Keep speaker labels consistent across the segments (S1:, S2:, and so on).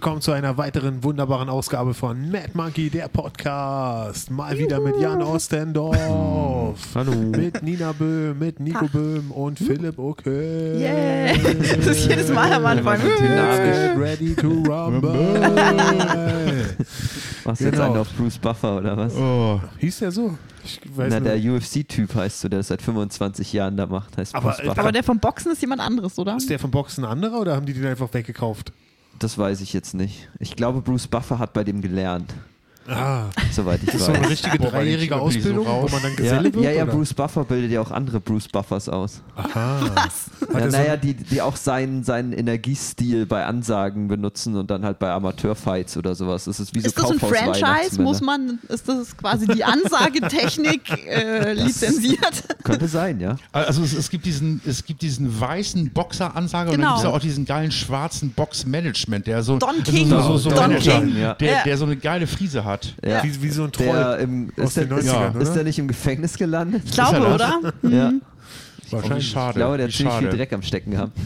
S1: Willkommen zu einer weiteren wunderbaren Ausgabe von Mad Monkey, der Podcast. Mal wieder mit Jan Ostendorf.
S2: Hm, Hallo.
S1: Mit Nina Böhm, mit Nico Böhm und Philipp Oke.
S3: Hm. Yeah. Das ist jedes Mal am Anfang.
S2: Wenn man so
S1: Get
S2: dynamisch-
S1: ready to rumble.
S2: Machst du jetzt
S1: Genau.
S2: einen auf Bruce Buffer oder was?
S1: oh. Hieß der so? Ich weiß
S2: Na,
S1: nicht.
S2: der UFC-Typ heißt so, der das seit 25 Jahren da macht, heißt
S1: Aber-
S2: Bruce Buffer.
S3: Aber der vom Boxen ist jemand anderes, oder?
S1: Ist der vom Boxen ein anderer oder haben die den einfach weggekauft?
S2: das weiß ich jetzt nicht. Ich glaube, Bruce Buffer hat bei dem gelernt,
S1: Ah,
S2: soweit ich
S1: das ist so eine
S2: weiß.
S1: richtige
S4: Boah, war die
S1: dreijährige
S4: irgendwie so
S1: Ausbildung, wo
S4: raus.
S1: man dann
S2: Ja,
S1: Geselle wird?
S2: ja, ja,
S1: oder?
S2: Bruce Buffer bildet ja auch andere Bruce Buffers aus.
S1: Aha. Hat
S2: Ja,
S1: er so-
S2: naja, die, die auch seinen, seinen Energiestil bei Ansagen benutzen und dann halt bei Amateurfights oder sowas. Das ist wie so
S3: ist das ein Franchise?
S2: Kaufhaus-Weihnachtsmänner.
S3: Muss man, ist das quasi die Ansagetechnik äh, lizenziert?
S2: Könnte sein, ja.
S4: Also es, es, gibt diesen, es gibt diesen weißen Boxer-Ansager
S3: Genau.
S4: und dann gibt es auch diesen geilen schwarzen Box-Management, der so,
S3: Don
S4: also
S3: King.
S4: so, so, so
S3: Don
S4: Manager,
S3: King.
S2: Ja.
S4: Der,
S3: Ja.
S4: der so eine geile Frise hat.
S2: ja.
S1: Wie, wie so ein
S2: Der
S1: Troll.
S2: im,
S1: aus
S2: ist, der,
S1: den 90ern,
S2: ist, ist
S1: oder?
S2: der nicht im Gefängnis gelandet?
S3: Ich Mhm. glaube,
S4: Ist er
S3: oder?
S4: das?
S2: Ja.
S4: Wahrscheinlich
S1: Wahrscheinlich.
S2: Ich
S4: schade.
S2: glaube, der
S4: Wie
S2: hat ziemlich viel
S4: schade.
S2: Dreck am Stecken gehabt.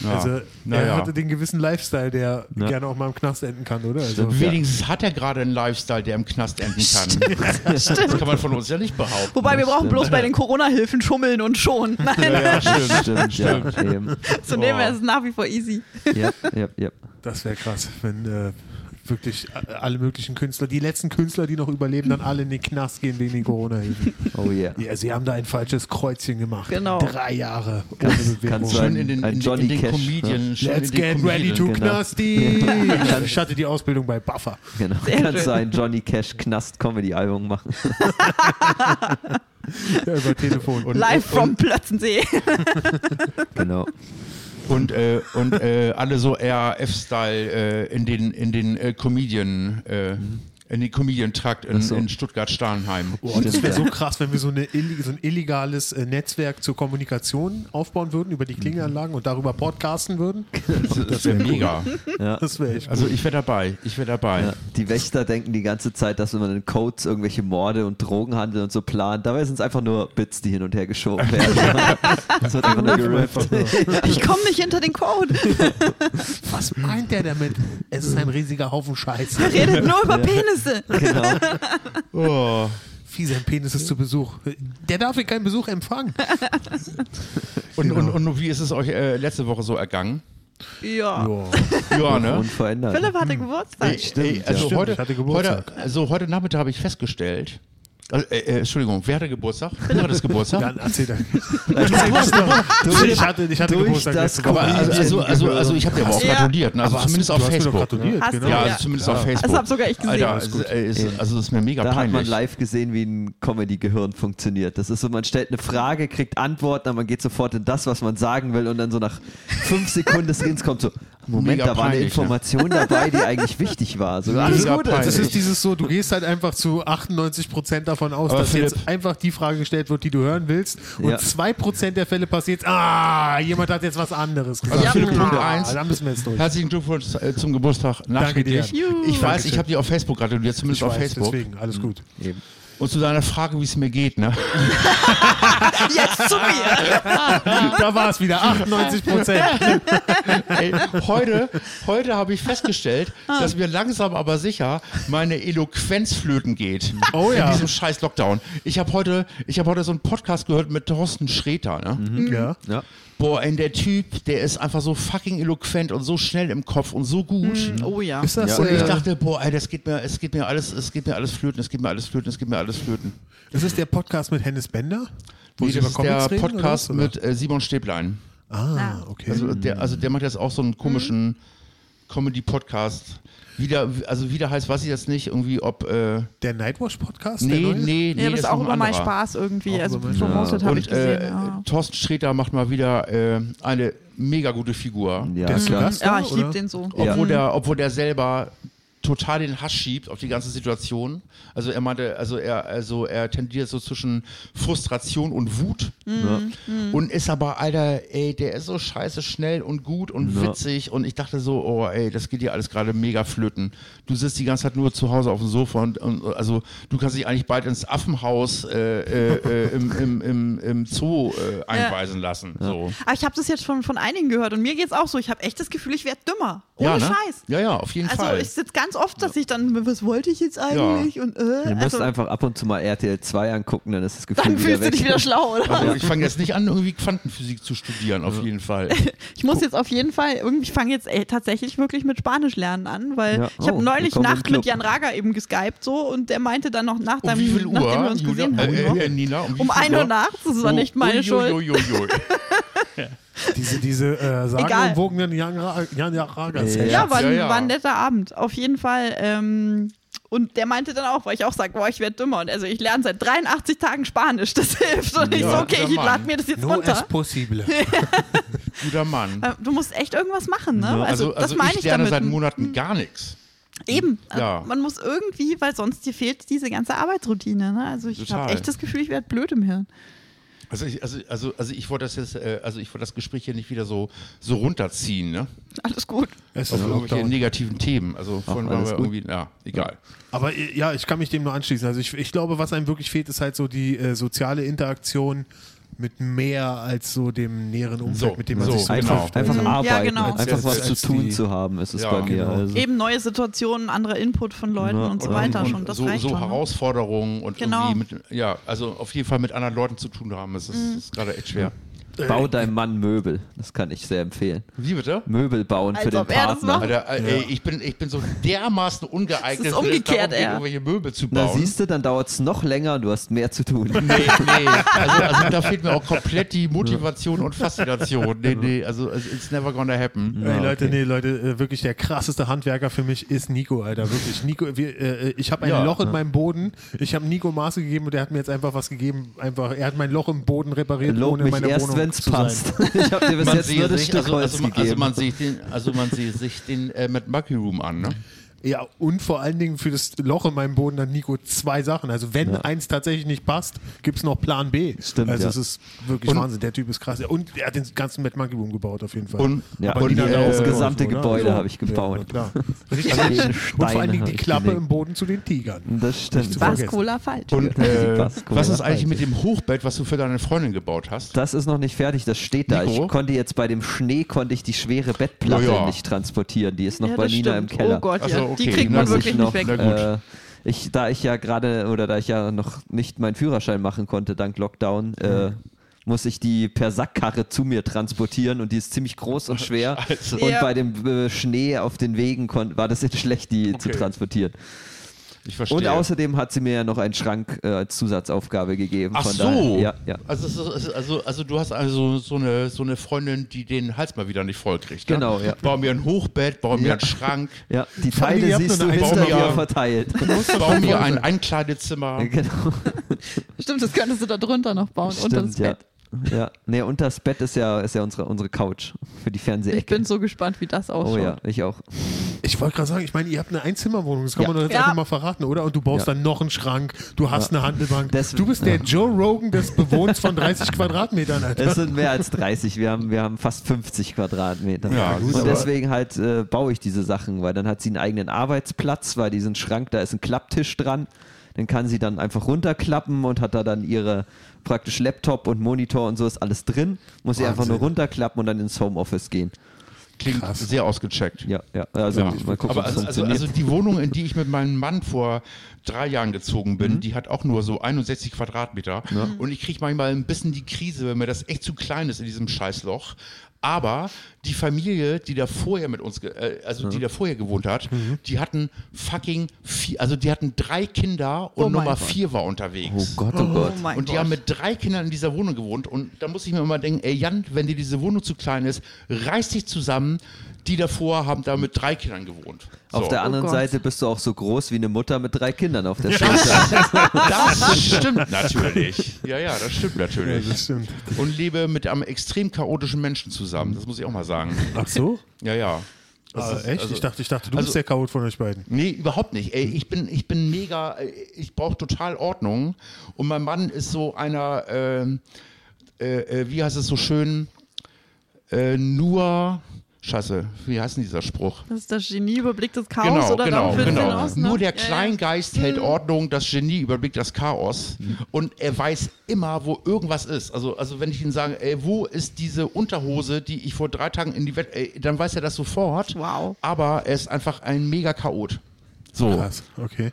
S4: Ja.
S1: Also, er
S4: Naja.
S1: hatte den gewissen Lifestyle, der
S2: Ja.
S1: gerne auch mal im Knast enden kann, oder? Also,
S2: Stimmt.
S4: Wenigstens hat er gerade einen Lifestyle, der im Knast enden kann. Das kann man von uns ja nicht behaupten.
S3: Wobei wir
S2: Das
S3: brauchen
S2: stimmt.
S3: bloß bei den Corona-Hilfen schummeln und schon. Nein,
S4: Ja, ja, stimmt.
S2: Stimmt, ja. Eben.
S3: zu dem wäre es nach wie vor easy.
S2: Ja, ja, ja.
S1: das wäre krass, wenn äh, wirklich a- alle möglichen Künstler, die letzten Künstler, die noch überleben, dann alle in den Knast gehen wegen den Corona-Hilfen.
S2: Oh yeah.
S1: Ja, sie haben da ein falsches Kreuzchen gemacht.
S3: Genau.
S1: Drei Jahre ohne Bewährung.
S2: kannst du-
S4: Schön in den,
S2: Ein
S4: in,
S2: Johnny
S4: den- in den
S2: Cash,
S4: Comedian. schön in
S1: ne? Let's
S4: den
S1: get ready
S4: Comedian.
S1: to
S2: genau.
S1: Knasti. Ich hatte die Ausbildung bei Buffer.
S2: Genau.
S3: Sehr
S2: Kannst du
S3: schön.
S2: ein Johnny Cash Knast Comedy Album machen?
S1: Ja, äh, über Telefon.
S4: Und-
S3: Live from Plötzensee.
S2: Genau.
S4: Und, äh, und äh, alle so RAF-Style äh, in den, in den äh, Comedian, äh, in den Comedian-Trakt in,
S2: Ach so.
S4: in Stuttgart-Stahnheim.
S1: Boah, das
S2: Stimmt,
S1: wäre
S2: ja.
S1: so krass, wenn wir so, eine, illi- so ein illegales äh, Netzwerk zur Kommunikation aufbauen würden über die
S2: Mhm.
S1: Klingeanlagen und darüber podcasten würden.
S4: Das wäre mega.
S2: Ja.
S1: Das wäre echt
S4: Also ich wäre dabei, ich wäre dabei.
S2: Ja. Die Wächter denken die ganze Zeit, dass man in Codes irgendwelche Morde und Drogenhandel und so plant. Dabei sind es einfach nur Bits, die hin und her geschoben werden. Das wird einfach nur gerippt.
S3: Ich komme nicht hinter den Code.
S1: Was meint der damit? Es ist ein riesiger Haufen Scheiß.
S3: Er redet nur über Penisse.
S2: Genau.
S4: Oh.
S1: Fies, ein Penis ist zu Besuch. Der darf hier keinen Besuch empfangen.
S4: Und, und, und wie ist es euch äh, letzte Woche so ergangen?
S3: Ja.
S4: Ja, ne?
S2: Unverändert.
S3: Philipp hatte Geburtstag.
S4: Ey, also
S1: Stimmt,
S4: heute,
S1: ich hatte Geburtstag.
S4: heute, also heute Nachmittag habe ich festgestellt, äh, äh, Entschuldigung, wer hatte Geburtstag? Du hattest Geburtstag?
S1: Dann erzähl dann.
S2: Durch,
S1: Ich hatte, ich hatte
S2: durch
S1: Geburtstag
S2: das
S1: letzte
S4: Aber
S1: Woche.
S4: also, also, also, also ich habe dir aber auch
S3: Ja.
S4: gratuliert, ne? also
S1: Aber hast
S4: zumindest
S1: du-
S4: auf
S1: du hast mir doch
S4: Facebook.
S1: gratuliert,
S3: Hast du,
S1: genau.
S4: Ja,
S3: Ja.
S4: also zumindest auf Facebook.
S3: Das hab sogar ich gesehen.
S4: Alter,
S3: Alles
S4: also, äh, ist, also das ist mir mega
S2: Da hat man
S4: peinlich.
S2: live gesehen, wie ein Comedy-Gehirn funktioniert. Das ist so, man stellt eine Frage, kriegt Antworten, aber man geht sofort in das, was man sagen will und dann so nach fünf Sekunden des Redens kommt so, Moment,
S4: Mega
S2: da war eine
S4: peinlich, ne?
S2: Information dabei, die eigentlich wichtig war. So, alles
S4: Mega
S2: gut,
S4: peinlich.
S1: Das
S2: also
S1: ist dieses so, du gehst halt einfach zu 98% davon aus,
S4: Aber
S1: dass
S4: Philipp-
S1: jetzt einfach die Frage gestellt wird, die du hören willst. Und
S2: Ja.
S1: 2% der Fälle passiert, ah, jemand hat jetzt was anderes gesagt.
S4: Also Philipp, Punkt
S1: ah,
S4: eins.
S1: Da müssen wir jetzt durch.
S4: Herzlichen Glückwunsch äh, zum Geburtstag nachträglich.
S1: dir.
S4: Ich weiß,
S1: Dankeschön.
S4: ich habe dir auf Facebook gratuliert, zumindest
S1: Ich
S4: auf
S1: weiß,
S4: Facebook.
S1: deswegen, alles gut.
S2: eben.
S4: Und zu deiner Frage, wie es mir geht, ne?
S3: Jetzt zu mir.
S1: Da war es wieder, 98%.
S4: Ey, heute heute habe ich festgestellt,
S3: Ah.
S4: dass mir langsam aber sicher meine Eloquenz flöten geht.
S1: Oh ja.
S4: In diesem scheiß Lockdown. Ich habe heute, ich habe heute so einen Podcast gehört mit Thorsten Schreter, ne?
S1: Ja.
S2: Ja.
S4: Boah, ey, der Typ, der ist einfach so fucking eloquent und so schnell im Kopf und so gut.
S3: Oh ja.
S1: Ist das,
S2: Ja.
S4: Und ich
S1: äh,
S4: dachte, boah, ey, das geht mir, es geht mir alles, es geht mir alles flöten, es geht mir alles flöten, es geht mir alles flöten.
S1: ist das der Podcast mit Hennes Bender?
S4: Nee, das ist der
S1: reden, oder was,
S4: Podcast
S1: oder?
S4: mit äh, Simon Stäblein.
S1: Ah, okay.
S4: Also der, also der macht jetzt auch so einen
S3: Hm.
S4: komischen Comedy-Podcast. Wieder, also wieder heißt, weiß ich jetzt nicht, irgendwie ob. Äh,
S1: der Nightwatch-Podcast? der
S4: nee,
S1: neue?
S4: nee, nee,
S3: Ja, das ist auch
S4: noch ein
S3: immer mein
S4: anderer.
S3: Spaß irgendwie.
S1: Auch
S3: Also
S1: über mein-
S3: promotet habe
S4: Und
S3: ich gesehen.
S4: äh,
S3: ja.
S4: Thorsten Sträter macht mal wieder äh, eine mega gute Figur.
S2: Ja,
S1: Der ist zu
S2: klar.
S1: Gast.
S3: Ja,
S1: Oder?
S3: ich liebe den so.
S2: Ja.
S4: Obwohl, der, obwohl der selber total den Hass schiebt auf die ganze Situation. Also er meinte, also er, also er tendiert so zwischen Frustration und Wut.
S2: ne?
S3: Mhm.
S4: Und ist aber, Alter, ey, der ist so scheiße schnell und gut und
S2: Ja.
S4: witzig. Und ich dachte so, oh ey, das geht dir alles gerade mega flöten. Du sitzt die ganze Zeit nur zu Hause auf dem Sofa und, und also du kannst dich eigentlich bald ins Affenhaus äh, äh, äh, im, im, im, im Zoo äh, einweisen lassen. So.
S3: Aber Ah, ich habe das jetzt schon von einigen gehört und mir geht's auch so. Ich habe echt das Gefühl, ich werde dümmer. Ohne
S4: ja, ne?
S3: Scheiß.
S4: Ja, ja, auf jeden
S3: Also
S4: Fall.
S3: ich sitze ganz oft, dass ich dann, was wollte ich jetzt eigentlich? Und äh,
S2: Du musst
S3: also,
S2: einfach ab und zu mal RTL 2 angucken, dann ist das Gefühl
S3: dann
S2: wieder
S3: fühlst du
S2: weg.
S3: dich wieder schlau, oder?
S4: Also ich fange jetzt nicht an, irgendwie Quantenphysik zu studieren, auf jeden Fall.
S3: Ich muss jetzt auf jeden Fall, irgendwie ich fange jetzt ey, tatsächlich wirklich mit Spanisch lernen an, weil
S2: Ja,
S3: ich habe
S2: oh,
S3: neulich
S2: willkommen im
S3: Nacht mit
S2: Club.
S3: Jan Rager eben geskypt so und der meinte dann noch nach
S4: Um
S3: deinem,
S4: wie viel
S3: nachdem wir
S4: Uhr,
S3: uns
S4: Julia?
S3: gesehen haben.
S4: Äh,
S3: ne?
S4: äh, Nina, um wie
S3: um
S4: viel
S3: 1 Uhr
S4: Uhr?
S3: nachts, das war nicht meine Schuld.
S4: Schuld.
S1: Diese, diese äh, sagenumwogenen Jan, Ra- Jan, Jan Ragers.
S2: Ja.
S3: Ja, war, ein-
S4: Ja, ja.
S3: war ein netter Abend, auf jeden Fall. Ähm, und der meinte dann auch, weil ich auch sage, boah, ich werde dümmer. Und also ich lerne seit 83 Tagen Spanisch, das hilft. Und ich
S4: Ja,
S3: so, okay,
S4: dieser
S3: ich
S4: Mann.
S3: lade mir das jetzt
S1: No es
S3: runter.
S1: possible.
S4: Guter Mann.
S3: Äh, Du musst echt irgendwas machen, ne?
S4: Also,
S3: Also, das
S4: also
S3: meine
S4: ich
S3: ich,
S4: lerne
S3: damit. Hm.
S4: seit Monaten gar nichts.
S3: Eben.
S4: Ja.
S3: Äh, Man muss irgendwie, weil sonst dir fehlt diese ganze Arbeitsroutine. Ne? Also ich
S4: Total.
S3: habe echt das Gefühl, ich werde blöd im Hirn.
S4: Also ich, also, also, also ich wollte das jetzt, äh, also ich wollte das Gespräch hier nicht wieder so, so runterziehen, ne?
S3: Alles gut.
S1: Es
S4: Auf
S1: ist
S4: irgendwelche
S1: Lockdown.
S4: negativen Themen. Also vorhin waren
S2: alles
S4: wir
S2: gut.
S4: irgendwie, ja, egal.
S1: Aber äh, ja, ich kann mich dem nur anschließen. Also ich, ich glaube, was einem wirklich fehlt, ist halt so die äh, soziale Interaktion mit mehr als so dem näheren Umfeld,
S4: So,
S1: mit dem man
S4: so,
S1: sich so
S2: Also Einfach,
S4: Genau.
S2: einfach
S3: Mhm. Ja,
S2: arbeiten,
S3: genau.
S2: einfach
S1: Als-
S2: was
S1: als
S2: zu tun
S1: die-
S2: zu haben, ist es
S4: Ja,
S2: bei mir.
S1: genau.
S2: Also.
S3: Eben neue Situationen, anderer Input von Leuten
S2: Ja,
S3: und so
S2: und-
S3: weiter
S4: und
S3: schon. Das
S4: so
S3: reicht
S4: so
S3: schon. ne?
S4: Herausforderungen und
S3: Genau. Mhm.
S4: irgendwie mit, ja, also auf jeden Fall mit anderen Leuten zu tun haben. Das ist, ist gerade echt schwer.
S2: Bau deinem Mann Möbel. Das kann ich sehr empfehlen.
S4: Wie bitte?
S2: Möbel bauen
S3: Als
S2: für den
S3: ob er das
S2: Partner.
S3: macht.
S4: Alter, äh, ey, ich, bin, ich bin so dermaßen
S3: Es
S4: ungeeignet,
S3: ist
S4: wenn es
S3: umgekehrt,
S4: darum geht,
S3: ja.
S4: irgendwelche Möbel zu
S2: Na,
S4: bauen.
S2: siehst du, dann dauert es noch länger und du hast mehr zu tun.
S4: Nee, nee. Also, also da fehlt mir auch komplett die Motivation und Faszination. Nee, nee, also es- it's never gonna happen.
S2: Ah,
S1: Ey, Leute, nee, Leute, äh, wirklich der krasseste Handwerker für mich ist Nico, Alter. Wirklich, Nico, wir, äh, ich habe ein
S4: Ja.
S2: ne?
S1: Loch in meinem Boden. Ich habe Nico Maße gegeben und der hat mir jetzt einfach was gegeben. Einfach, er hat mein Loch im Boden repariert,
S2: Lob
S1: ohne
S2: mich
S1: meine
S2: erst,
S1: Wohnung
S2: wenn es
S1: zu
S2: passt.
S1: sein.
S2: Ich habe dir bis jetzt
S4: sehe
S2: nur das
S4: sich-
S2: Stück
S4: also,
S2: Holz
S4: also, man- also
S2: gegeben.
S4: man sieht den, also man sieht sich den äh, mit Mucky Room an, ne?
S1: Ja, und vor allen Dingen für das Loch in meinem Boden hat Nico zwei Sachen. Also wenn eins tatsächlich nicht passt, gibt es noch Plan B.
S2: Stimmt,
S1: Also
S2: ja.
S1: es ist wirklich
S4: Und-
S1: Wahnsinn. Der Typ ist krass. Und er hat den ganzen Mad Monkey Room gebaut auf jeden Fall.
S4: Und- äh,
S2: Ja,
S1: Aber
S2: und
S1: die
S2: die-
S1: dann
S2: das
S1: auch
S2: gesamte
S1: geholfen, oder?
S2: Gebäude
S1: Ja.
S2: habe ich gebaut.
S1: Ja, klar. Also,
S2: jeden
S1: und vor
S2: Stein
S1: allen Dingen
S2: hab
S1: die
S2: ich
S1: Klappe
S2: gelegt.
S1: im Boden zu den Tigern.
S2: Das stimmt.
S1: Was?
S3: Was Cola falsch.
S4: Und
S2: Ja,
S4: äh,
S2: sieht was, cool,
S4: was ist
S2: ja,
S4: eigentlich
S2: weiß
S4: mit dem Hochbett, was du für deine Freundin gebaut hast?
S2: Das ist noch nicht fertig, das steht da.
S4: Nico?
S2: Ich konnte jetzt bei dem Schnee konnte ich die schwere Bettplatte
S4: Ja, ja.
S2: nicht transportieren. Die ist noch
S3: ja,
S2: bei
S3: das
S2: Nina
S3: stimmt.
S2: im Keller.
S3: Oh Gott,
S4: Ach
S3: ja.
S4: so, Also, okay.
S3: die kriegt man
S4: Muss
S2: Was
S3: wirklich
S2: ich
S3: nicht
S2: noch,
S3: weg.
S4: Na gut.
S2: äh, ich, da ich ja gerade oder da ich ja noch nicht meinen Führerschein machen konnte dank Lockdown, äh, muss ich die per Sackkarre zu mir transportieren und die ist ziemlich groß und schwer. Und
S3: Ja.
S2: bei dem äh, Schnee auf den Wegen kon- war das jetzt schlecht, die zu
S4: Okay.
S2: transportieren.
S4: Ich verstehe.
S2: Und außerdem hat sie mir ja noch einen Schrank äh, als Zusatzaufgabe gegeben.
S4: Ach
S2: von
S4: so.
S2: Daher, ja, ja.
S4: Also, es ist- es ist- also, also du hast also so eine, so eine Freundin, die den Hals mal wieder nicht voll kriegt. Ne?
S2: Genau, ja.
S4: Bau mir ein Hochbett, bau mir
S2: Ja.
S4: einen Schrank,
S2: ja, die
S1: Vor allem,
S2: Teile
S1: ihr habt
S2: siehst
S1: nur
S2: du
S1: eine
S2: hinter
S4: Baumjahr.
S2: mir verteilt.
S4: bau mir ein Einkleidezimmer.
S2: genau.
S3: Stimmt, das könntest du da drunter noch bauen, unter das
S2: ja.
S3: Bett.
S2: Ja, nee, und das Bett ist ja, ist ja unsere, unsere Couch für die Fernsehecke.
S3: Ich bin so gespannt, wie das
S2: oh
S3: ausschaut.
S2: ja, ich auch.
S1: Ich wollte gerade sagen, ich meine, ihr habt eine Einzimmerwohnung, das kann
S2: Ja.
S1: man doch jetzt
S3: Ja.
S1: einfach mal verraten, oder? Und du baust
S2: Ja.
S1: dann noch einen Schrank, du hast eine Handelbank.
S2: Das-
S1: du bist der Joe Rogan des Bewohns von 30 Quadratmetern, Alter.
S2: Es sind mehr als 30, wir haben, wir haben fast 50 Quadratmeter.
S4: Ja, gut,
S2: und
S4: aber-
S2: deswegen halt äh, baue ich diese Sachen, weil dann hat sie einen eigenen Arbeitsplatz, weil diesen Schrank, da ist ein Klapptisch dran. Den kann sie dann einfach runterklappen und hat da dann ihre praktisch Laptop und Monitor und so ist alles drin. Muss sie einfach
S1: Wahnsinn.
S2: nur runterklappen und dann ins Homeoffice gehen.
S4: Klingt
S1: Krass.
S4: sehr ausgecheckt.
S2: Ja, ja. Also
S4: Ja.
S2: mal gucken, ob es
S4: aber also, also,
S2: funktioniert.
S4: also die Wohnung, in die ich mit meinem Mann vor drei Jahren gezogen bin,
S2: Mhm.
S4: die hat auch nur so 61 Quadratmeter. Und ich kriege manchmal ein bisschen die Krise, wenn mir das echt zu klein ist in diesem Scheißloch. Aber die Familie, die da vorher mit uns, ge- äh, also die da vorher gewohnt hat,
S2: Mhm.
S4: die hatten fucking vier, also die hatten drei Kinder
S3: Oh
S4: und
S3: mein
S4: Nummer
S3: Gott.
S4: vier war unterwegs.
S2: oh Gott, oh Gott.
S3: Oh mein
S4: Und die
S3: Gott.
S4: haben mit drei Kindern in dieser Wohnung gewohnt. Und da muss ich mir immer denken, ey Jan, wenn dir diese Wohnung zu klein ist, reiß dich zusammen. Die davor haben da mit drei Kindern gewohnt. So.
S2: Auf der anderen
S3: Gott.
S2: Seite bist du auch so groß wie eine Mutter mit drei Kindern auf der Schulter.
S4: das stimmt natürlich. Ja, ja, das stimmt natürlich.
S1: Ja, das stimmt.
S4: Und lebe mit einem extrem chaotischen Menschen zusammen. Das muss ich auch mal sagen.
S1: Ach so? Ah,
S4: Ja, ja. Das ist-
S1: echt?
S4: also-
S1: ich, dachte, ich dachte, du
S4: also-
S1: bist der Chaot von euch beiden.
S4: Nee, überhaupt nicht. Ey, ich bin, ich bin mega, äh, ich brauche total Ordnung. Und mein Mann ist so einer, ähm, äh, äh, wie heißt es so schön, äh, nur, scheiße, wie heißt denn dieser Spruch?
S3: Das ist das Genie überblickt das Chaos
S4: Genau,
S3: oder darauf willst du hinaus, ne?
S4: Nur der
S3: Ja, Mhm. Hm. ja.
S4: Kleingeist hält Ordnung, das Genie überblickt das Chaos
S3: Mhm.
S4: und er weiß immer, wo irgendwas ist. Also, also wenn ich ihn sage, ey, wo ist diese Unterhose, die ich vor drei Tagen in die Welt, ey, dann weiß er das sofort.
S3: Wow.
S4: Aber er ist einfach ein mega Chaot. So,
S1: Krass, okay.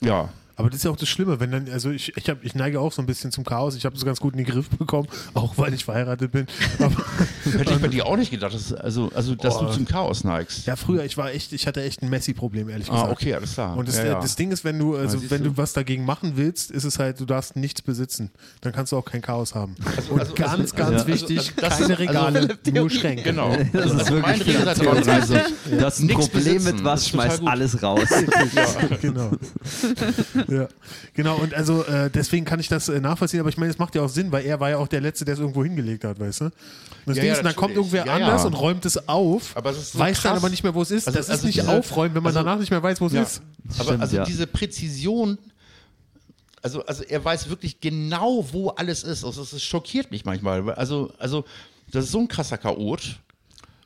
S4: ja.
S1: Aber das ist ja auch das Schlimme, wenn dann, also ich, ich, hab, ich neige auch so ein bisschen zum Chaos. Ich habe es ganz gut in den Griff bekommen, auch weil ich verheiratet bin. Aber,
S4: Hätte ich bei dir auch nicht gedacht, dass, also, also, dass
S1: Oh.
S4: du zum Chaos neigst.
S1: ja, früher, ich war echt, ich hatte echt ein Messi-Problem, ehrlich gesagt.
S4: ah, okay, alles klar.
S1: Und das,
S4: ja,
S1: äh,
S4: ja.
S1: das Ding ist, wenn du, also
S4: siehst
S1: wenn
S4: du.
S1: du was dagegen machen willst, ist es halt, du darfst nichts besitzen. Dann kannst du auch kein Chaos haben. Und
S4: also-
S1: ganz,
S4: also-
S1: ganz
S4: also-
S1: wichtig,
S4: also das
S1: keine
S4: ist-
S1: Regale,
S4: also-
S1: nur Schränke.
S4: Genau.
S2: Das
S4: Also,
S2: ist
S4: also
S2: wirklich
S4: mein Regel da
S2: Finanzierung.
S4: draußen ist,
S2: Du hast ein
S4: Nix
S2: Problem mit
S4: besitzen.
S2: was,
S4: Das ist total
S2: schmeiß
S4: gut.
S2: alles raus.
S3: Oh,
S1: genau. ja. Genau, und also äh, deswegen kann ich das äh, nachvollziehen, aber ich meine, es macht ja auch Sinn, weil er war ja auch der Letzte, der es irgendwo hingelegt hat, weißt du? Und das
S4: Ja,
S1: Ding
S4: ja,
S1: ist, dann kommt
S4: natürlich.
S1: irgendwer
S4: Ja, ja.
S1: anders und räumt es auf,
S4: Aber es ist so
S1: weiß dann
S4: krass.
S1: aber nicht mehr, wo es ist.
S4: Also-
S1: das ist
S4: also
S1: nicht
S4: diese-
S1: aufräumen, wenn man
S4: also-
S1: danach nicht mehr weiß, wo es
S4: Ja.
S1: ist.
S4: Aber
S2: Stimmt,
S4: also
S2: ja.
S4: diese Präzision, also, also er weiß wirklich genau, wo alles ist. Also das, das schockiert mich manchmal. weil- Also, also das ist so ein krasser Chaot.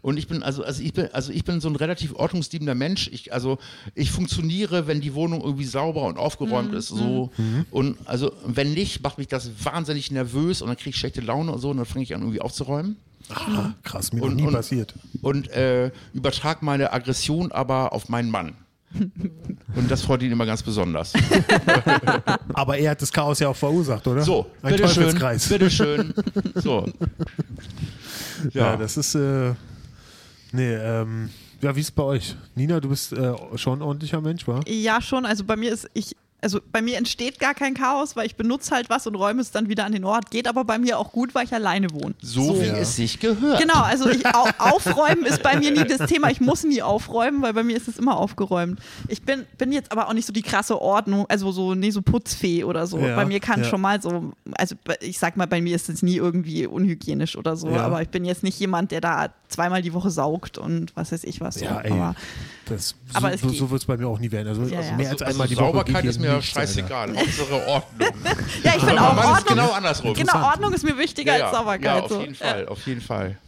S4: Und ich bin also, also ich bin, also ich bin so ein relativ ordnungsliebender Mensch. Ich, also ich funktioniere, wenn die Wohnung irgendwie sauber und aufgeräumt ist. So.
S2: Mhm.
S4: Und also wenn nicht, macht mich das wahnsinnig nervös und dann kriege ich schlechte Laune und so und dann fange ich an, irgendwie aufzuräumen
S1: Aha, krass, mir
S4: Und-
S1: noch nie
S4: und-
S1: passiert.
S4: und äh, übertrag meine Aggression aber auf meinen Mann. Und das freut ihn immer ganz besonders.
S1: Aber er hat das Chaos ja auch verursacht, oder?
S4: So,
S1: ein
S4: bitteschön.
S1: Teufelskreis.
S4: Bitteschön. So.
S1: Ja,
S4: Ja,
S1: das ist. Äh, nee, ähm. Ja, wie ist es bei euch? Nina, du bist äh, schon ein ordentlicher Mensch, wa?
S3: Ja, schon. Also bei mir ist ich, also bei mir entsteht gar kein Chaos, weil ich benutze halt was und räume es dann wieder an den Ort. Geht aber bei mir auch gut, weil ich alleine wohne.
S4: so wie
S1: Ja.
S4: es sich gehört.
S3: Genau, also ich, au, aufräumen ist bei mir nie das Thema. Ich muss nie aufräumen, weil bei mir ist es immer aufgeräumt. Ich bin, bin jetzt aber auch nicht so die krasse Ordnung, also so, nee, so Putzfee oder so.
S1: Ja,
S3: bei mir kann
S1: ja.
S3: schon mal so, also bei- ich sag mal, bei mir ist es nie irgendwie unhygienisch oder so,
S1: Ja.
S3: aber ich bin jetzt nicht jemand, der da zweimal die Woche saugt und was weiß ich was. so.
S1: Ja, ey.
S3: Aber
S1: Das,
S3: Aber
S1: so
S3: es
S1: so,
S3: geht.
S1: so wird es bei mir auch nie werden. Also,
S3: Ja, ja.
S1: mehr als
S4: Also,
S1: einmal die
S4: also
S1: Woche.
S4: Sauberkeit
S1: geht
S4: ist
S1: hier
S4: mir
S1: nichts, Alter.
S4: scheißegal. Unsere Ordnung.
S3: ja, ich bin
S4: Aber
S3: auch
S4: mein Mann ist
S3: Ordnung.
S4: genau andersrum.
S3: Genau, Ordnung ist mir wichtiger
S4: ja, ja.
S3: als Sauberkeit. also
S4: Ja, auf
S3: so.
S4: jeden Fall, auf jeden Fall.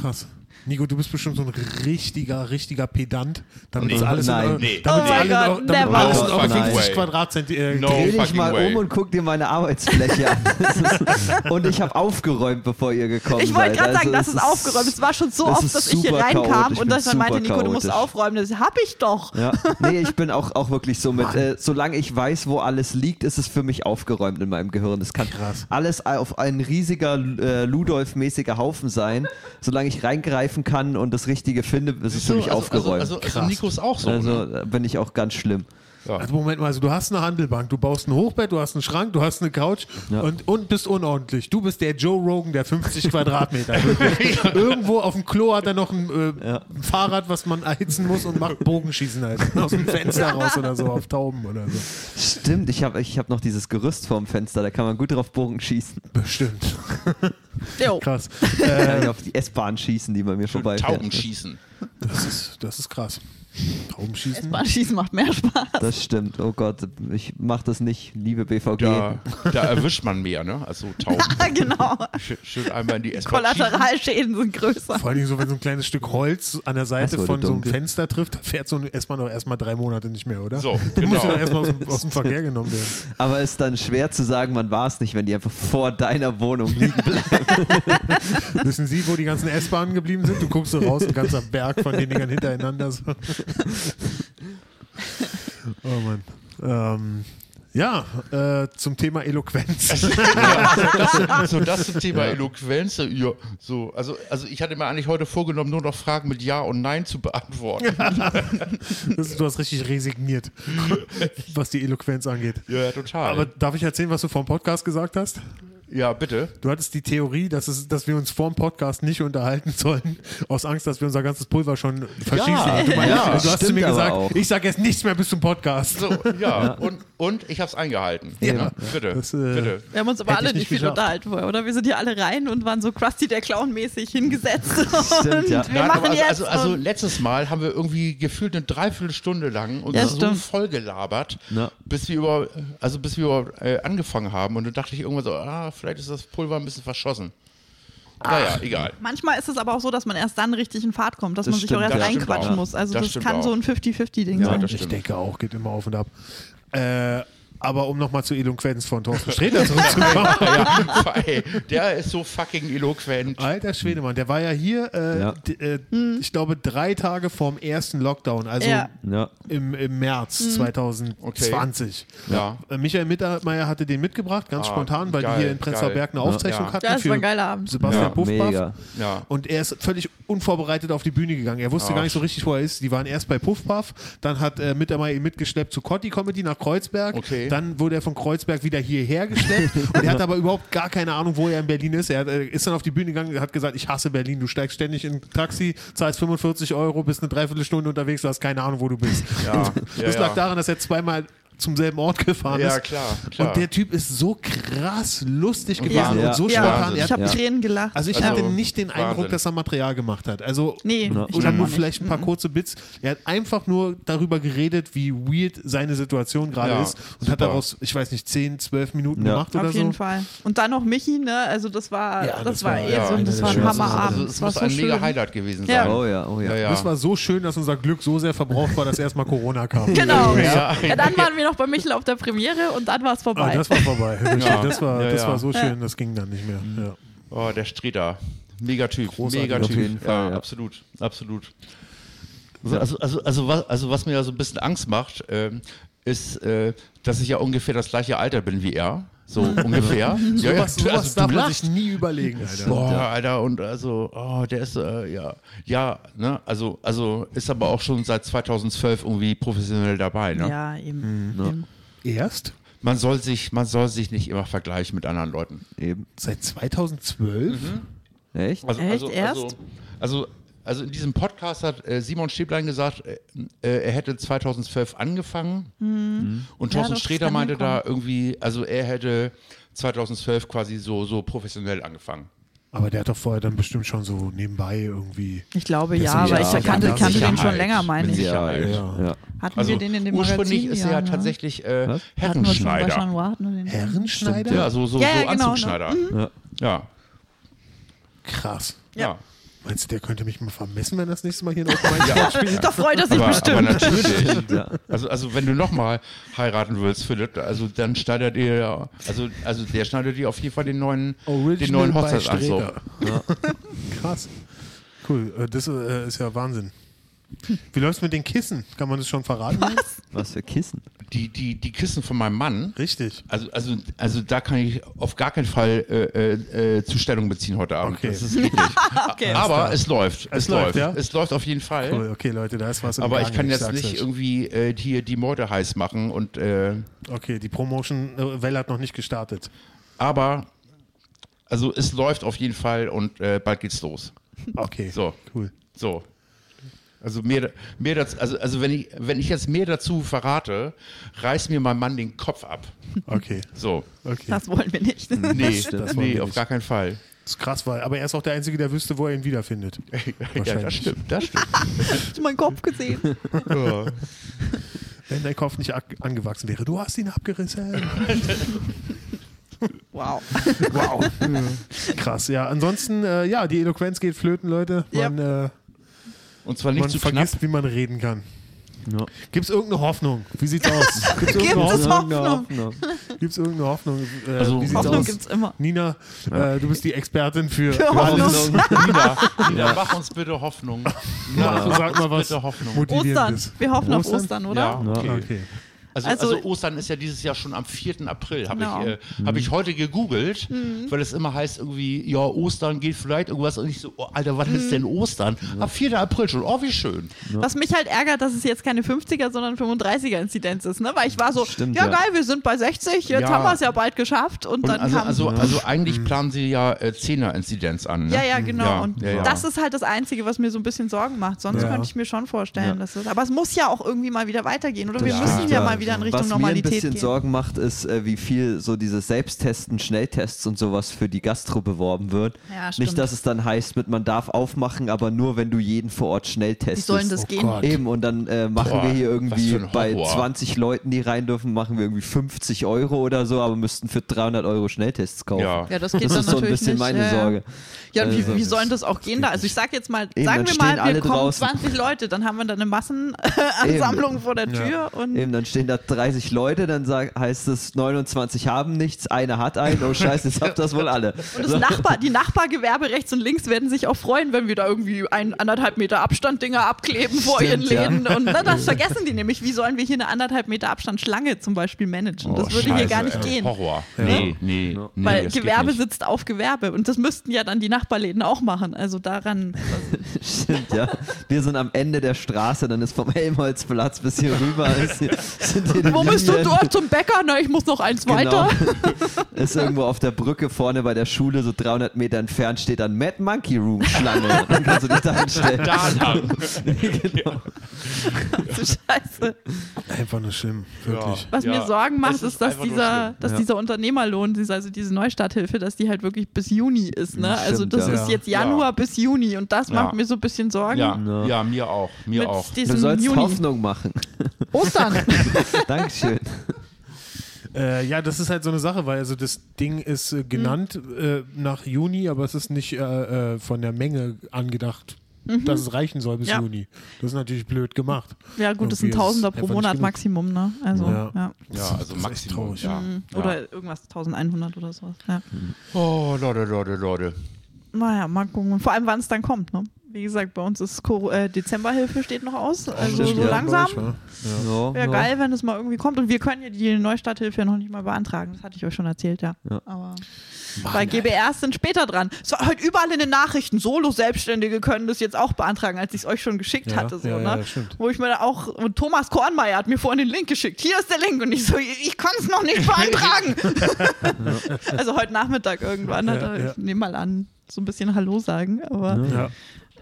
S1: Krass. Nico, du bist bestimmt so ein richtiger, richtiger Pedant. Damit
S4: Nee.
S1: ist alles
S2: Nein.
S1: in, eu-
S4: Nee.
S1: damit
S3: Oh
S1: ist
S3: mein
S1: alle in, eu-
S3: Gott,
S1: damit
S3: never.
S1: alles in
S2: No
S1: euren
S2: fucking
S1: 50
S4: way.
S1: Quadratzentimeter.
S4: No
S2: Dreh dich
S4: fucking
S2: mal
S4: way.
S2: um und guck dir meine Arbeitsfläche an. Das ist, und ich habe aufgeräumt, bevor ihr gekommen
S3: Ich wollte
S2: seid.
S3: gerade sagen,
S2: Also
S3: das
S2: es
S3: ist aufgeräumt. Es war schon so
S2: das
S3: oft,
S2: ist
S3: dass ich hier
S2: super
S3: reinkam
S2: chaotisch.
S3: und
S2: Ich
S3: dass man
S2: bin
S3: meinte,
S2: super
S3: Nico, du musst
S2: chaotisch.
S3: aufräumen. Das hab ich doch.
S2: Ja, nee, ich bin auch, auch wirklich so mit, äh, solange ich weiß, wo alles liegt, ist es für mich aufgeräumt in meinem Gehirn. Es kann
S1: Krass.
S2: alles auf ein riesiger äh, Ludolf-mäßiger Haufen sein. Solange ich reingreifen kann und das Richtige finde, ist es für mich
S4: also,
S2: aufgeräumt.
S4: Also, also, also
S1: Krass.
S4: Nico ist auch so.
S2: also
S4: ne?
S2: äh, bin ich auch ganz schlimm.
S4: ja.
S1: Also Moment mal, also du hast eine Handelbank, du baust ein Hochbett, du hast einen Schrank, du hast eine Couch
S2: Ja.
S1: und, und bist unordentlich. Du bist der Joe Rogan der 50 Quadratmeter. Irgendwo auf dem Klo hat er noch ein äh, ein Fahrrad, was man erhitzen muss und macht Bogenschießen halt. Aus dem Fenster raus oder so, auf Tauben oder so.
S2: Stimmt, ich habe ich hab noch dieses Gerüst vorm Fenster, da kann man gut drauf Bogen schießen.
S1: Bestimmt.
S3: Jo.
S1: Krass. Äh,
S2: Da kann ich auf die S-Bahn schießen, die bei mir vorbeifährt.
S4: Tauben schießen.
S1: Das ist, das ist krass. Taubenschießen?
S3: Schießen macht mehr Spaß.
S2: Das stimmt, oh Gott, ich mache das nicht, liebe BVG.
S4: Da, da erwischt man mehr, ne? Also Tauben.
S3: genau.
S4: Schön- Schön einmal in die S-Bahn schießen.
S3: Kollateralschäden sind größer.
S1: Vor allem so, wenn so ein kleines Stück Holz an der
S2: Es
S1: Seite
S2: wurde
S1: von so einem
S2: dunkel.
S1: Fenster trifft, da fährt so eine S-Bahn doch erstmal drei Monate nicht mehr, oder?
S4: So,
S1: Du musst ja
S4: genau.
S1: doch erstmal aus, dem- aus dem Verkehr genommen werden.
S2: Aber es ist dann schwer zu sagen, man war es nicht, wenn die einfach vor deiner Wohnung liegen bleiben.
S1: Wissen Sie, wo die ganzen S-Bahnen geblieben sind? Du guckst so raus, ein ganzer Berg von den Dingern hintereinander. So. Oh Mann. Ähm, ja, äh, zum Thema Eloquenz.
S4: so das zum Thema Eloquenz. Ja, so, also, also ich hatte mir eigentlich heute vorgenommen, nur noch Fragen mit Ja und Nein zu beantworten.
S1: Das ist, du hast richtig resigniert, was die Eloquenz angeht.
S4: Ja, total.
S1: Aber darf ich erzählen, was du vom Podcast gesagt hast?
S4: ja, bitte.
S1: Du hattest die Theorie, dass, es, dass wir uns vorm Podcast nicht unterhalten sollen, aus Angst, dass wir unser ganzes Pulver schon verschießen.
S4: Ja,
S1: du meinst-
S4: ja,
S1: also du hast zu
S2: stimmt
S1: mir
S2: aber
S1: gesagt,
S2: auch.
S1: ich sage jetzt nichts mehr bis zum Podcast.
S4: So, ja. Und Und ich habe es eingehalten.
S1: Ja.
S4: Bitte.
S1: Das, äh,
S4: bitte.
S3: Wir haben uns aber
S1: Hätte
S3: alle
S1: ich nicht
S3: nicht viel
S1: geschafft.
S3: unterhalten wollen, oder? Wir sind hier alle rein und waren so Krusty der Clown mäßig hingesetzt.
S2: Stimmt,
S3: und
S2: ja.
S3: wir
S4: Nein,
S3: machen
S4: aber also,
S3: jetzt.
S4: also, also
S3: und
S4: letztes Mal haben wir irgendwie gefühlt eine Dreiviertelstunde lang uns
S3: Ja,
S4: so
S3: stimmt.
S4: voll gelabert,
S2: Ja.
S4: bis wir über, also bis wir über, äh, angefangen haben und dann dachte ich irgendwann so, ah, vielleicht ist das Pulver ein bisschen verschossen. Naja,
S3: Ah.
S4: egal.
S3: manchmal ist es aber auch so, dass man erst dann richtig in Fahrt kommt, dass
S2: Das
S3: man sich
S2: stimmt,
S3: auch erst
S4: das stimmt
S3: reinquatschen
S4: auch.
S3: muss. Also
S4: Das
S3: das,
S4: stimmt
S3: kann
S4: auch.
S3: so ein 50-50-Ding
S4: Ja,
S3: sein.
S4: das
S1: Ich
S4: stimmt.
S1: denke auch, geht immer auf und ab. Äh, aber um nochmal zur Eloquenz von Thorsten Sträter zurückzukommen.
S4: Ey, der ist so fucking eloquent.
S1: Alter Schwedemann, der war ja hier, äh,
S2: Ja.
S1: d- äh, ich glaube, drei Tage vorm ersten Lockdown, also
S3: Ja.
S2: Ja.
S1: im, im März 2020.
S4: Ja.
S1: Äh, Michael Mittermeier hatte den mitgebracht, ganz
S4: Ah,
S1: spontan, weil
S4: geil,
S1: die hier in Prenzlauer
S4: geil.
S1: Berg eine
S4: Ja.
S1: Aufzeichnung
S4: Ja.
S1: hatten
S3: Ja, das war
S1: für
S3: ein geiler Abend.
S1: Sebastian
S4: Ja.
S1: Puffpaff.
S2: Mega.
S4: Ja.
S1: Und er ist völlig unvorbereitet auf die Bühne gegangen. Er wusste
S4: Ah.
S1: gar nicht so richtig, wo er ist. Die waren erst bei Puff Puff, dann hat äh, Mittermeier ihn mitgeschleppt zu Cotti Comedy nach Kreuzberg.
S4: Okay.
S1: Dann wurde er von Kreuzberg wieder hierher geschleppt. und er hat aber überhaupt gar keine Ahnung, wo er in Berlin ist. Er hat, äh, ist dann auf die Bühne gegangen und hat gesagt, ich hasse Berlin. Du steigst ständig in ein Taxi, zahlst 45 Euro, bist eine Dreiviertelstunde unterwegs, du hast keine Ahnung, wo du bist.
S4: Ja,
S1: Und
S4: ja,
S1: das
S4: ja.
S1: lag daran, dass er zweimal zum selben Ort gefahren
S4: Ja,
S1: ist.
S4: klar, klar.
S1: Und der Typ ist so krass lustig gewesen
S3: Ja.
S1: und so spontan. Er
S3: Ja.
S4: Wahnsinn.
S1: hat
S3: Ich habe
S2: Ja.
S3: Tränen gelacht.
S1: also ich
S4: Also,
S1: hatte nicht den
S4: Wahnsinn.
S1: Eindruck, dass er Material gemacht hat. Also
S3: nee, ich glaub
S1: oder nur
S3: auch nicht. Mhm.
S1: vielleicht ein paar kurze Bits. Er hat einfach nur darüber geredet, wie weird seine Situation gerade
S4: Ja,
S1: ist und
S4: super.
S1: hat daraus, ich weiß nicht, 10, 12 Minuten
S2: Ja.
S1: gemacht oder
S3: Auf jeden
S1: so.
S3: Fall. Und dann noch Michi, ne? Also das war,
S1: Ja,
S3: das,
S1: das
S3: war
S1: war-
S3: eh
S1: ja,
S3: so,
S1: einer
S3: das
S1: der
S3: war ein
S1: schönsten
S3: Hammerabend.
S4: Also, es
S3: das
S4: muss
S3: war so
S4: ein mega
S3: schön.
S4: Highlight gewesen
S3: Ja.
S4: sein.
S2: Oh ja, oh ja.
S4: Ja, ja.
S1: Das war so schön, dass unser Glück so sehr verbraucht war, dass erstmal Corona kam.
S3: Genau.
S4: Ja.
S3: Ja. dann waren wir noch bei Michel auf der Premiere und dann war es
S1: Ah,
S3: vorbei.
S1: das war vorbei. Richtig.
S4: Ja.
S1: Das, war,
S4: Ja,
S1: das
S4: ja.
S1: war so schön, das ging dann nicht mehr. Ja.
S4: Oh, der Streter. Mega Typ.
S1: Großartig,
S4: Mega
S2: auf
S4: Typ.
S2: jeden Fall, ja.
S4: absolut. Absolut. Also, also, also, was, also, was mir ja so ein bisschen Angst macht, ähm, ist, äh, dass ich ja ungefähr das gleiche Alter bin wie er. So ungefähr. ja, ja,
S1: Sowas, sowas
S4: also,
S1: darf
S4: du
S1: man
S4: lachst.
S1: sich nie überlegen, Alter.
S4: Boah, Alter, und also, oh, der ist, äh, ja, ja, ne, also, also ist aber auch schon seit 2012 irgendwie professionell dabei, ne?
S3: ja, eben. eben.
S1: Erst
S4: Man soll sich, man soll sich nicht immer vergleichen mit anderen Leuten.
S2: Eben.
S1: seit 2012?
S4: Mhm.
S2: Echt?
S4: Also,
S3: Echt?
S4: also,
S3: Erst?
S4: Also, also, also in diesem Podcast hat äh, Simon Stäblein gesagt, äh, äh, er hätte 2012 angefangen und
S3: Mhm. Ja,
S4: Thorsten
S3: doch, ist
S4: Sträter meinte da
S3: angekommen.
S4: irgendwie, also er hätte 2012 quasi so, so professionell angefangen.
S1: Aber der hat doch vorher dann bestimmt schon so nebenbei irgendwie.
S3: Ich glaube
S1: Das
S3: ja,
S1: ist
S3: aber
S1: ja-
S3: ich kannte,
S1: ja,
S3: kannte den
S4: Sicherheit.
S3: schon länger, meine
S4: Mit
S3: ich.
S2: Ja,
S4: Sicherheit.
S2: ja. ja.
S3: Hatten
S4: Also
S3: wir den in dem
S4: ursprünglich
S3: Magazin?
S4: ist er ja
S3: ne?
S4: tatsächlich äh,
S3: Hatten wir
S2: Was?
S3: schon bei
S4: Herrenschneider.
S3: Jean Noir nur den-
S1: Herrenschneider?
S4: Ja, so, so,
S3: Ja,
S4: so
S3: ja, genau,
S4: Anzugschneider. Ja.
S1: Krass.
S4: Ja. ja.
S1: Meinst du, der könnte mich mal vermissen, wenn er das nächste Mal hier in Open Mind ja. spielt?
S3: Da freut er sich
S4: Aber, aber
S3: bestimmt.
S4: natürlich.
S2: Ja.
S4: Also, also wenn du nochmal heiraten willst, Philipp, also dann schneidet ihr ja- also, also der schneidet dir auf jeden Fall den neuen, den neuen
S1: bei
S4: Hochzeitsanzug.
S1: Sträter. Krass. Cool, äh, das äh, ist ja Wahnsinn. Wie läuft's mit den Kissen? Kann man das schon verraten?
S2: Was für Kissen.
S4: Die, die, die Kissen von meinem Mann,
S1: Richtig.
S4: also, also, also da kann ich auf gar keinen Fall äh, äh, Zustellung beziehen heute Abend.
S1: Okay.
S4: Das ist richtig. Ah,
S3: Okay.
S4: Aber es läuft. Es,
S1: läuft,
S4: läuft.
S1: ja?
S4: Es läuft auf jeden Fall.
S1: Cool, okay, Leute, da ist was im
S4: Aber
S1: Gange,
S4: ich kann jetzt
S1: sag's
S4: nicht
S1: euch.
S4: irgendwie äh, hier die Morde heiß machen und äh,
S1: Okay, die Promotion-Welle hat noch nicht gestartet.
S4: aber also es läuft auf jeden Fall und äh, bald geht's los.
S1: Okay,
S4: So.
S1: cool.
S4: So. Also mehr, mehr dazu, also, also wenn ich, wenn ich jetzt mehr dazu verrate, reißt mir mein Mann den Kopf ab.
S1: Okay,
S4: So.
S1: okay. Das
S3: Das wollen wir nicht.
S4: Nee,
S2: stimmt.
S1: Das wollen
S4: nee
S1: wir
S4: auf
S1: nicht.
S4: gar keinen Fall.
S1: ist krass, weil, aber er ist auch der Einzige, der wüsste, wo er ihn wiederfindet.
S4: Ja, das
S1: Wahrscheinlich.
S4: stimmt, das stimmt.
S3: Hast du meinen Kopf gesehen?
S4: Ja.
S1: Wenn dein Kopf nicht ak- angewachsen wäre. Du hast ihn abgerissen.
S3: Wow.
S1: Wow. Krass, ja. Ansonsten, äh, ja, die Eloquenz geht flöten, Leute. Man, äh,
S4: Und zwar nicht
S1: man
S4: zu knapp.
S1: vergisst, wie man reden kann.
S2: Ja.
S1: Gibt es irgendeine Hoffnung? Wie sieht's aus? Gibt
S3: Gibt es Hoffnung?
S2: Hoffnung.
S1: es irgendeine Hoffnung? Äh,
S4: Also,
S1: wie sieht's
S3: Hoffnung
S1: aus?
S3: gibt's immer.
S1: Nina, äh, du bist die Expertin für,
S3: Für
S1: alles.
S3: Hoffnung.
S4: Nina, Nina, mach uns bitte Hoffnung.
S1: Mach- Sag mal was
S4: Bitte Hoffnung.
S1: Motivierendes.
S3: Ostern. Wir hoffen auf
S1: Ostern?
S3: Ostern, oder?
S4: Ja,
S1: Okay.
S4: okay. Also, also,
S3: Also-
S4: Ostern ist ja dieses Jahr schon am 4. April, habe
S3: Genau. Mhm.
S4: ich, äh, hab
S1: Mhm.
S4: ich heute gegoogelt, weil es immer heißt irgendwie, ja, Ostern geht vielleicht irgendwas und ich so, oh, Alter, was
S3: Mhm.
S4: ist denn Ostern? Am 4. April schon, oh, wie schön.
S3: Was mich halt ärgert, dass es jetzt keine 50er, sondern 35er-Inzidenz ist, ne? Weil ich war so,
S2: Stimmt,
S3: ja,
S2: ja.
S3: geil, wir sind bei 60, jetzt
S4: Ja.
S3: haben wir es ja bald geschafft und,
S4: Und
S3: dann
S4: also,
S3: kam.
S4: also, also
S1: Mhm.
S4: eigentlich planen sie ja äh, 10er-Inzidenz an. Ne?
S3: ja, ja, genau.
S4: Ja,
S3: und
S4: ja, ja.
S3: das ist halt das Einzige, was mir so ein bisschen Sorgen macht. Sonst
S1: Ja.
S3: könnte ich mir schon vorstellen, dass es. Aber es muss ja auch irgendwie mal wieder weitergehen, oder? Wir
S2: Das
S3: müssen
S2: stimmt,
S3: ja,
S2: ja.
S3: mal wieder in Richtung
S2: Was mir ein
S3: Normalität
S2: bisschen
S3: gehen.
S2: Sorgen macht, ist, äh, wie viel so diese Selbsttesten, Schnelltests und sowas für die Gastro beworben wird.
S3: Ja, stimmt.
S2: Nicht, dass es dann heißt, mit man darf aufmachen, aber nur, wenn du jeden vor Ort schnell
S3: Wie
S2: testest.
S3: sollen das
S1: Oh
S3: gehen?
S1: Gott.
S2: Eben, und dann äh, machen
S4: Boah,
S2: wir hier
S4: was für
S2: irgendwie
S4: ein
S2: bei
S4: Horror.
S2: 20 Leuten, die rein dürfen, machen wir irgendwie 50 Euro oder so, aber müssten für 300 Euro Schnelltests kaufen.
S4: Ja.
S3: Ja, das geht
S2: das
S3: dann
S2: ist so ein
S3: natürlich
S2: bisschen
S3: nicht.
S2: meine
S3: Ja, ja.
S2: Sorge.
S3: Ja, und wie,
S2: Also,
S3: wie sollen das auch gehen da? Also ich sag jetzt mal,
S2: Eben,
S3: sagen
S2: dann
S3: wir
S2: stehen
S3: mal, wir
S2: alle
S3: kommen
S2: draußen.
S3: 20 Leute, dann haben wir da eine Massenansammlung vor der Tür und
S2: Eben, dann stehen da 30 Leute, dann sag, heißt es, 29 haben nichts, einer hat einen, oh scheiße, jetzt habt das wohl alle.
S3: Und das Nachbar, die Nachbargewerbe rechts und links werden sich auch freuen, wenn wir da irgendwie ein anderthalb Meter Abstand Dinger abkleben vor
S2: Stimmt,
S3: ihren
S2: ja.
S3: Läden. Und na, das vergessen die nämlich. Wie sollen wir hier eine anderthalb Meter Abstand Schlange zum Beispiel managen? das
S4: Oh,
S3: würde hier
S4: Scheiße,
S3: gar nicht
S4: ey.
S3: gehen.
S4: Horror. Nee, nee, nee.
S3: Weil
S4: das geht
S3: Gewerbe
S4: nicht.
S3: sitzt auf Gewerbe und das müssten ja dann die Nachbarläden auch machen. Also daran.
S2: Stimmt, ja. Wir sind am Ende der Straße, dann ist vom Helmholtzplatz bis hier rüber. Ist hier, sind hier die
S3: Wo bist du
S2: Linien.
S3: dort zum Bäcker? Na, ich muss noch eins weiter.
S2: Genau. Ist irgendwo auf der Brücke vorne bei der Schule, so 300 Meter entfernt, steht dann Mad Monkey Room Schlange. Dann kannst du dich da hinstellen.
S4: Da lang.
S3: So, Scheiße.
S1: Einfach nur schlimm, wirklich.
S3: Was
S4: Ja,
S3: mir Sorgen macht,
S4: es
S3: ist,
S4: ist
S3: dass,
S4: einfach nur
S3: dieser,
S4: schlimm.
S3: dass
S2: Ja.
S3: dieser Unternehmerlohn, diese- also diese Neustarthilfe, dass die halt wirklich bis Juni ist. Ne? also
S2: stimmt,
S3: das
S2: ja.
S3: ist jetzt
S4: Ja.
S3: Januar bis Juni und das
S4: Ja.
S3: macht mir so ein bisschen Sorgen.
S4: Ja, ja, mir auch. Mir
S3: Mit
S4: auch.
S2: Du
S3: diesem
S2: sollst
S3: Juni.
S2: Hoffnung machen.
S3: Ostern.
S2: Dankeschön.
S1: Äh, ja, das ist halt so eine Sache, weil also das Ding ist äh, genannt
S3: Mhm.
S1: äh, nach Juni, aber es ist nicht äh, äh, von der Menge angedacht, dass es reichen soll bis
S3: Mhm. Ja.
S1: Juni. Das ist natürlich blöd gemacht.
S3: ja gut, das ist ein
S1: Irgendwie
S3: Tausender pro
S1: einfach nicht
S3: Monat
S1: genug.
S3: Maximum. Ne? Also,
S1: Ja.
S3: ja. Hm.
S4: Ja, also
S1: Das ist echt
S4: Maximum.
S1: traurig.
S4: Ja. Ja.
S3: Mhm. Oder irgendwas 1100 oder sowas. Ja.
S4: Oh, Leute, Leute, Leute.
S3: Naja, mal gucken. Vor allem, wann es dann kommt. Ne? Wie gesagt, bei uns ist Cor- äh, Dezemberhilfe steht noch aus. Also
S2: stimmt,
S3: so
S2: ja,
S3: langsam.
S1: Bei euch, wa?
S2: So,
S3: Wäre
S2: so.
S3: geil, wenn es mal irgendwie kommt. Und wir können ja die Neustarthilfe ja noch nicht mal beantragen. Das hatte ich euch schon erzählt, ja.
S2: Ja.
S3: Aber bei GBR sind später dran. Es war heute überall in den Nachrichten. Solo-Selbstständige können das jetzt auch beantragen, als ich es euch schon geschickt
S1: Ja,
S3: hatte. So,
S1: ja,
S3: ne?
S1: ja, stimmt.
S3: Wo ich mir da auch, und Thomas Kornmeier hat mir vorhin den Link geschickt. Hier ist der Link. Und ich so, ich kann es noch nicht beantragen. also heute Nachmittag irgendwann. hat er-
S1: Ja, ja.
S3: Ich nehme mal an, so ein bisschen Hallo sagen. Aber
S1: Ja.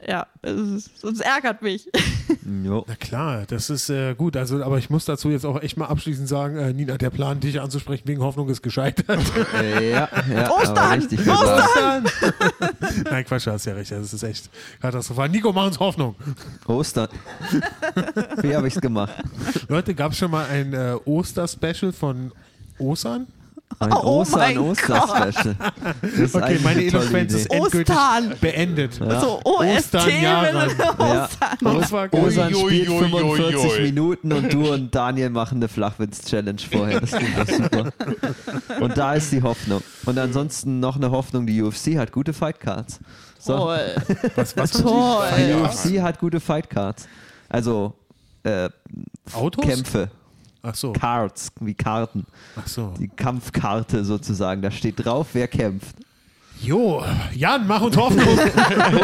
S3: ja, es, ist, es ärgert mich.
S2: Jo.
S1: Na klar, das ist äh, gut. Also, aber ich muss dazu jetzt auch echt mal abschließend sagen, äh, Nina, der Plan, dich anzusprechen wegen Hoffnung ist gescheitert.
S2: Äh, Ja, ja,
S3: Ostern!
S2: aber richtig
S3: Ostern!
S2: gesagt.
S1: Nein, Quatsch, du hast ja recht. Das ist echt katastrophal. Nico, mach uns Hoffnung.
S2: Ostern. Wie habe ich es gemacht?
S3: Oh
S1: Leute, gab es schon mal ein äh, Oster-Special von Ostern?
S2: Ein
S3: Oh mein
S2: Oster-Oster-Special.
S1: Okay, meine Eloquenz ist endgültig
S3: Ostern!
S1: beendet.
S3: So, OST.
S1: Ostern, ja,
S3: wenn-
S2: Ja.
S1: Das war geil.
S2: Osan
S4: Ui, ui,
S2: spielt
S4: ui, ui,
S2: 45
S4: ui.
S2: Minuten und du und Daniel machen eine Flachwitz-Challenge vorher. Das klingt doch super. Und da ist die Hoffnung. Und ansonsten noch eine Hoffnung, die UFC hat gute Fightcards. So,
S3: Toll.
S1: Was, was haben
S2: die
S3: Toll.
S2: UFC hat gute Fightcards. Also äh,
S1: Sie? Autos?
S2: Kämpfe,
S1: Ach so.
S2: Cards, wie Karten.
S1: Ach so.
S2: Die Kampfkarte sozusagen. Da steht drauf, wer kämpft.
S1: Jo, Jan, mach uns Hoffnung.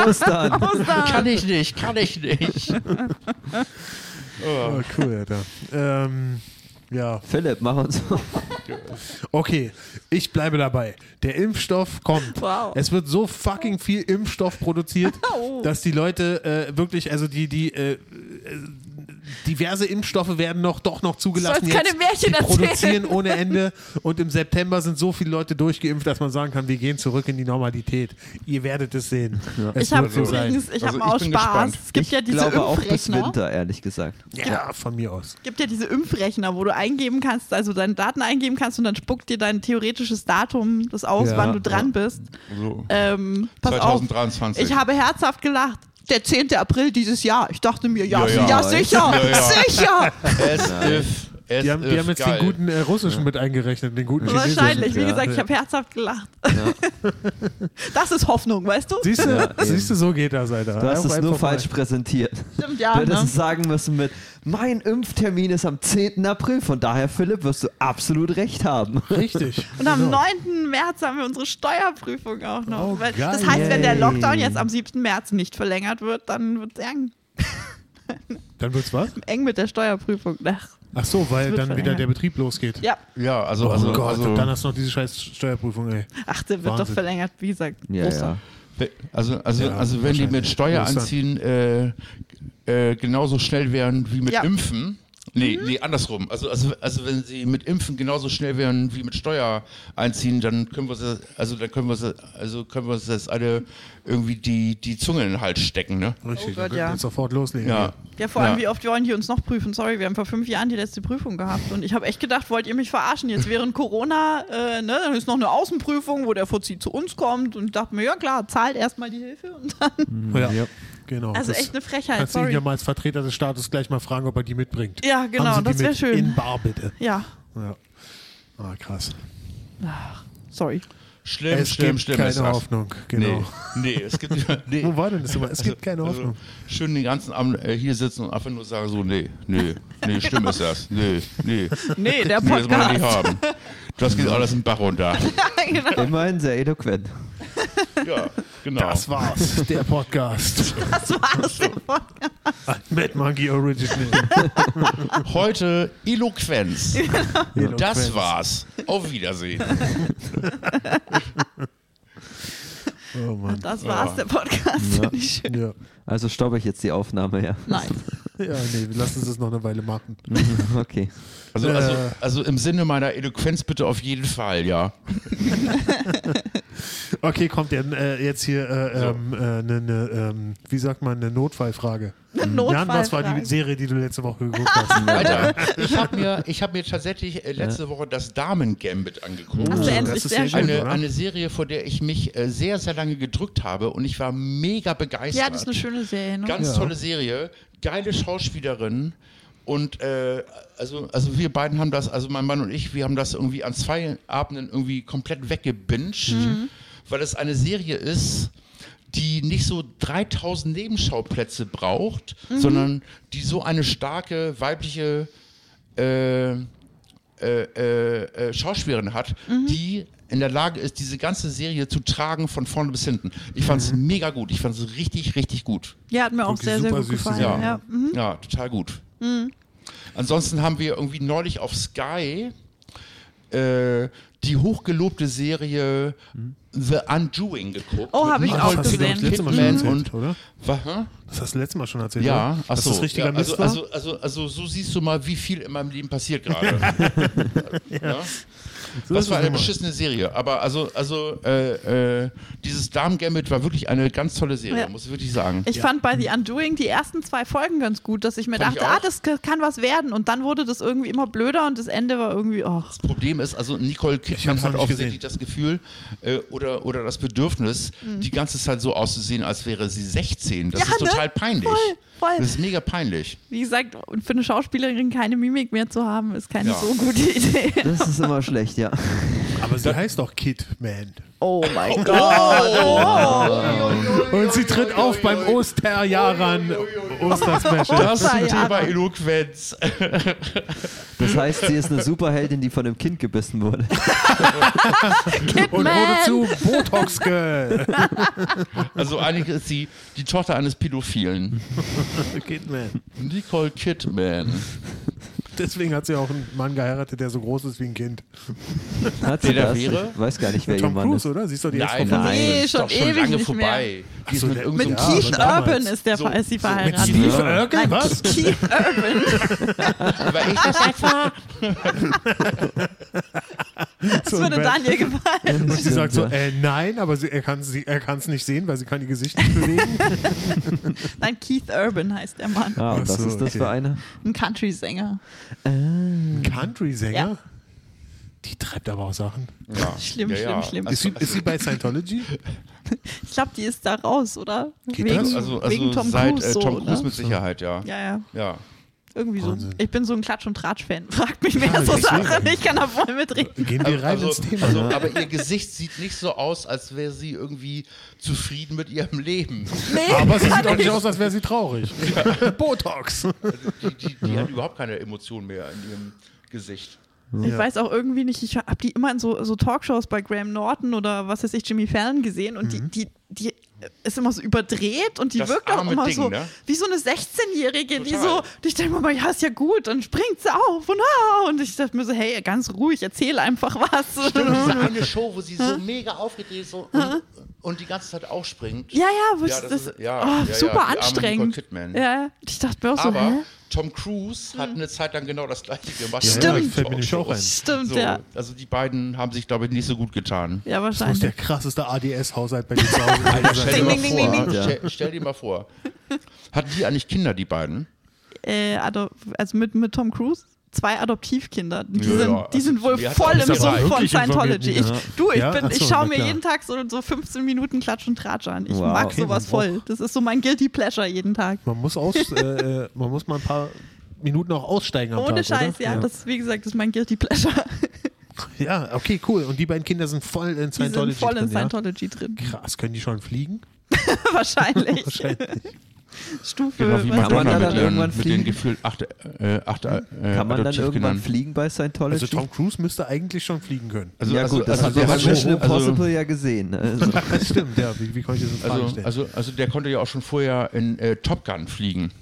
S2: Ostern!
S3: Ah.
S4: Kann ich nicht, kann ich nicht.
S1: oh, cool, Alter. Ähm, ja,
S2: Philipp, mach uns.
S1: okay. Ich bleibe dabei. Der Impfstoff kommt.
S3: Wow.
S1: Es wird so fucking viel Impfstoff produziert,
S3: Oh.
S1: dass die Leute äh, wirklich, also die, die, äh, äh, diverse Impfstoffe werden noch doch noch zugelassen.
S3: Sollst
S1: jetzt.
S3: keine Märchen
S1: die
S3: erzählen.
S1: produzieren ohne Ende und im September sind so viele Leute durchgeimpft, dass man sagen kann, wir gehen zurück in die Normalität. Ihr werdet es sehen. Es
S3: Ich habe
S1: wird so sein.
S3: übrigens, ich
S4: Also
S3: habe
S4: ich
S3: auch
S4: bin
S3: Spaß.
S4: gespannt.
S3: Es gibt ja
S2: ich
S3: diese
S2: glaube auch bis
S3: Impfrechner.
S2: Winter, ehrlich gesagt.
S1: Ja, von mir aus.
S3: Es gibt ja diese Impfrechner, wo du eingeben kannst, also deine Daten eingeben kannst und dann spuckt dir dein theoretisches Datum das aus,
S1: Ja,
S3: wann du dran bist.
S4: So.
S3: Ähm, pass auf,
S4: 2023.
S3: ich habe herzhaft gelacht. Der 10. April dieses Jahr. Ich dachte mir, ja,
S4: Ja,
S3: ja,
S4: ja.
S3: sicher,
S4: Ja, ja.
S3: sicher.
S4: es if, es
S1: Die haben,
S4: if,
S1: die haben jetzt
S4: geil.
S1: den guten äh, Russischen mit eingerechnet, den guten Chinesischen.
S3: Wahrscheinlich, wie
S2: Ja.
S3: gesagt, ich habe herzhaft gelacht. Das ist Hoffnung, weißt du?
S1: Siehst du,
S2: eben.
S1: siehst du, so geht das, Alter.
S2: Du
S1: Einfach
S2: hast es nur
S1: einfach mal.
S2: falsch präsentiert.
S3: Stimmt,
S2: Du
S3: ja.
S2: hättest
S3: Ne?
S2: es sagen müssen mit, mein Impftermin ist am 10. April, von daher, Philipp, wirst du absolut recht haben.
S1: Richtig.
S3: Und am
S1: genau.
S3: 9. März haben wir unsere Steuerprüfung auch noch.
S1: Oh,
S3: Weil-
S1: geil.
S3: das heißt, wenn der
S2: Yay.
S3: Lockdown jetzt am 7. März nicht verlängert wird, dann wird es eng.
S1: Dann wird's was?
S3: eng mit der Steuerprüfung. Ach,
S1: Ach so, weil
S3: wird
S1: dann
S3: schon
S1: wieder
S3: länger.
S1: der Betrieb losgeht.
S3: ja,
S4: Ja, also,
S1: Oh
S4: also,
S1: Gott,
S4: also,
S1: und dann hast du noch diese scheiß Steuerprüfung, ey.
S3: ach, der wird
S1: Wahnsinn.
S3: doch verlängert, wie gesagt.
S2: Ja, ja.
S3: Ostern.
S4: we- also, also,
S1: Ja,
S4: also wenn die mit
S1: wahrscheinlich.
S4: Steuer
S1: Ostern.
S4: anziehen äh, äh, genauso schnell wären wie mit
S3: Ja. Mhm.
S4: Impfen, Nee, nee, andersrum. Also, also, also wenn sie mit Impfen genauso schnell wären wie mit Steuer einziehen, dann können wir sie, also dann können wir sie, also können wir sie jetzt alle irgendwie die, die Zunge in den Hals stecken, ne?
S1: Richtig,
S3: Oh Gott,
S1: wir
S3: ja.
S1: können sofort loslegen.
S4: Ja.
S3: Ja, vor allem,
S4: Ja.
S3: wie oft wollen die uns noch prüfen? Sorry, wir haben vor fünf Jahren die letzte Prüfung gehabt und ich habe echt gedacht, wollt ihr mich verarschen? Jetzt während Corona, äh, ne, dann ist noch eine Außenprüfung, wo der Fuzzi zu uns kommt und ich dachte mir, ja klar, zahlt erstmal die Hilfe und dann.
S1: Ja, genau.
S3: Also
S1: Das
S3: echt eine Frechheit,
S1: Kannst du ihn
S3: sorry.
S1: ja mal als Vertreter des Staates gleich mal fragen, ob er die mitbringt.
S3: Ja, genau,
S1: Haben Sie
S3: das
S1: die
S3: wär
S1: mit
S3: schön.
S1: In Bar bitte.
S3: Ja,
S1: Ja. Ah, krass.
S3: sorry.
S4: Schlimm,
S1: es
S4: schlimm,
S1: gibt
S4: schlimm.
S1: keine
S4: ist das.
S1: Hoffnung, genau.
S4: Nee, nee, es gibt nee.
S1: Wo war denn das immer? Es gibt keine
S4: Also,
S1: Hoffnung.
S4: schön den ganzen Abend äh, hier sitzen und einfach nur sagen so, nee, nee, nee, stimmt ist das. Nee, nee.
S3: Nee, der
S4: Nee, das wollen wir nicht
S3: Podcast.
S4: haben. Das geht alles in den Bach runter.
S3: genau.
S2: Immerhin sehr eloquent.
S4: Ja, genau.
S1: Das war's, der Podcast.
S3: Das war's. der Podcast.
S1: Mad Monkey Original.
S4: Heute Eloquenz. Das
S1: Eloquenz.
S4: war's. Auf Wiedersehen.
S1: Oh Mann.
S3: Das war's, der Podcast. Finde ich schön.
S1: Ja.
S2: Also stoppe ich jetzt die Aufnahme, ja.
S3: Nein.
S1: ja, nee, lass uns das noch eine Weile machen.
S2: Okay.
S1: Äh.
S4: Also, also, also im Sinne meiner Eloquenz bitte auf jeden Fall, ja.
S1: Okay, kommt denn äh, jetzt hier äh,
S4: So.
S1: ähm, äh, ne, ne, ähm, wie sagt man, eine Notfallfrage? Hm. Jan, was war die
S3: Notfallfrage.
S1: Serie, die du letzte Woche geguckt hast?
S4: Alter, ich habe mir, ich hab mir tatsächlich äh, letzte Woche das Damen-Gambit angeguckt.
S3: Hast du endlich
S1: ist sehr
S3: sehr schön.
S1: gut,
S4: Eine,
S1: oder?
S4: eine Serie, vor der ich mich äh, sehr, sehr lange gedrückt habe und ich war mega begeistert.
S3: Ja, das ist eine schöne Serie. Ne?
S4: Ganz
S1: Ja.
S4: tolle Serie, geile Schauspielerin. Und äh, also, also wir beiden haben das, also mein Mann und ich, wir haben das irgendwie an zwei Abenden irgendwie komplett weggebinged, weil es eine Serie ist, die nicht so 3000 Nebenschauplätze braucht, sondern die so eine starke weibliche äh, äh, äh, Schauspielerin hat, die in der Lage ist, diese ganze Serie zu tragen von vorne bis hinten. Ich fand es mega gut. Ich fand es richtig, richtig gut.
S3: Ja, hat mir auch
S1: Wirklich
S3: sehr, sehr
S1: super
S3: gut
S1: süße
S3: gefallen.
S4: Ja,
S1: Serie.
S3: Ja. Mhm.
S4: ja total gut. Ansonsten haben wir irgendwie neulich auf Sky äh, die hochgelobte Serie
S1: Mhm.
S4: The Undoing geguckt.
S3: Oh,
S4: Mit
S3: hab ich
S4: Nicole
S3: auch
S1: das hast du doch
S3: gesehen.
S1: das letzte Mal schon
S4: Kidman
S1: erzählt,
S4: und
S1: oder?
S4: wa- hä?
S1: Das hast du letztes Mal schon erzählt,
S4: ja,
S1: oder?
S4: ach so.
S1: Dass das richtiger
S4: ja, also,
S1: Mist war?
S4: also, also, also so siehst du mal, wie viel in meinem Leben passiert gerade. ja.
S1: So ist
S4: Das
S1: es
S4: war eine
S1: nun mal.
S4: beschissene Serie, aber also, also äh, äh, dieses Damen-Gambit war wirklich eine ganz tolle Serie,
S3: Ja.
S4: muss ich wirklich sagen.
S3: Ich fand bei The Undoing die ersten zwei Folgen ganz gut, dass ich mir
S4: Fand ich
S3: dachte, ah,
S4: auch.
S3: das k- kann was werden. Und dann wurde das irgendwie immer blöder und das Ende war irgendwie, oh, ach.
S4: Das Problem ist, also Nicole
S1: hab's
S4: Kidman
S1: noch
S4: hat
S1: nicht
S4: offensichtlich das Gefühl äh, oder, oder das Bedürfnis, die ganze Zeit so auszusehen, als wäre sie 16. Das
S3: Mhm. Ja,
S4: ist
S3: ne?
S4: total peinlich.
S3: Voll, voll.
S4: Das ist mega peinlich.
S3: Wie gesagt, und für eine Schauspielerin keine Mimik mehr zu haben, ist keine
S4: Ja.
S3: so gute Idee.
S2: Das ist immer schlecht, ja.
S1: Aber sie heißt doch Kidman.
S3: Oh mein Gott. Oh.
S1: Und sie tritt auf beim Osterjaran Osterspecial.
S4: Das ist ein
S3: Jahre.
S4: Thema Eloquenz.
S2: Das heißt, sie ist eine Superheldin, die von einem Kind gebissen wurde.
S1: Und wurde
S3: Man.
S1: zu Botox Girl.
S4: Also eigentlich ist sie die Tochter eines Pädophilen.
S1: Kidman.
S4: Nicole Kidman.
S1: Deswegen hat sie auch einen Mann geheiratet, der so groß ist wie ein Kind.
S2: Hat
S4: Wer
S2: sie
S4: da
S2: das?
S4: wäre?
S2: Ich weiß gar nicht, wer ihr
S1: Tom
S2: Mann
S1: Cruise,
S2: ist.
S1: oder? Siehst du die erst
S4: Nein,
S1: vor-
S3: nein. Nee,
S4: ist
S3: schon
S4: doch
S3: ewig
S4: lange
S3: nicht mehr.
S4: vorbei. Die
S1: Ach
S4: ist
S1: so,
S4: mit
S1: der-
S4: irgendeinem
S3: Mit
S1: Ja, aber
S3: Keith
S1: damals.
S3: Urban ist, der,
S4: So,
S3: ver- ist sie
S4: so, mit
S1: Mit Steve
S3: verheiratet.
S1: Urkel?
S3: Nein,
S1: Was?
S3: Keith Urban.
S4: Aber ich das etwa?
S3: Das würde Daniel gefallen.
S1: Und sie sagt so,
S2: Ja.
S1: äh, nein, aber sie, er kann es er kann's nicht sehen, weil sie kann ihr Gesicht nicht bewegen.
S3: Nein, Keith Urban heißt der Mann.
S2: Ah,
S1: Ach
S2: und was
S1: so,
S2: ist das
S1: okay.
S2: für eine?
S3: Ein Country-Sänger.
S2: Ah.
S1: Ein Country-Sänger?
S3: Ja.
S1: Die treibt aber auch Sachen.
S4: Ja.
S3: Schlimm,
S4: ja,
S3: schlimm,
S4: ja.
S3: schlimm.
S1: Ist sie, ist sie bei Scientology?
S3: Ich glaube, die ist da raus, oder?
S1: Geht
S3: wegen,
S1: das?
S4: Also, also
S3: wegen Tom
S4: seit
S3: Cruise.
S4: äh,
S3: so,
S4: Tom Cruise
S3: ne?
S4: mit Sicherheit, ja.
S3: Ja, ja.
S4: Ja.
S3: Irgendwie so.
S1: Wahnsinn.
S3: Ich bin so ein Klatsch- und Tratsch-Fan. Fragt mich mehr
S1: Ja,
S3: so
S1: deswegen.
S3: Sachen. Ich kann da voll mitreden.
S1: Gehen wir rein
S4: also,
S1: ins Thema. ne?
S4: Also, aber ihr Gesicht sieht nicht so aus, als wäre sie irgendwie zufrieden mit ihrem Leben.
S3: Nee,
S1: aber sie sieht auch nicht aus, als wäre sie traurig. Botox.
S4: Die, die, die hat überhaupt keine Emotion mehr in ihrem Gesicht.
S3: ich weiß auch irgendwie nicht. Ich habe die immer in so, so Talkshows bei Graham Norton oder was weiß ich, Jimmy Fallon gesehen und
S1: Mhm.
S3: die, die, die ist immer so überdreht und die
S4: Das
S3: wirkt auch
S4: arme
S3: immer
S4: Ding,
S3: so
S4: ne?
S3: wie so eine 16-Jährige, die
S4: Total.
S3: so, die ich denke mir mal, ja, ist ja gut und springt sie auf und, ah, und ich dachte mir so, hey, ganz ruhig, erzähl einfach was.
S4: Stimmt, diese eine Show, wo sie so mega aufgedreht ist so, und, und die ganze Zeit aufspringt.
S3: Ja, ja, wo
S4: Ja,
S3: ist
S4: das
S3: das
S4: ist- ja,
S3: oh, super
S4: ja, ja, die arme Nicole
S3: anstrengend.
S4: Kidman.
S3: Ja, ich dachte mir auch so,
S4: Aber
S3: hä?
S4: Tom Cruise hat eine Zeit lang genau das gleiche gemacht.
S3: Stimmt.
S4: Ja,
S1: Fällt mir nämlich auch ein.
S3: Stimmt,
S4: So,
S3: ja.
S4: Also die beiden haben sich, glaube ich, nicht so gut getan.
S3: Ja,
S1: Das muss der
S3: wahrscheinlich.
S1: krasseste ADS-Haushalt bei dir zu Hause gewesen
S4: Stell dir,
S1: sein.
S4: mal
S3: Ding, ding, ding,
S4: vor,
S2: ding, ding.
S4: Stell, stell dir mal vor. Hatten die eigentlich Kinder, die beiden?
S3: Äh, also also mit, mit Tom Cruise. Zwei Adoptivkinder, die,
S4: Ja,
S3: sind,
S4: ja,
S3: die sind
S4: also
S3: wohl
S4: die hat
S3: voll
S4: auch
S3: im
S4: dabei.
S3: Sumpf von
S1: Wirklich
S3: Scientology. Ich,
S1: involviert, ja.
S3: du, ich,
S1: Ja?
S3: bin,
S1: Ach
S3: ich
S1: so,
S3: schaue
S1: na
S3: mir
S1: klar.
S3: jeden Tag so, so 15 Minuten Klatsch und Tratsch an. Ich
S2: Wow.
S3: mag
S2: Okay,
S3: sowas
S1: man
S3: voll. Das ist so mein Guilty Pleasure jeden Tag.
S1: Man muss, aus, äh, äh, man muss mal ein paar Minuten auch aussteigen am
S3: Ohne
S1: Tag,
S3: Scheiß,
S1: oder?
S3: ja. Das ist, wie gesagt, das ist mein Guilty Pleasure.
S1: Ja, okay, cool. Und die beiden Kinder sind voll in
S3: Die sind
S1: Scientology
S3: voll in
S1: drin, ja?
S3: Scientology drin.
S1: Krass, können die schon fliegen?
S3: Wahrscheinlich.
S1: Wahrscheinlich.
S3: Stufe.
S4: Genau wie
S3: was-
S2: Äh, man
S4: Madonna
S2: da
S4: mit,
S2: dann
S4: ihren,
S2: irgendwann
S4: mit
S2: fliegen?
S4: den gefühlt acht, äh, acht äh,
S2: Kann man dann irgendwann
S4: Adoptivkindern.
S2: fliegen bei
S1: Also
S2: Scientology?
S1: Tom Cruise müsste eigentlich schon fliegen können.
S4: Also,
S2: ja
S4: also,
S2: gut, das
S4: also,
S2: hat
S4: der
S2: man bei Mission
S4: schon- also,
S2: Impossible ja gesehen. Also,
S1: Das stimmt, ja. Wie, wie konnte ich das in Frage
S4: also,
S1: stellen?
S4: also, also der konnte ja auch schon vorher in äh, Top Gun fliegen.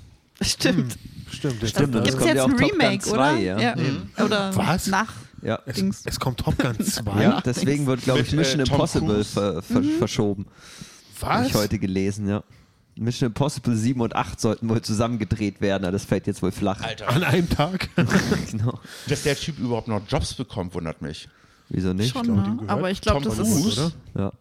S3: Stimmt.
S1: stimmt, das
S2: Stimmt,
S1: das
S2: das
S3: Gibt
S1: kommt,
S3: es jetzt
S2: kommt ja
S3: ein
S2: auch Top Gun
S3: Remake,
S2: 2,
S3: oder?
S2: ja. Mhm.
S3: Oder
S1: Was?
S3: nach.
S2: ja.
S1: es,
S3: Dings.
S1: es kommt Top Gun 2.
S2: ja, deswegen wird, glaube ich,
S4: Mit, äh,
S2: Mission
S4: Tom
S2: Impossible
S4: Cruise.
S2: ver ver
S3: Mhm.
S2: verschoben. Habe
S1: Was?
S2: ich heute gelesen, ja. Mission Impossible 7 und 8 sollten wohl zusammengedreht werden, aber das fällt jetzt wohl flach.
S4: Alter,
S1: An einem Tag?
S2: Genau.
S4: dass der Typ überhaupt noch Jobs bekommt, wundert mich.
S2: Wieso nicht?
S3: Schon,
S1: glaub, dem
S3: ne?
S1: gehört
S3: Aber ich glaube, das
S4: Tom
S3: ist. Ah.
S4: Cruise,
S1: oder?
S2: Ja.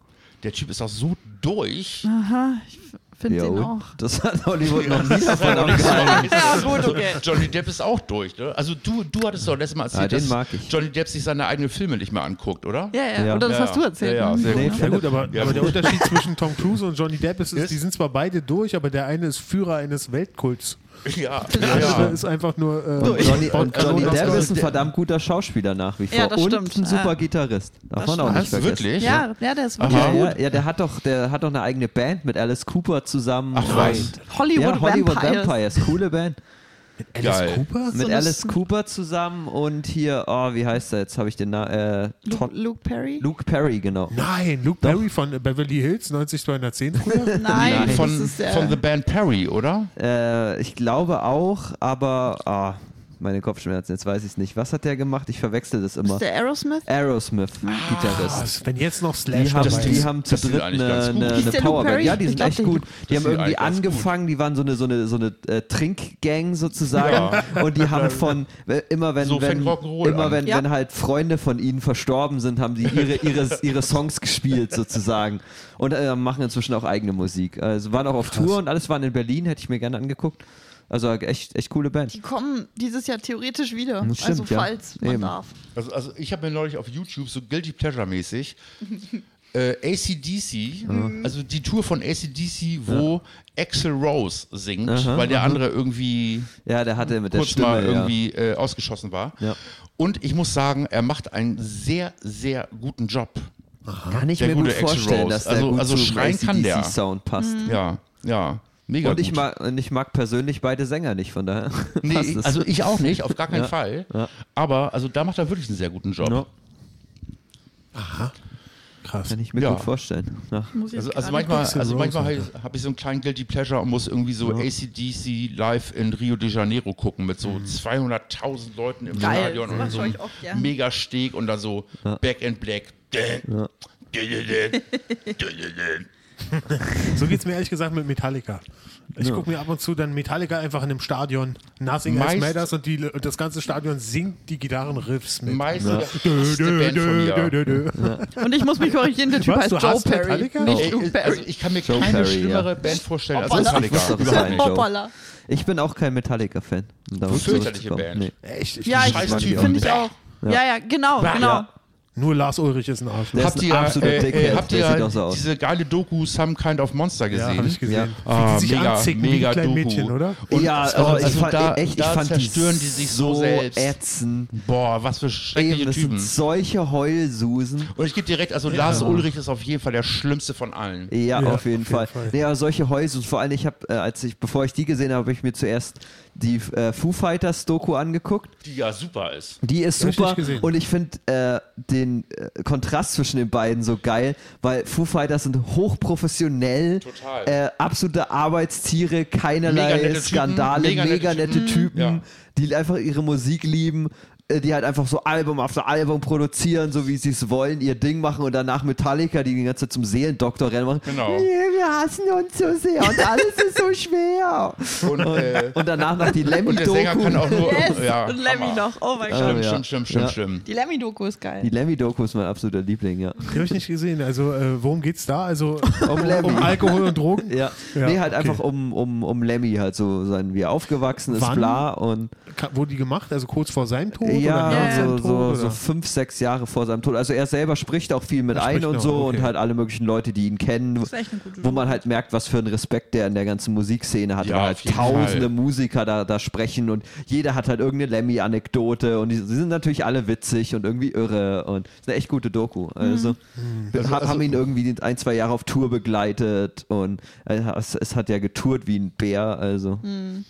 S4: Der Typ ist auch so durch.
S3: Aha, ich finde
S2: Ja,
S3: den
S2: und
S3: auch.
S2: Das hat Hollywood noch nie
S4: Das ist
S2: davon
S4: ja nicht so.
S2: abgehalten.
S3: Ja, gut, okay.
S4: Johnny Depp ist auch durch, ne? Also du, du hattest doch letztes Mal
S2: Ah,
S4: erzählt,
S2: den
S4: dass
S2: mag ich.
S4: Johnny Depp sich seine eigenen Filme nicht mehr anguckt, oder?
S3: Ja, ja,
S2: Ja.
S3: oder das
S4: Ja,
S3: hast du erzählt.
S4: ja, ja,
S3: ne?
S4: sehr
S2: Nee,
S1: Ja gut, aber,
S4: Ja,
S1: aber der
S4: gut.
S1: Unterschied zwischen Tom Cruise und Johnny Depp ist,
S4: Yes.
S1: ist, die sind zwar beide durch, aber der eine ist Führer eines Weltkults.
S4: Ja,
S1: Der
S4: ja,
S1: andere
S4: ja.
S1: ist einfach nur... Äh,
S2: Und Johnny, und
S4: Also
S1: Podcast- Podcast-
S2: Johnny Depp ist ein
S1: Podcast-
S2: verdammt guter Schauspieler nach wie vor.
S3: Ja, das
S2: und
S3: stimmt.
S2: ein super
S3: Ja.
S2: Gitarrist. Darf man auch
S3: stimmt.
S2: nicht
S4: Was,
S2: vergessen.
S4: wirklich?
S3: ja, ja, der ist
S4: Aha.
S3: wirklich
S2: Ja,
S3: gut.
S2: ja, ja, der hat doch, der hat doch eine eigene Band mit Alice Cooper zusammen.
S4: Ach, was?
S2: und-
S3: Hollywood,
S2: ja, Hollywood
S3: Vampires.
S2: Vampires. coole Band.
S1: Alice
S4: Geil.
S1: Cooper?
S2: Mit
S3: eine
S2: Alice
S3: S-
S2: Cooper zusammen und hier, oh, wie heißt er jetzt? Habe ich den Namen? Äh,
S3: Luke,
S2: Todd-
S3: Luke Perry?
S2: Luke Perry, genau.
S1: Nein, Luke Berry von äh, Beverly Hills 90210 früher.
S3: Nein, das
S4: Von,
S3: ist äh, ja.
S4: von The Band Perry, oder?
S2: Äh, ich glaube auch, aber ah, meine Kopfschmerzen, jetzt weiß ich es nicht. Was hat der gemacht? Ich verwechsel das immer.
S3: ist der Aerosmith?
S2: Aerosmith-Gitarrist.
S1: Was, Wenn jetzt noch Slash
S2: Die haben,
S4: das
S1: dabei
S4: Ding-
S2: die
S1: ist.
S2: haben zu
S4: das sind
S2: dritt
S4: eigentlich
S2: eine,
S4: ganz gut.
S2: eine,
S3: Ist
S2: eine
S3: der Luke
S2: Powerband.
S3: Perry?
S2: Ja, die
S3: Ich
S2: sind
S3: glaub,
S2: echt
S3: der-
S2: gut. Die
S4: Das
S2: haben
S4: sind
S2: irgendwie
S4: eigentlich ganz gut.
S2: angefangen, die waren so eine, so eine, so eine äh, Trinkgang sozusagen. Und die haben von, we- immer wenn,
S4: So
S2: wenn,
S4: fängt Rock'n'Roll
S2: immer
S4: an.
S2: wenn,
S3: Ja.
S2: wenn halt Freunde von ihnen verstorben sind, haben die ihre, ihre, ihre Songs gespielt sozusagen. Und äh, machen inzwischen auch eigene Musik. Also waren auch auf Tour und alles waren in Berlin, hätte ich mir gerne angeguckt. Also echt, echt coole Band.
S3: Die kommen dieses Jahr theoretisch wieder.
S2: Das
S3: also
S2: stimmt, ja.
S3: falls man
S2: Eben.
S3: darf.
S4: Also, also ich habe mir neulich auf YouTube so Guilty Pleasure-mäßig äh, ACDC,
S2: Mhm.
S4: also die Tour von ACDC, wo Axel Rose singt,
S2: Aha,
S4: weil der andere irgendwie
S2: Ja, der hatte mit der
S4: kurz
S2: Stimme.
S4: mal
S2: ja.
S4: irgendwie äh, ausgeschossen war.
S2: Ja.
S4: Und ich muss sagen, er macht einen sehr, sehr guten Job.
S2: Kann ich
S4: Der
S2: mir gut
S4: gute Axl
S2: vorstellen,
S4: Rose.
S2: dass der
S4: Also-
S2: gut
S4: also
S2: zum
S4: schreien kann der.
S2: ACDC-Sound passt.
S3: Mhm.
S4: Ja, ja. Mega
S2: Und ich
S4: gut.
S2: mag, und ich mag persönlich beide Sänger nicht, von daher.
S4: Nee,
S2: passt es.
S4: also ich auch nicht, auf gar keinen
S2: Ja,
S4: Fall.
S2: ja.
S4: Aber also da macht er wirklich einen sehr guten Job.
S2: Ja,
S1: Krass.
S2: kann ich mir
S4: Ja.
S2: gut vorstellen. Ja.
S3: Muss ich
S4: Also, also
S3: gerade
S4: manchmal,
S1: Axl
S4: also
S1: Rose,
S4: manchmal habe hab ich so einen kleinen Guilty Pleasure und muss irgendwie so ACDC live in Rio de Janeiro gucken mit so
S2: Mhm.
S4: 200.000 Leuten im
S3: Geil,
S4: Stadion
S3: das
S4: und
S3: mach ich
S4: so
S3: euch auch gerne.
S4: mega Steg und dann so Back in Black.
S1: So geht's mir ehrlich gesagt mit Metallica. Ich gucke mir ab und zu dann Metallica einfach in einem Stadion, Nothing Else
S4: Meist-
S1: Matters und, die, und das ganze Stadion singt die Gitarrenriffs mit.
S4: Meist ja.
S1: Dö,
S4: der
S1: dö,
S4: Band von
S1: dö,
S4: mir.
S1: dö, dö, dö.
S3: gucken. Und ich muss mich korrigieren, der Typ
S1: Was,
S3: heißt
S1: du
S3: Joe
S1: hast
S3: Perry.
S1: Metallica?
S3: Nicht
S4: Ey,
S3: Luke
S4: ey, also
S3: Perry.
S4: ich kann mir
S2: Joe
S4: keine
S2: Perry,
S4: schlimmere
S2: ja.
S4: Band vorstellen als
S3: Hoppala.
S4: Metallica.
S2: Ich wusste, dass es
S4: Überhaupt
S2: ein
S4: nicht.
S2: Joe.
S3: Hoppala.
S2: Ich bin auch kein Metallica-Fan. um darauf
S4: Fürchterliche
S2: zurückzukommen.
S4: Band.
S1: Echt? Ich
S3: Ja, ich
S4: Scheiß Typ.
S3: finde ich auch. Ja, ja, genau, genau.
S1: Nur Lars Ulrich ist ein Arschloch.
S2: Der
S4: Habt
S2: ist ein
S4: ihr,
S2: absoluter
S4: äh, äh,
S2: Dickhead.
S4: habt
S2: Der sieht
S4: ihr
S2: auch so aus.
S4: diese geile Doku Some Kind of Monster
S1: Ja,
S4: gesehen?
S1: habe ich
S2: Ja.
S1: gesehen. Wie
S4: Ah,
S1: die sich
S4: mega,
S1: anzicken wie die
S4: mega
S1: kleinen
S4: Doku.
S1: Mädchen, oder?
S4: Und
S2: ja,
S4: also-
S2: aber ich
S4: also
S2: fand,
S4: da-
S2: echt, ich
S4: da
S2: fand
S4: zerstören die sich so selbst.
S2: ätzend.
S4: Boah, was für
S2: Eben,
S4: schreckliche
S2: das sind
S4: Typen.
S2: solche Heulsusen.
S4: Und ich gebe dir recht, also Lars Ulrich ist auf jeden Fall der schlimmste von allen.
S2: Ja,
S1: Ja,
S2: auf jeden Fall. Nee, aber solche Häuser und vor allem, ich habe, äh, als ich, bevor ich die gesehen habe, habe ich mir zuerst die äh, Foo Fighters Doku angeguckt.
S4: Die ja super ist.
S2: Die ist
S1: Hab ich
S2: super
S1: nicht gesehen.
S2: und ich finde äh, den äh, Kontrast zwischen den beiden so geil, weil Foo Fighters sind hochprofessionell,
S4: Total.
S2: äh, absolute Arbeitstiere,
S4: Mega
S2: keinerlei
S4: nette Typen,
S2: Skandale,
S4: mega
S2: mega,
S4: nette
S2: nette Typen,
S4: Ja.
S2: die einfach ihre Musik lieben, äh, die halt einfach so Album auf so Album produzieren, so wie sie es wollen, ihr Ding machen und danach Metallica, die die ganze Zeit zum Seelendoktor rennen machen.
S4: Genau.
S2: Nee, wir hassen uns so sehr und alles ist so schwer.
S4: Und, äh,
S2: Und danach noch die
S4: und der Sänger kann auch
S2: Lemmy-Doku.
S4: nur.
S3: Yes!
S4: Ja,
S3: und Lemmy
S4: Hammer.
S3: noch. Oh mein Gott.
S2: ja.
S4: Stimmt, stimmt, stimmt, stimmt,
S2: Ja.
S4: stimmt.
S3: Die Lemmy-Doku ist geil.
S2: Die Lemmy-Doku ist mein absoluter Liebling, ja.
S1: Die habe ich nicht gesehen. Also, äh, worum geht's da? Also, um,
S2: Lemmy.
S1: um Alkohol und Drogen?
S2: Ja.
S1: Ja,
S2: nee, halt
S1: okay.
S2: einfach um, um, um Lemmy, halt so sein, wie er aufgewachsen ist,
S1: Wann?
S2: bla. Und
S1: Ka- Wurde die gemacht? Also kurz vor seinem Tod?
S2: um- ja,
S1: oder nach
S3: Ja,
S1: seinem
S2: so,
S1: Tod?
S2: so,
S1: oder?
S2: so fünf, sechs Jahre vor seinem Tod. Also er selber spricht auch viel mit
S1: Er
S2: ein
S1: spricht
S2: und
S1: noch,
S2: so
S1: okay.
S2: und halt alle möglichen Leute, die ihn kennen,
S3: ist echt eine gute
S2: wo man halt merkt, was für einen Respekt der in der ganzen Musikszene hat.
S4: Ja,
S2: weil
S4: auf
S2: halt
S4: jeden
S2: tausende
S4: Fall.
S2: Musiker da, da sprechen und jeder hat halt irgendeine Lemmy-Anekdote und die, sie sind natürlich alle witzig und irgendwie irre und ist eine echt gute Doku. Also,
S3: Mhm.
S2: wir
S4: Also-
S2: hab,
S4: also-
S2: haben ihn irgendwie ein, zwei Jahre auf Tour begleitet und äh, es, es hat ja getourt wie ein Bär, also.
S3: Mhm.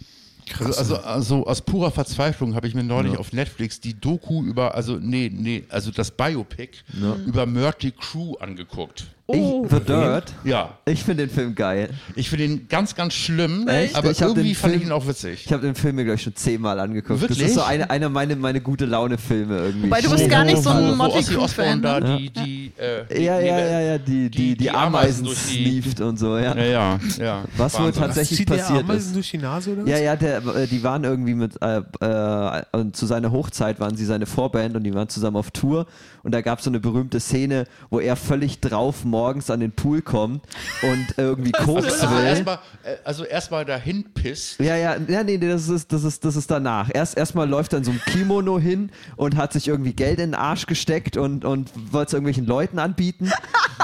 S4: Also, also, also aus purer Verzweiflung habe ich mir neulich auf Netflix die Doku über, also nee, nee, also das Biopic über Murty Crew angeguckt.
S3: Oh.
S2: Ich, The Dirt.
S4: Ja,
S2: Ich finde den Film geil.
S4: ich finde ihn ganz, ganz schlimm,
S2: Echt?
S4: aber
S2: Ich hab
S4: irgendwie
S2: den
S4: fand ich
S2: Film-
S4: ihn auch witzig.
S2: Ich habe den Film mir, glaube ich, schon zehnmal angeguckt. Das
S4: Wirklich?
S2: ist so eine, einer meiner meine gute Laune-Filme irgendwie.
S3: Wobei du bist
S4: Wo-
S3: gar nicht
S4: wo-
S3: so ein
S4: wo- wo
S3: Motley
S4: Ozzy
S3: Crue-Fan,
S4: Osbourne
S3: ne?
S4: Also da die, die, äh, die,
S2: ja,
S4: nee,
S2: ja, ja, ja, die, die, die,
S4: die
S2: Ameisen
S4: Ameisen durch die-
S2: sneeft und so, ja.
S4: Ja, ja, ja.
S2: Was wohl
S4: Wahnsinn.
S2: tatsächlich
S1: Zieht der
S2: passiert
S1: Ameisen
S2: ist.
S1: durch die Nase oder was?
S2: Ja, ja, der, äh, die waren irgendwie mit, äh, äh, und zu seiner Hochzeit waren sie seine Vorband und die waren zusammen auf Tour und da gab es so eine berühmte Szene, wo er völlig drauf morgens an den Pool kommt und irgendwie Koks
S4: Also
S2: will.
S4: erstmal äh, also erstmal dahin pisst.
S2: Ja, ja, ja, nee, das ist, das ist, das ist danach. Erst erstmal läuft dann so ein Kimono hin und hat sich irgendwie Geld in den Arsch gesteckt und, und wollte es irgendwelchen Leuten anbieten.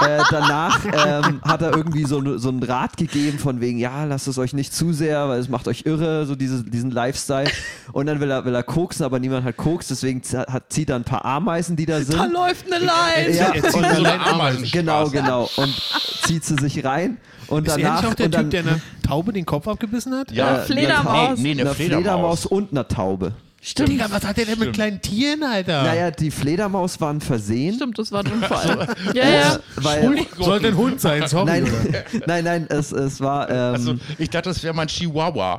S2: äh, danach ähm, hat er irgendwie so, ne- so einen Rat gegeben von wegen, ja, lasst es euch nicht zu sehr, weil es macht euch irre, so diese, diesen Lifestyle. Und dann will er, will er koksen, aber niemand hat Koks, deswegen z- hat, zieht er ein paar Ameisen, die da sind.
S3: Da läuft eine Line.
S2: Ja,
S1: Er zieht
S2: und
S1: so
S2: dann-
S1: eine
S4: Ameisenstraße.
S2: Genau, genau. Und zieht sie sich rein und
S1: Ist er
S2: danach.
S1: nicht auch der
S2: und dann,
S1: Typ, der einer Taube den Kopf abgebissen hat?
S2: Ja,
S3: Fledermaus.
S4: Nee, nee, eine
S2: einer Fledermaus um.
S4: Fledermaus.
S2: und einer Taube.
S1: Stimmt. Digga, was hat der denn mit kleinen Tieren,
S4: Ah.
S1: Alter?
S2: Naja, die Fledermaus war ein Versehen.
S3: Stimmt, das war ein Unfall. ja, ja.
S2: Weil,
S1: Sollte ein Hund sein, sorry.
S2: nein,
S1: oder?
S2: nein, nein, es, es war. Ähm,
S4: Also, ich dachte, das wäre mein Chihuahua.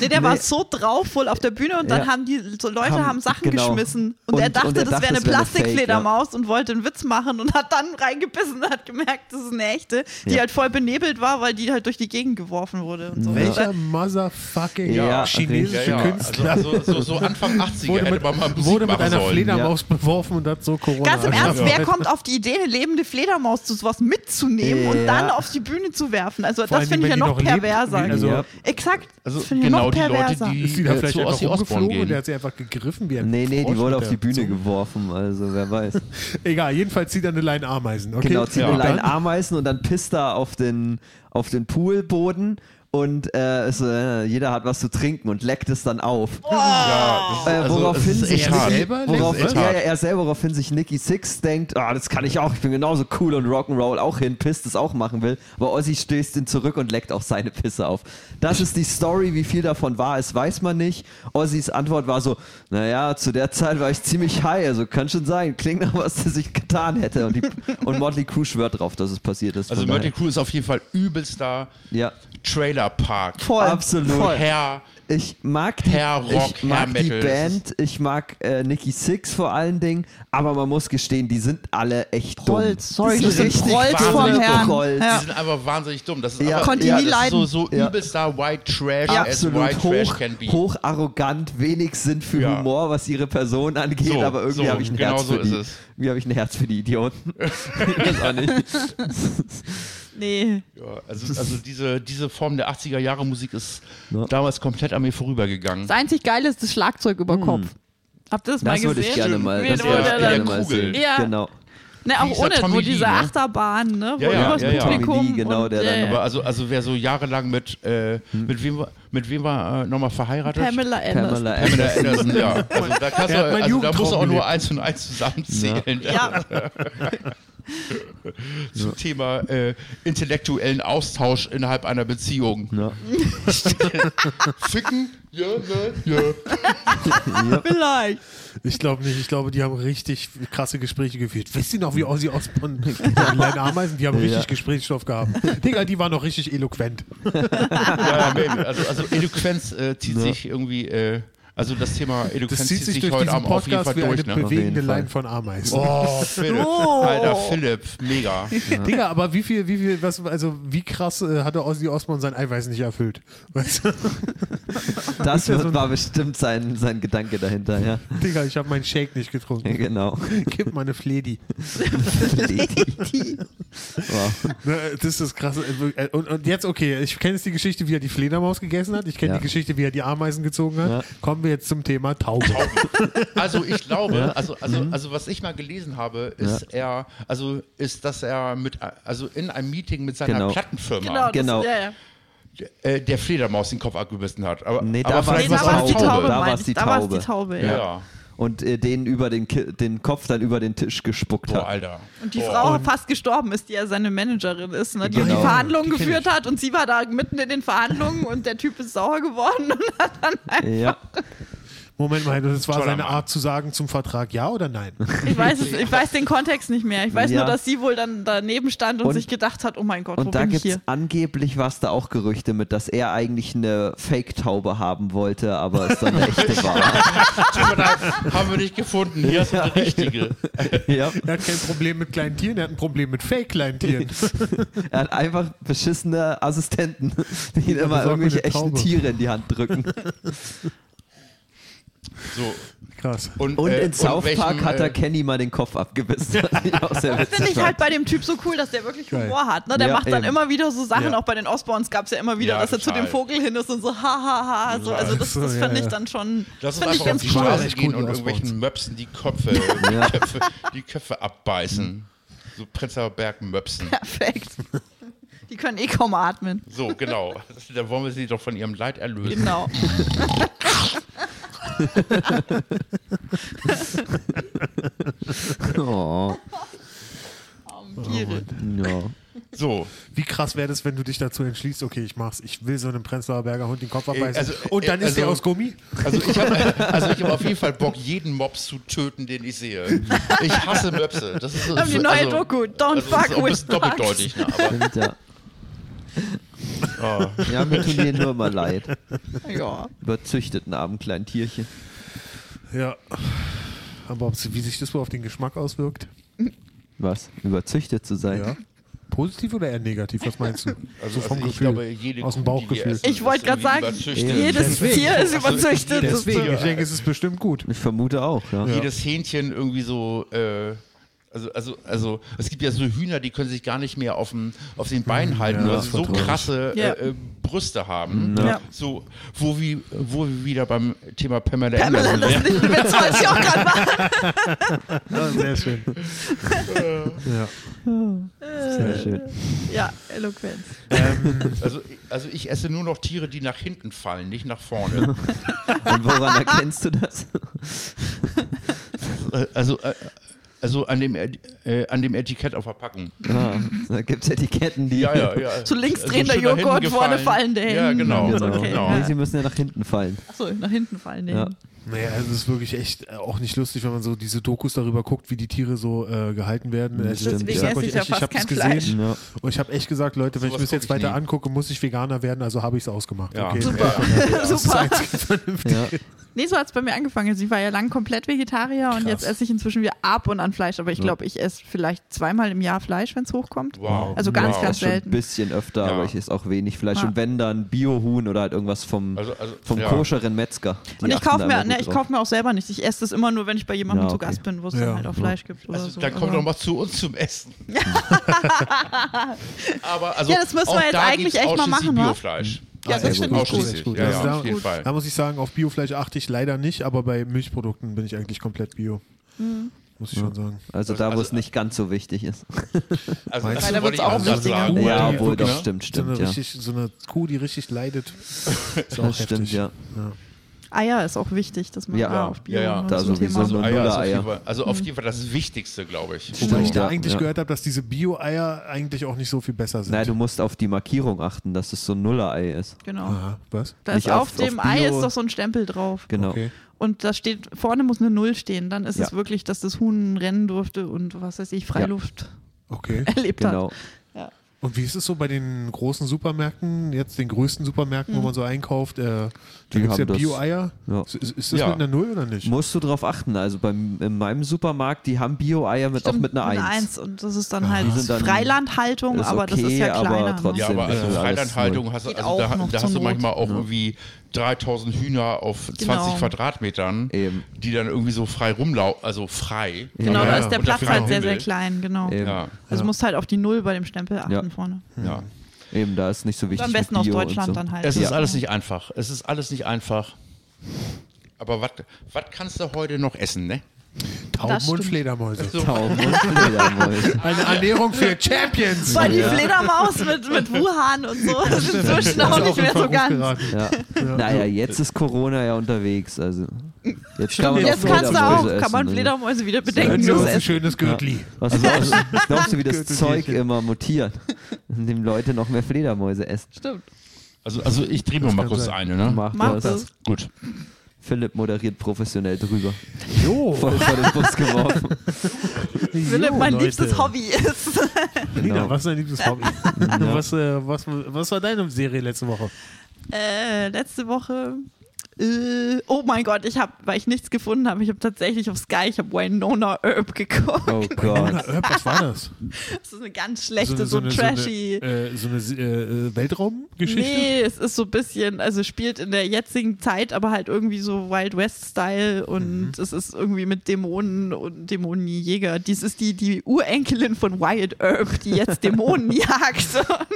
S3: Nee, der war so drauf wohl auf der Bühne und dann
S2: Ja.
S3: haben die so Leute
S2: Haben-
S3: haben, Sachen
S2: genau.
S3: geschmissen und, er
S2: Und-
S3: dachte,
S2: und er
S3: das
S2: dachte,
S3: wäre eine
S2: es wäre eine Fake,
S3: Plastikfledermaus und wollte einen Witz machen und hat dann reingebissen und hat gemerkt, das ist eine echte, die
S2: Ja.
S3: halt voll benebelt war, weil die halt durch die Gegend geworfen wurde und so.
S1: Welcher motherfucking
S2: Ja,
S1: chinesische
S2: richtig.
S4: Ja, ja. Also,
S1: Künstler
S4: also, so, so Anfang 80er
S1: wurde
S4: hätte
S1: mit,
S4: man mal Musik
S1: wurde mit
S4: machen
S1: einer
S4: sollen.
S1: Fledermaus beworfen und hat so Corona?
S3: Ganz im Ernst,
S1: angefangen?
S3: wer kommt auf die Idee, eine lebende Fledermaus zu sowas mitzunehmen
S2: Ja.
S3: und dann auf die Bühne zu werfen? Also
S1: Vor
S3: das
S1: allem,
S3: finde ich ja
S1: wenn die
S3: noch
S1: lebt,
S3: perverser.
S1: wie- Also,
S2: Ja.
S3: Exakt,
S4: Also
S3: das finde ich ja
S4: genau
S3: noch
S4: die Leute,
S3: perverser.
S4: die,
S1: Ist die da
S4: äh,
S1: vielleicht
S4: zu
S1: einfach
S4: Ozzy Osbourne
S1: umgeflogen und
S4: gehen.
S1: der hat sie einfach gegriffen wie ein
S2: nee, nee, die
S1: Frosch mit
S2: wurde auf die
S1: der
S2: Bühne
S1: Zunge.
S2: geworfen, also wer weiß.
S1: Egal, jedenfalls zieht er eine Leine Ameisen. Okay?
S2: Genau, zieht
S1: Ja.
S2: eine
S1: Und
S2: Leine
S1: dann-
S2: Ameisen und dann pisst er auf den, auf den Poolboden und äh, es, äh, jeder hat was zu trinken und leckt es dann auf.
S4: Ja, das,
S2: Äh, woraufhin
S4: das ist
S2: sich
S4: echt
S1: Er
S4: hart.
S1: selber
S2: Worauf,
S1: leckt
S4: es
S2: ja,
S4: hart.
S2: ja, er selber, woraufhin sich Nicky Six denkt, ah, das kann ich auch, ich bin genauso cool und Rock'n'Roll auch hin, pisst es auch machen will. Aber Ozzy stößt ihn zurück und leckt auch seine Pisse auf. Das ist die Story, wie viel davon war, es weiß man nicht. Ozzys Antwort war so, naja, zu der Zeit war ich ziemlich high, also kann schon sein, klingt nach was, das ich getan hätte. Und, die, und Motley Crue schwört drauf, dass es passiert ist.
S4: Also
S2: Von daher-
S4: Murty Crew ist auf jeden Fall übelster
S2: Ja.
S4: Trailerpark.
S3: Voll.
S2: Absolut.
S4: Herr.
S2: Ich mag die,
S4: Herr Rock,
S2: ich mag
S4: Herr
S2: die
S4: Metal.
S2: Band, ich mag äh, Nicky Six vor allen Dingen, aber man muss gestehen, die sind alle echt
S3: Prolls,
S2: dumm.
S3: sorry,
S2: Die
S3: das sind Prolls
S4: vom
S2: wahnsinnig
S3: Herrn.
S2: Prolls.
S3: Ja.
S4: Die sind einfach wahnsinnig dumm. Das ist
S2: Ja.
S4: aber,
S3: Konnte
S2: Ja,
S3: nie
S4: das ist
S3: leiden.
S4: so, so
S2: Ja.
S4: übelster White Trash as
S2: Absolut
S4: White Trash
S2: hoch,
S4: can be.
S2: hoch arrogant, wenig Sinn für
S4: Ja.
S2: Humor, was ihre Person angeht,
S4: So,
S2: aber irgendwie
S4: so,
S2: habe ich ein
S4: genau
S2: Herz
S4: so
S2: für die.
S4: ist es.
S2: Irgendwie habe ich ein Herz für die Idioten. Ich weiß auch nicht.
S3: Nee.
S4: Ja, also also diese, diese Form der 80er Jahre Musik ist damals komplett an mir vorübergegangen.
S3: Das einzig Geile ist das Schlagzeug über Kopf. Habt ihr das, mal
S2: Das
S3: gesehen?
S2: würde ich gerne mal,
S3: Mir
S2: das
S3: wurde
S4: wollte
S2: würde ich
S4: er
S2: gerne
S4: dann-
S2: mal sehen.
S3: Ja.
S2: Genau.
S3: Ne, auch
S4: Dieser
S3: ohne,
S4: Tommy
S3: wo
S4: Lee,
S3: diese
S4: ne?
S3: Achterbahn, ne? Wo
S4: Ja, ja,
S3: übers
S4: ja, ja.
S3: Publikum.
S2: Tommy Lee, genau,
S3: und,
S2: der dann
S3: äh,
S4: Aber also, also wer so jahrelang mit, äh,
S1: Hm.
S4: mit wem war- mit wem war äh, nochmal verheiratet?
S3: Pamela Anderson.
S2: Pamela
S4: Pamela
S2: Anderson.
S4: Anderson, ja. Also da, kannst
S1: Er
S4: du,
S1: hat meinen
S4: also da musst du auch
S1: Jugendtraum
S4: nur
S1: gelebt.
S4: eins und eins zusammenzählen.
S3: Ja,
S4: Zum Thema äh, intellektuellen Austausch innerhalb einer Beziehung.
S2: Ja.
S4: Ficken, Ja, ne, ja.
S3: Vielleicht.
S1: Ich glaube nicht. Ich glaube, die haben richtig krasse Gespräche geführt. Wisst ihr noch, wie Ozzy Osbourne und Kleine Ameisen, die haben richtig Gesprächsstoff gehabt. Digga, die waren noch richtig eloquent.
S4: ja, maybe. Also, also Eloquenz äh, zieht sich irgendwie, äh, also das Thema Eloquenz
S1: Das zieht sich durch diesen Podcast wie eine
S2: ne? Auf jeden
S1: bewegende
S2: Fall.
S1: Line von Ameisen.
S4: ne? Oh, Philipp.
S3: Oh.
S4: Alter, Philipp, mega.
S1: Digga, aber wie viel, wie viel, was, also wie krass äh, hatte Ozzy Osbourne sein Eiweiß nicht erfüllt? Weißt du?
S2: Das
S1: ja
S2: wird,
S1: so ein-
S2: war bestimmt sein, sein Gedanke dahinter, ja.
S1: Digga, ich habe meinen Shake nicht
S2: ja
S1: getrunken.
S2: genau.
S1: Kipp meine Fledi.
S2: wow.
S1: Ne, Das ist das Krasse. Äh, Und, und jetzt, okay, ich kenne jetzt die Geschichte, wie er die Fledermaus gegessen hat. Ich kenne
S2: Ja.
S1: die Geschichte, wie er die Ameisen gezogen hat.
S2: Ja.
S1: Kommen wir jetzt zum Thema Taube.
S4: Also ich glaube, also, also,
S2: Mhm.
S4: also was ich mal gelesen habe, ist er, also ist, dass er mit, also in einem Meeting mit seiner
S2: Genau.
S4: Plattenfirma
S3: Genau.
S2: Genau.
S3: Das, ja, ja. Genau.
S4: äh, der Fledermaus den Kopf abgebissen hat. Aber,
S2: Nee, da
S4: aber
S2: war-
S4: vielleicht
S3: Nee,
S2: war's
S3: da war es die
S2: Taube.
S3: Taube.
S2: Da
S3: meine
S2: war's
S3: ich.
S2: die
S3: Da war es die
S2: Taube.
S3: Taube,
S4: Ja.
S3: ja.
S2: Und äh, den über den, Ki- den Kopf dann über den Tisch gespuckt
S4: Boah,
S2: hat.
S4: Alter.
S3: Und die
S4: Boah.
S3: Frau fast gestorben ist, die ja seine Managerin ist, ne, die
S2: Genau.
S3: die Verhandlungen
S1: Die kenn
S3: geführt hat und sie war da mitten in den Verhandlungen und der Typ ist sauer geworden.
S2: Ja.
S1: Moment mal, das war
S4: Toller
S1: seine
S4: Mann.
S1: Art zu sagen zum Vertrag ja oder nein.
S3: Ich weiß, es, ich weiß den Kontext nicht mehr. Ich weiß
S2: Ja.
S3: nur, dass sie wohl dann daneben stand und,
S2: Und-
S3: sich gedacht hat, oh mein Gott, wo
S2: Und da
S3: bin ich
S2: gibt es
S3: hier?
S2: angeblich war es da auch Gerüchte mit, dass er eigentlich eine Fake-Taube haben wollte, aber es dann eine echte war.
S4: Aber da haben wir dich gefunden. Hier ist die richtige.
S2: ja.
S1: Er hat kein Problem mit kleinen Tieren, er hat ein Problem mit Fake-kleinen Tieren.
S2: Er hat einfach beschissene Assistenten, die ihm
S1: Ja,
S2: immer
S1: besorg mir
S2: irgendwelche
S1: eine
S2: echten
S1: Taube.
S2: Tiere in die Hand drücken.
S4: So.
S1: Krass.
S4: Und,
S2: Und
S4: äh,
S2: in South
S4: welchem,
S2: Park hat er
S4: äh,
S2: Kenny mal den Kopf abgebissen. was ich auch sehr
S3: Das finde
S2: witzig
S3: ich halt
S2: fand.
S3: bei dem Typ so cool, dass der wirklich
S1: Geil.
S3: Humor hat. Ne? Der
S2: Ja,
S3: macht dann
S2: eben.
S3: immer wieder so Sachen,
S1: Ja.
S3: auch bei den Osborns gab es ja immer wieder,
S4: Ja,
S3: dass er
S4: total.
S3: zu dem Vogel hin ist und so, ha, ha, ha. So. Also das,
S1: So,
S3: das
S1: ja,
S3: finde ich
S1: ja.
S3: dann schon, das
S4: Lass uns
S3: finde ich
S4: einfach auf
S3: ganz
S4: die
S1: cool.
S4: Straße
S1: Echt
S4: gehen
S1: cool, die
S4: und
S1: Osborns.
S4: irgendwelchen Möpsen die Köpfe,
S2: Ja.
S4: die Köpfe, die Köpfe abbeißen. So Prenzlauer Berg Möpsen.
S3: perfekt. Die können eh kaum atmen.
S4: So, genau. Da wollen wir sie doch von ihrem Leid erlösen.
S3: Genau.
S2: Oh,
S3: Armen Tiere.
S2: ja.
S3: Genau.
S4: So,
S1: Wie krass wäre das, wenn du dich dazu entschließt, okay, ich mach's, ich will so einem Prenzlauer Berger Hund den Kopf
S4: Ey,
S1: abbeißen.
S4: also,
S1: und dann
S4: ey,
S1: ist der
S4: also-
S1: aus Gummi?
S4: also ich habe also ich hab auf jeden Fall Bock, jeden Mops zu töten, den ich sehe. Ich hasse Möpse. Das ist so, also,
S3: Wir haben die neue Doku, Don't
S4: das ist
S3: Fuck
S4: auch ein
S3: with
S4: bisschen doppeldeutig. Ne?
S2: Stimmt, ja.
S4: Aber, oh.
S2: ja, mir tun die nur immer leid.
S3: Ja.
S2: Überzüchteten armen kleinen Tierchen.
S1: Ja. Aber ob's- wie sich das wohl auf den Geschmack auswirkt?
S2: Was? Überzüchtet zu sein?
S1: Ja. Positiv oder eher negativ? Was meinst du?
S4: Also,
S1: so vom
S4: also ich
S1: Gefühl.
S4: glaube, jede
S1: aus dem
S4: Kuh, die wir
S1: Bauchgefühl.
S4: essen,
S3: Ich wollte
S4: ist
S3: gerade sagen,
S4: irgendwie überzüchtet.
S2: Eben.
S3: jedes Tier ist überzüchtet. Das ist so.
S1: Deswegen, ich denke, es ist bestimmt gut.
S2: Ich vermute auch, ja.
S4: jedes Hähnchen irgendwie so. Äh, also, also, also, es gibt ja so Hühner, die können sich gar nicht mehr auf, dem, auf den Beinen halten, weil
S1: das
S4: sie
S1: ist
S4: so
S1: vertraulich.
S4: krasse
S3: Ja.
S4: äh, äh, Brüste haben.
S3: Ja.
S4: So, wo wir, wo wir wieder beim Thema Pamela,
S3: Pamela,
S4: Anderson
S3: das
S4: wären.
S3: ist nicht Witz, was ich auch gerade mache.
S1: Ja, sehr schön. ja.
S2: Sehr schön.
S3: Ja, Eloquenz.
S4: Also, also ich esse nur noch Tiere, die nach hinten fallen, nicht nach vorne.
S2: Und woran erkennst du das?
S4: Äh, also, äh, also an, dem, Ed- äh, an dem Etikett auf Verpackung.
S2: Ja, da gibt es Etiketten, die.
S4: ja.
S3: Zu links
S4: Also
S3: drehender
S4: schön nach hinten
S3: Joghurt, vorne
S4: gefallen.
S3: fallende
S4: Ja,
S3: Hände.
S4: genau.
S2: Genau.
S3: Okay.
S4: genau.
S2: Nee, sie müssen ja nach hinten fallen.
S3: Achso, nach hinten fallen die
S2: Ja.
S3: Hände.
S1: Naja, also es ist wirklich echt äh, auch nicht lustig, wenn man so diese Dokus darüber guckt, wie die Tiere so äh, gehalten werden. Ich-
S2: stimmt,
S1: ich
S2: Deswegen
S1: sag
S3: esse
S1: euch
S3: ich ja
S1: echt, ich
S3: fast
S1: habe das
S3: kein
S1: gesehen
S3: Fleisch.
S2: Ja.
S1: und ich habe echt gesagt, Leute, wenn ich
S4: Sowas
S1: mir das
S4: guck
S1: jetzt
S4: ich
S1: weiter
S4: nie.
S1: angucke, muss ich Veganer werden, also habe ich es ausgemacht.
S4: Ja.
S1: Okay.
S4: Super.
S1: Das ist das
S3: Super.
S1: einzige Vernünftige.
S2: Ja.
S3: Nee, so hat es bei mir angefangen. Sie war ja lang komplett Vegetarier und
S1: Krass.
S3: jetzt esse ich inzwischen wieder ab und an Fleisch. Aber ich glaube, ich esse vielleicht zweimal im Jahr Fleisch, wenn es hochkommt.
S4: Wow.
S3: Also ganz,
S4: Wow.
S3: ganz
S2: Schon ein
S3: selten.
S2: bisschen öfter,
S4: Ja.
S2: aber ich esse auch wenig Fleisch.
S3: Ja.
S2: Und wenn dann Biohuhn oder halt irgendwas vom,
S4: Also- also,
S2: vom
S4: ja.
S2: koscheren Metzger. Die
S3: Und ich
S2: achten da
S3: kaufe mir,
S2: immer
S3: ne,
S2: gut
S3: ich
S2: drauf.
S3: kauf mir auch selber nichts. Ich esse das immer nur, wenn ich bei jemandem
S2: Ja,
S3: zu
S2: okay.
S3: Gast bin, wo es
S1: Ja.
S3: dann halt auch Fleisch gibt. Oder
S4: Also,
S3: so. genau.
S4: dann kommt
S3: Aber-
S4: doch mal zu uns zum Essen. Aber also
S3: Ja, das müssen wir
S4: auch
S3: jetzt
S4: da
S3: eigentlich
S4: gibt's
S3: echt mal
S4: ausschließlich
S3: machen, wa?
S4: Biofleisch. Also,
S3: Ja, das
S1: sehr
S3: finde
S1: gut.
S3: ich gut.
S4: Ausschließlich.
S1: Sehr gut.
S4: Ja, ja,
S1: Also da-
S4: auf jeden Fall.
S1: Da muss ich sagen, auf Biofleisch achte ich leider nicht, aber bei Milchprodukten bin ich eigentlich komplett Bio. Muss ich schon sagen.
S2: Also da, wo
S4: Also-
S2: es nicht ganz so wichtig ist.
S4: Also,
S1: Meinst
S4: das
S1: du?
S3: Weil da
S4: wollte ich
S3: wird's auch
S4: auch gerade
S1: wichtiger.
S4: sagen.
S1: Kuh,
S2: ja,
S1: die-
S2: obwohl,
S1: wirklich,
S2: das
S1: ne?
S2: stimmt,
S1: so, eine
S2: stimmt, ja.
S1: richtig, so eine Kuh, die richtig leidet. Ist auch
S2: Das stimmt,
S1: heftig.
S2: ja.
S1: Ja.
S3: Eier ist auch wichtig, dass man
S2: Ja.
S3: da auf Bio
S4: Ja, ja.
S3: ne,
S2: Da
S3: zum
S2: sowieso
S3: Thema-
S2: nur-
S4: Eier ist auf
S2: Eier.
S4: jeden Fall, also auf jeden Fall das Wichtigste, glaube ich.
S1: Wobei ich
S2: Stimmt,
S1: da
S2: ja,
S1: eigentlich
S2: ja.
S1: gehört habe, dass diese Bio-Eier eigentlich auch nicht so viel besser sind.
S2: Naja, du musst auf die Markierung achten, dass es so ein Nuller-Ei ist.
S3: Genau.
S1: Aha, was?
S3: Da
S2: Nicht
S3: ist auf,
S2: auf-
S3: dem
S2: auf
S3: Ei
S2: Bio-
S3: ist doch so ein Stempel drauf.
S2: Genau.
S1: Okay.
S3: Und da steht, vorne muss eine Null stehen. Dann ist
S2: Ja.
S3: es wirklich, dass das Huhn rennen durfte und was weiß ich, Freiluft
S1: Okay.
S3: erlebt
S2: Genau.
S3: hat.
S1: Und wie ist es so bei den großen Supermärkten, jetzt den größten Supermärkten,
S3: Hm.
S1: wo man so einkauft? Äh, da
S2: Die
S1: gibt es ja
S2: haben das.
S1: Bio-Eier.
S2: Ja.
S1: Ist, ist das
S4: Ja.
S1: mit einer Null oder nicht?
S2: Musst du drauf achten. Also beim, in meinem Supermarkt, die haben Bio-Eier mit, auch
S3: Stimmt,
S2: mit einer Eins.
S3: Und das ist dann
S2: die
S3: halt
S2: sind dann-
S3: Freilandhaltung,
S2: ist
S3: aber das ist ja
S2: okay, aber
S3: kleiner. ne?
S2: trotzdem.
S4: Ja, aber
S2: Ist
S4: also
S2: alles
S4: Freilandhaltung hast, du-
S3: Geht
S4: also
S3: auch
S4: da,
S3: noch
S4: da
S3: zur
S4: hast du
S3: Not. ne? Genau.
S4: manchmal auch irgendwie 3000 Hühner auf 20 Quadratmetern,
S2: Eben.
S4: die dann irgendwie so frei rumlaufen, also frei.
S3: Genau,
S1: Ja,
S3: da
S1: ja.
S3: ist der
S4: Und
S3: Platz
S4: dafür
S3: halt
S4: noch
S3: sehr,
S4: Himmel.
S3: sehr klein, genau.
S2: Eben,
S4: Ja,
S3: Also musst halt auf die Null bei dem Stempel achten
S2: Ja.
S3: vorne.
S4: ja.
S2: eben, da ist nicht so
S3: Und
S2: wichtig.
S3: am besten
S2: mit
S3: aus
S2: Bio und
S3: Deutschland
S2: so.
S3: dann halt.
S5: Es ist
S2: Ja.
S5: alles nicht einfach. Es ist alles nicht einfach.
S4: Aber was kannst du heute noch essen, ne?
S3: das
S1: Tauben und
S3: stimmt. Also-
S1: Fledermäuse.
S2: Tauben und Fledermäuse.
S1: Eine Ernährung für Champions.
S3: Weil die Fledermaus mit, mit Wuhan und so das ist inzwischen auch nicht mehr so ganz.
S2: Ja. Naja, jetzt ist Corona ja unterwegs. Also jetzt kann man
S3: Jetzt
S2: auch
S3: kannst du auch,
S2: Fledermäuse essen,
S3: kann man
S2: also.
S3: Fledermäuse wieder
S1: Können wir
S3: bedenkenlos
S1: uns ein
S3: essen.
S1: schönes Gürtli.
S2: Was glaubst, was glaubst du, wie das
S1: Gürteltierchen.
S2: Zeug immer mutiert? Indem Leute noch mehr Fledermäuse essen.
S3: Stimmt.
S4: Also, also ich drehe mir mal
S1: kann
S4: kurz
S1: sein.
S4: eine, ne?
S2: Macht
S3: Mach
S2: das.
S3: das.
S4: Gut.
S2: Philipp moderiert professionell drüber.
S1: Jo,
S2: Voll vor den Bus geworfen.
S3: Philipp, mein
S1: Leute.
S3: liebstes Hobby ist.
S2: Genau.
S1: Nina, was ist dein liebstes Hobby? was, äh, was, was war deine Serie letzte Woche?
S3: Äh, letzte Woche. Äh, oh mein Gott, ich habe, weil ich nichts gefunden habe, ich habe tatsächlich auf Sky, ich habe Winona Earp geguckt.
S2: Oh
S1: Nona
S2: Gott.
S1: Earp, äh, was war das?
S3: Das ist eine ganz schlechte, so,
S1: eine-
S3: trashy.
S1: So eine, äh, so eine äh, Weltraumgeschichte?
S3: Nee, es ist so ein bisschen, also spielt in der jetzigen Zeit, aber halt irgendwie so Wild West-Style und es ist irgendwie mit Dämonen und Dämonenjäger. Dies ist die, die Urenkelin von Wild Earp, die jetzt Dämonen jagt.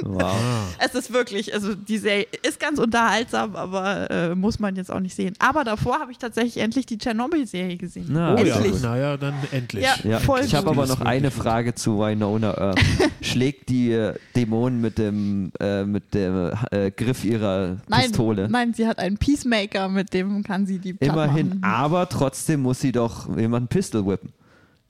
S3: Und
S2: Wow.
S3: es ist wirklich, also die Serie ist ganz unterhaltsam, aber äh, muss man jetzt auch nicht sehen. Aber davor habe ich tatsächlich endlich die Tschernobyl-Serie gesehen.
S2: Na,
S1: Oh,
S3: endlich.
S1: Ja. Naja, dann endlich.
S3: Ja.
S2: Ja,
S3: Voll
S2: ich habe
S3: gut.
S2: aber noch eine Frage zu Winona Earp. Schlägt die äh, Dämonen mit dem, äh, mit dem äh, Griff ihrer
S3: Nein,
S2: Pistole?
S3: nein, sie hat einen Peacemaker, mit dem kann sie die platt
S2: Immerhin,
S3: machen.
S2: aber trotzdem muss sie doch jemanden Pistol whippen.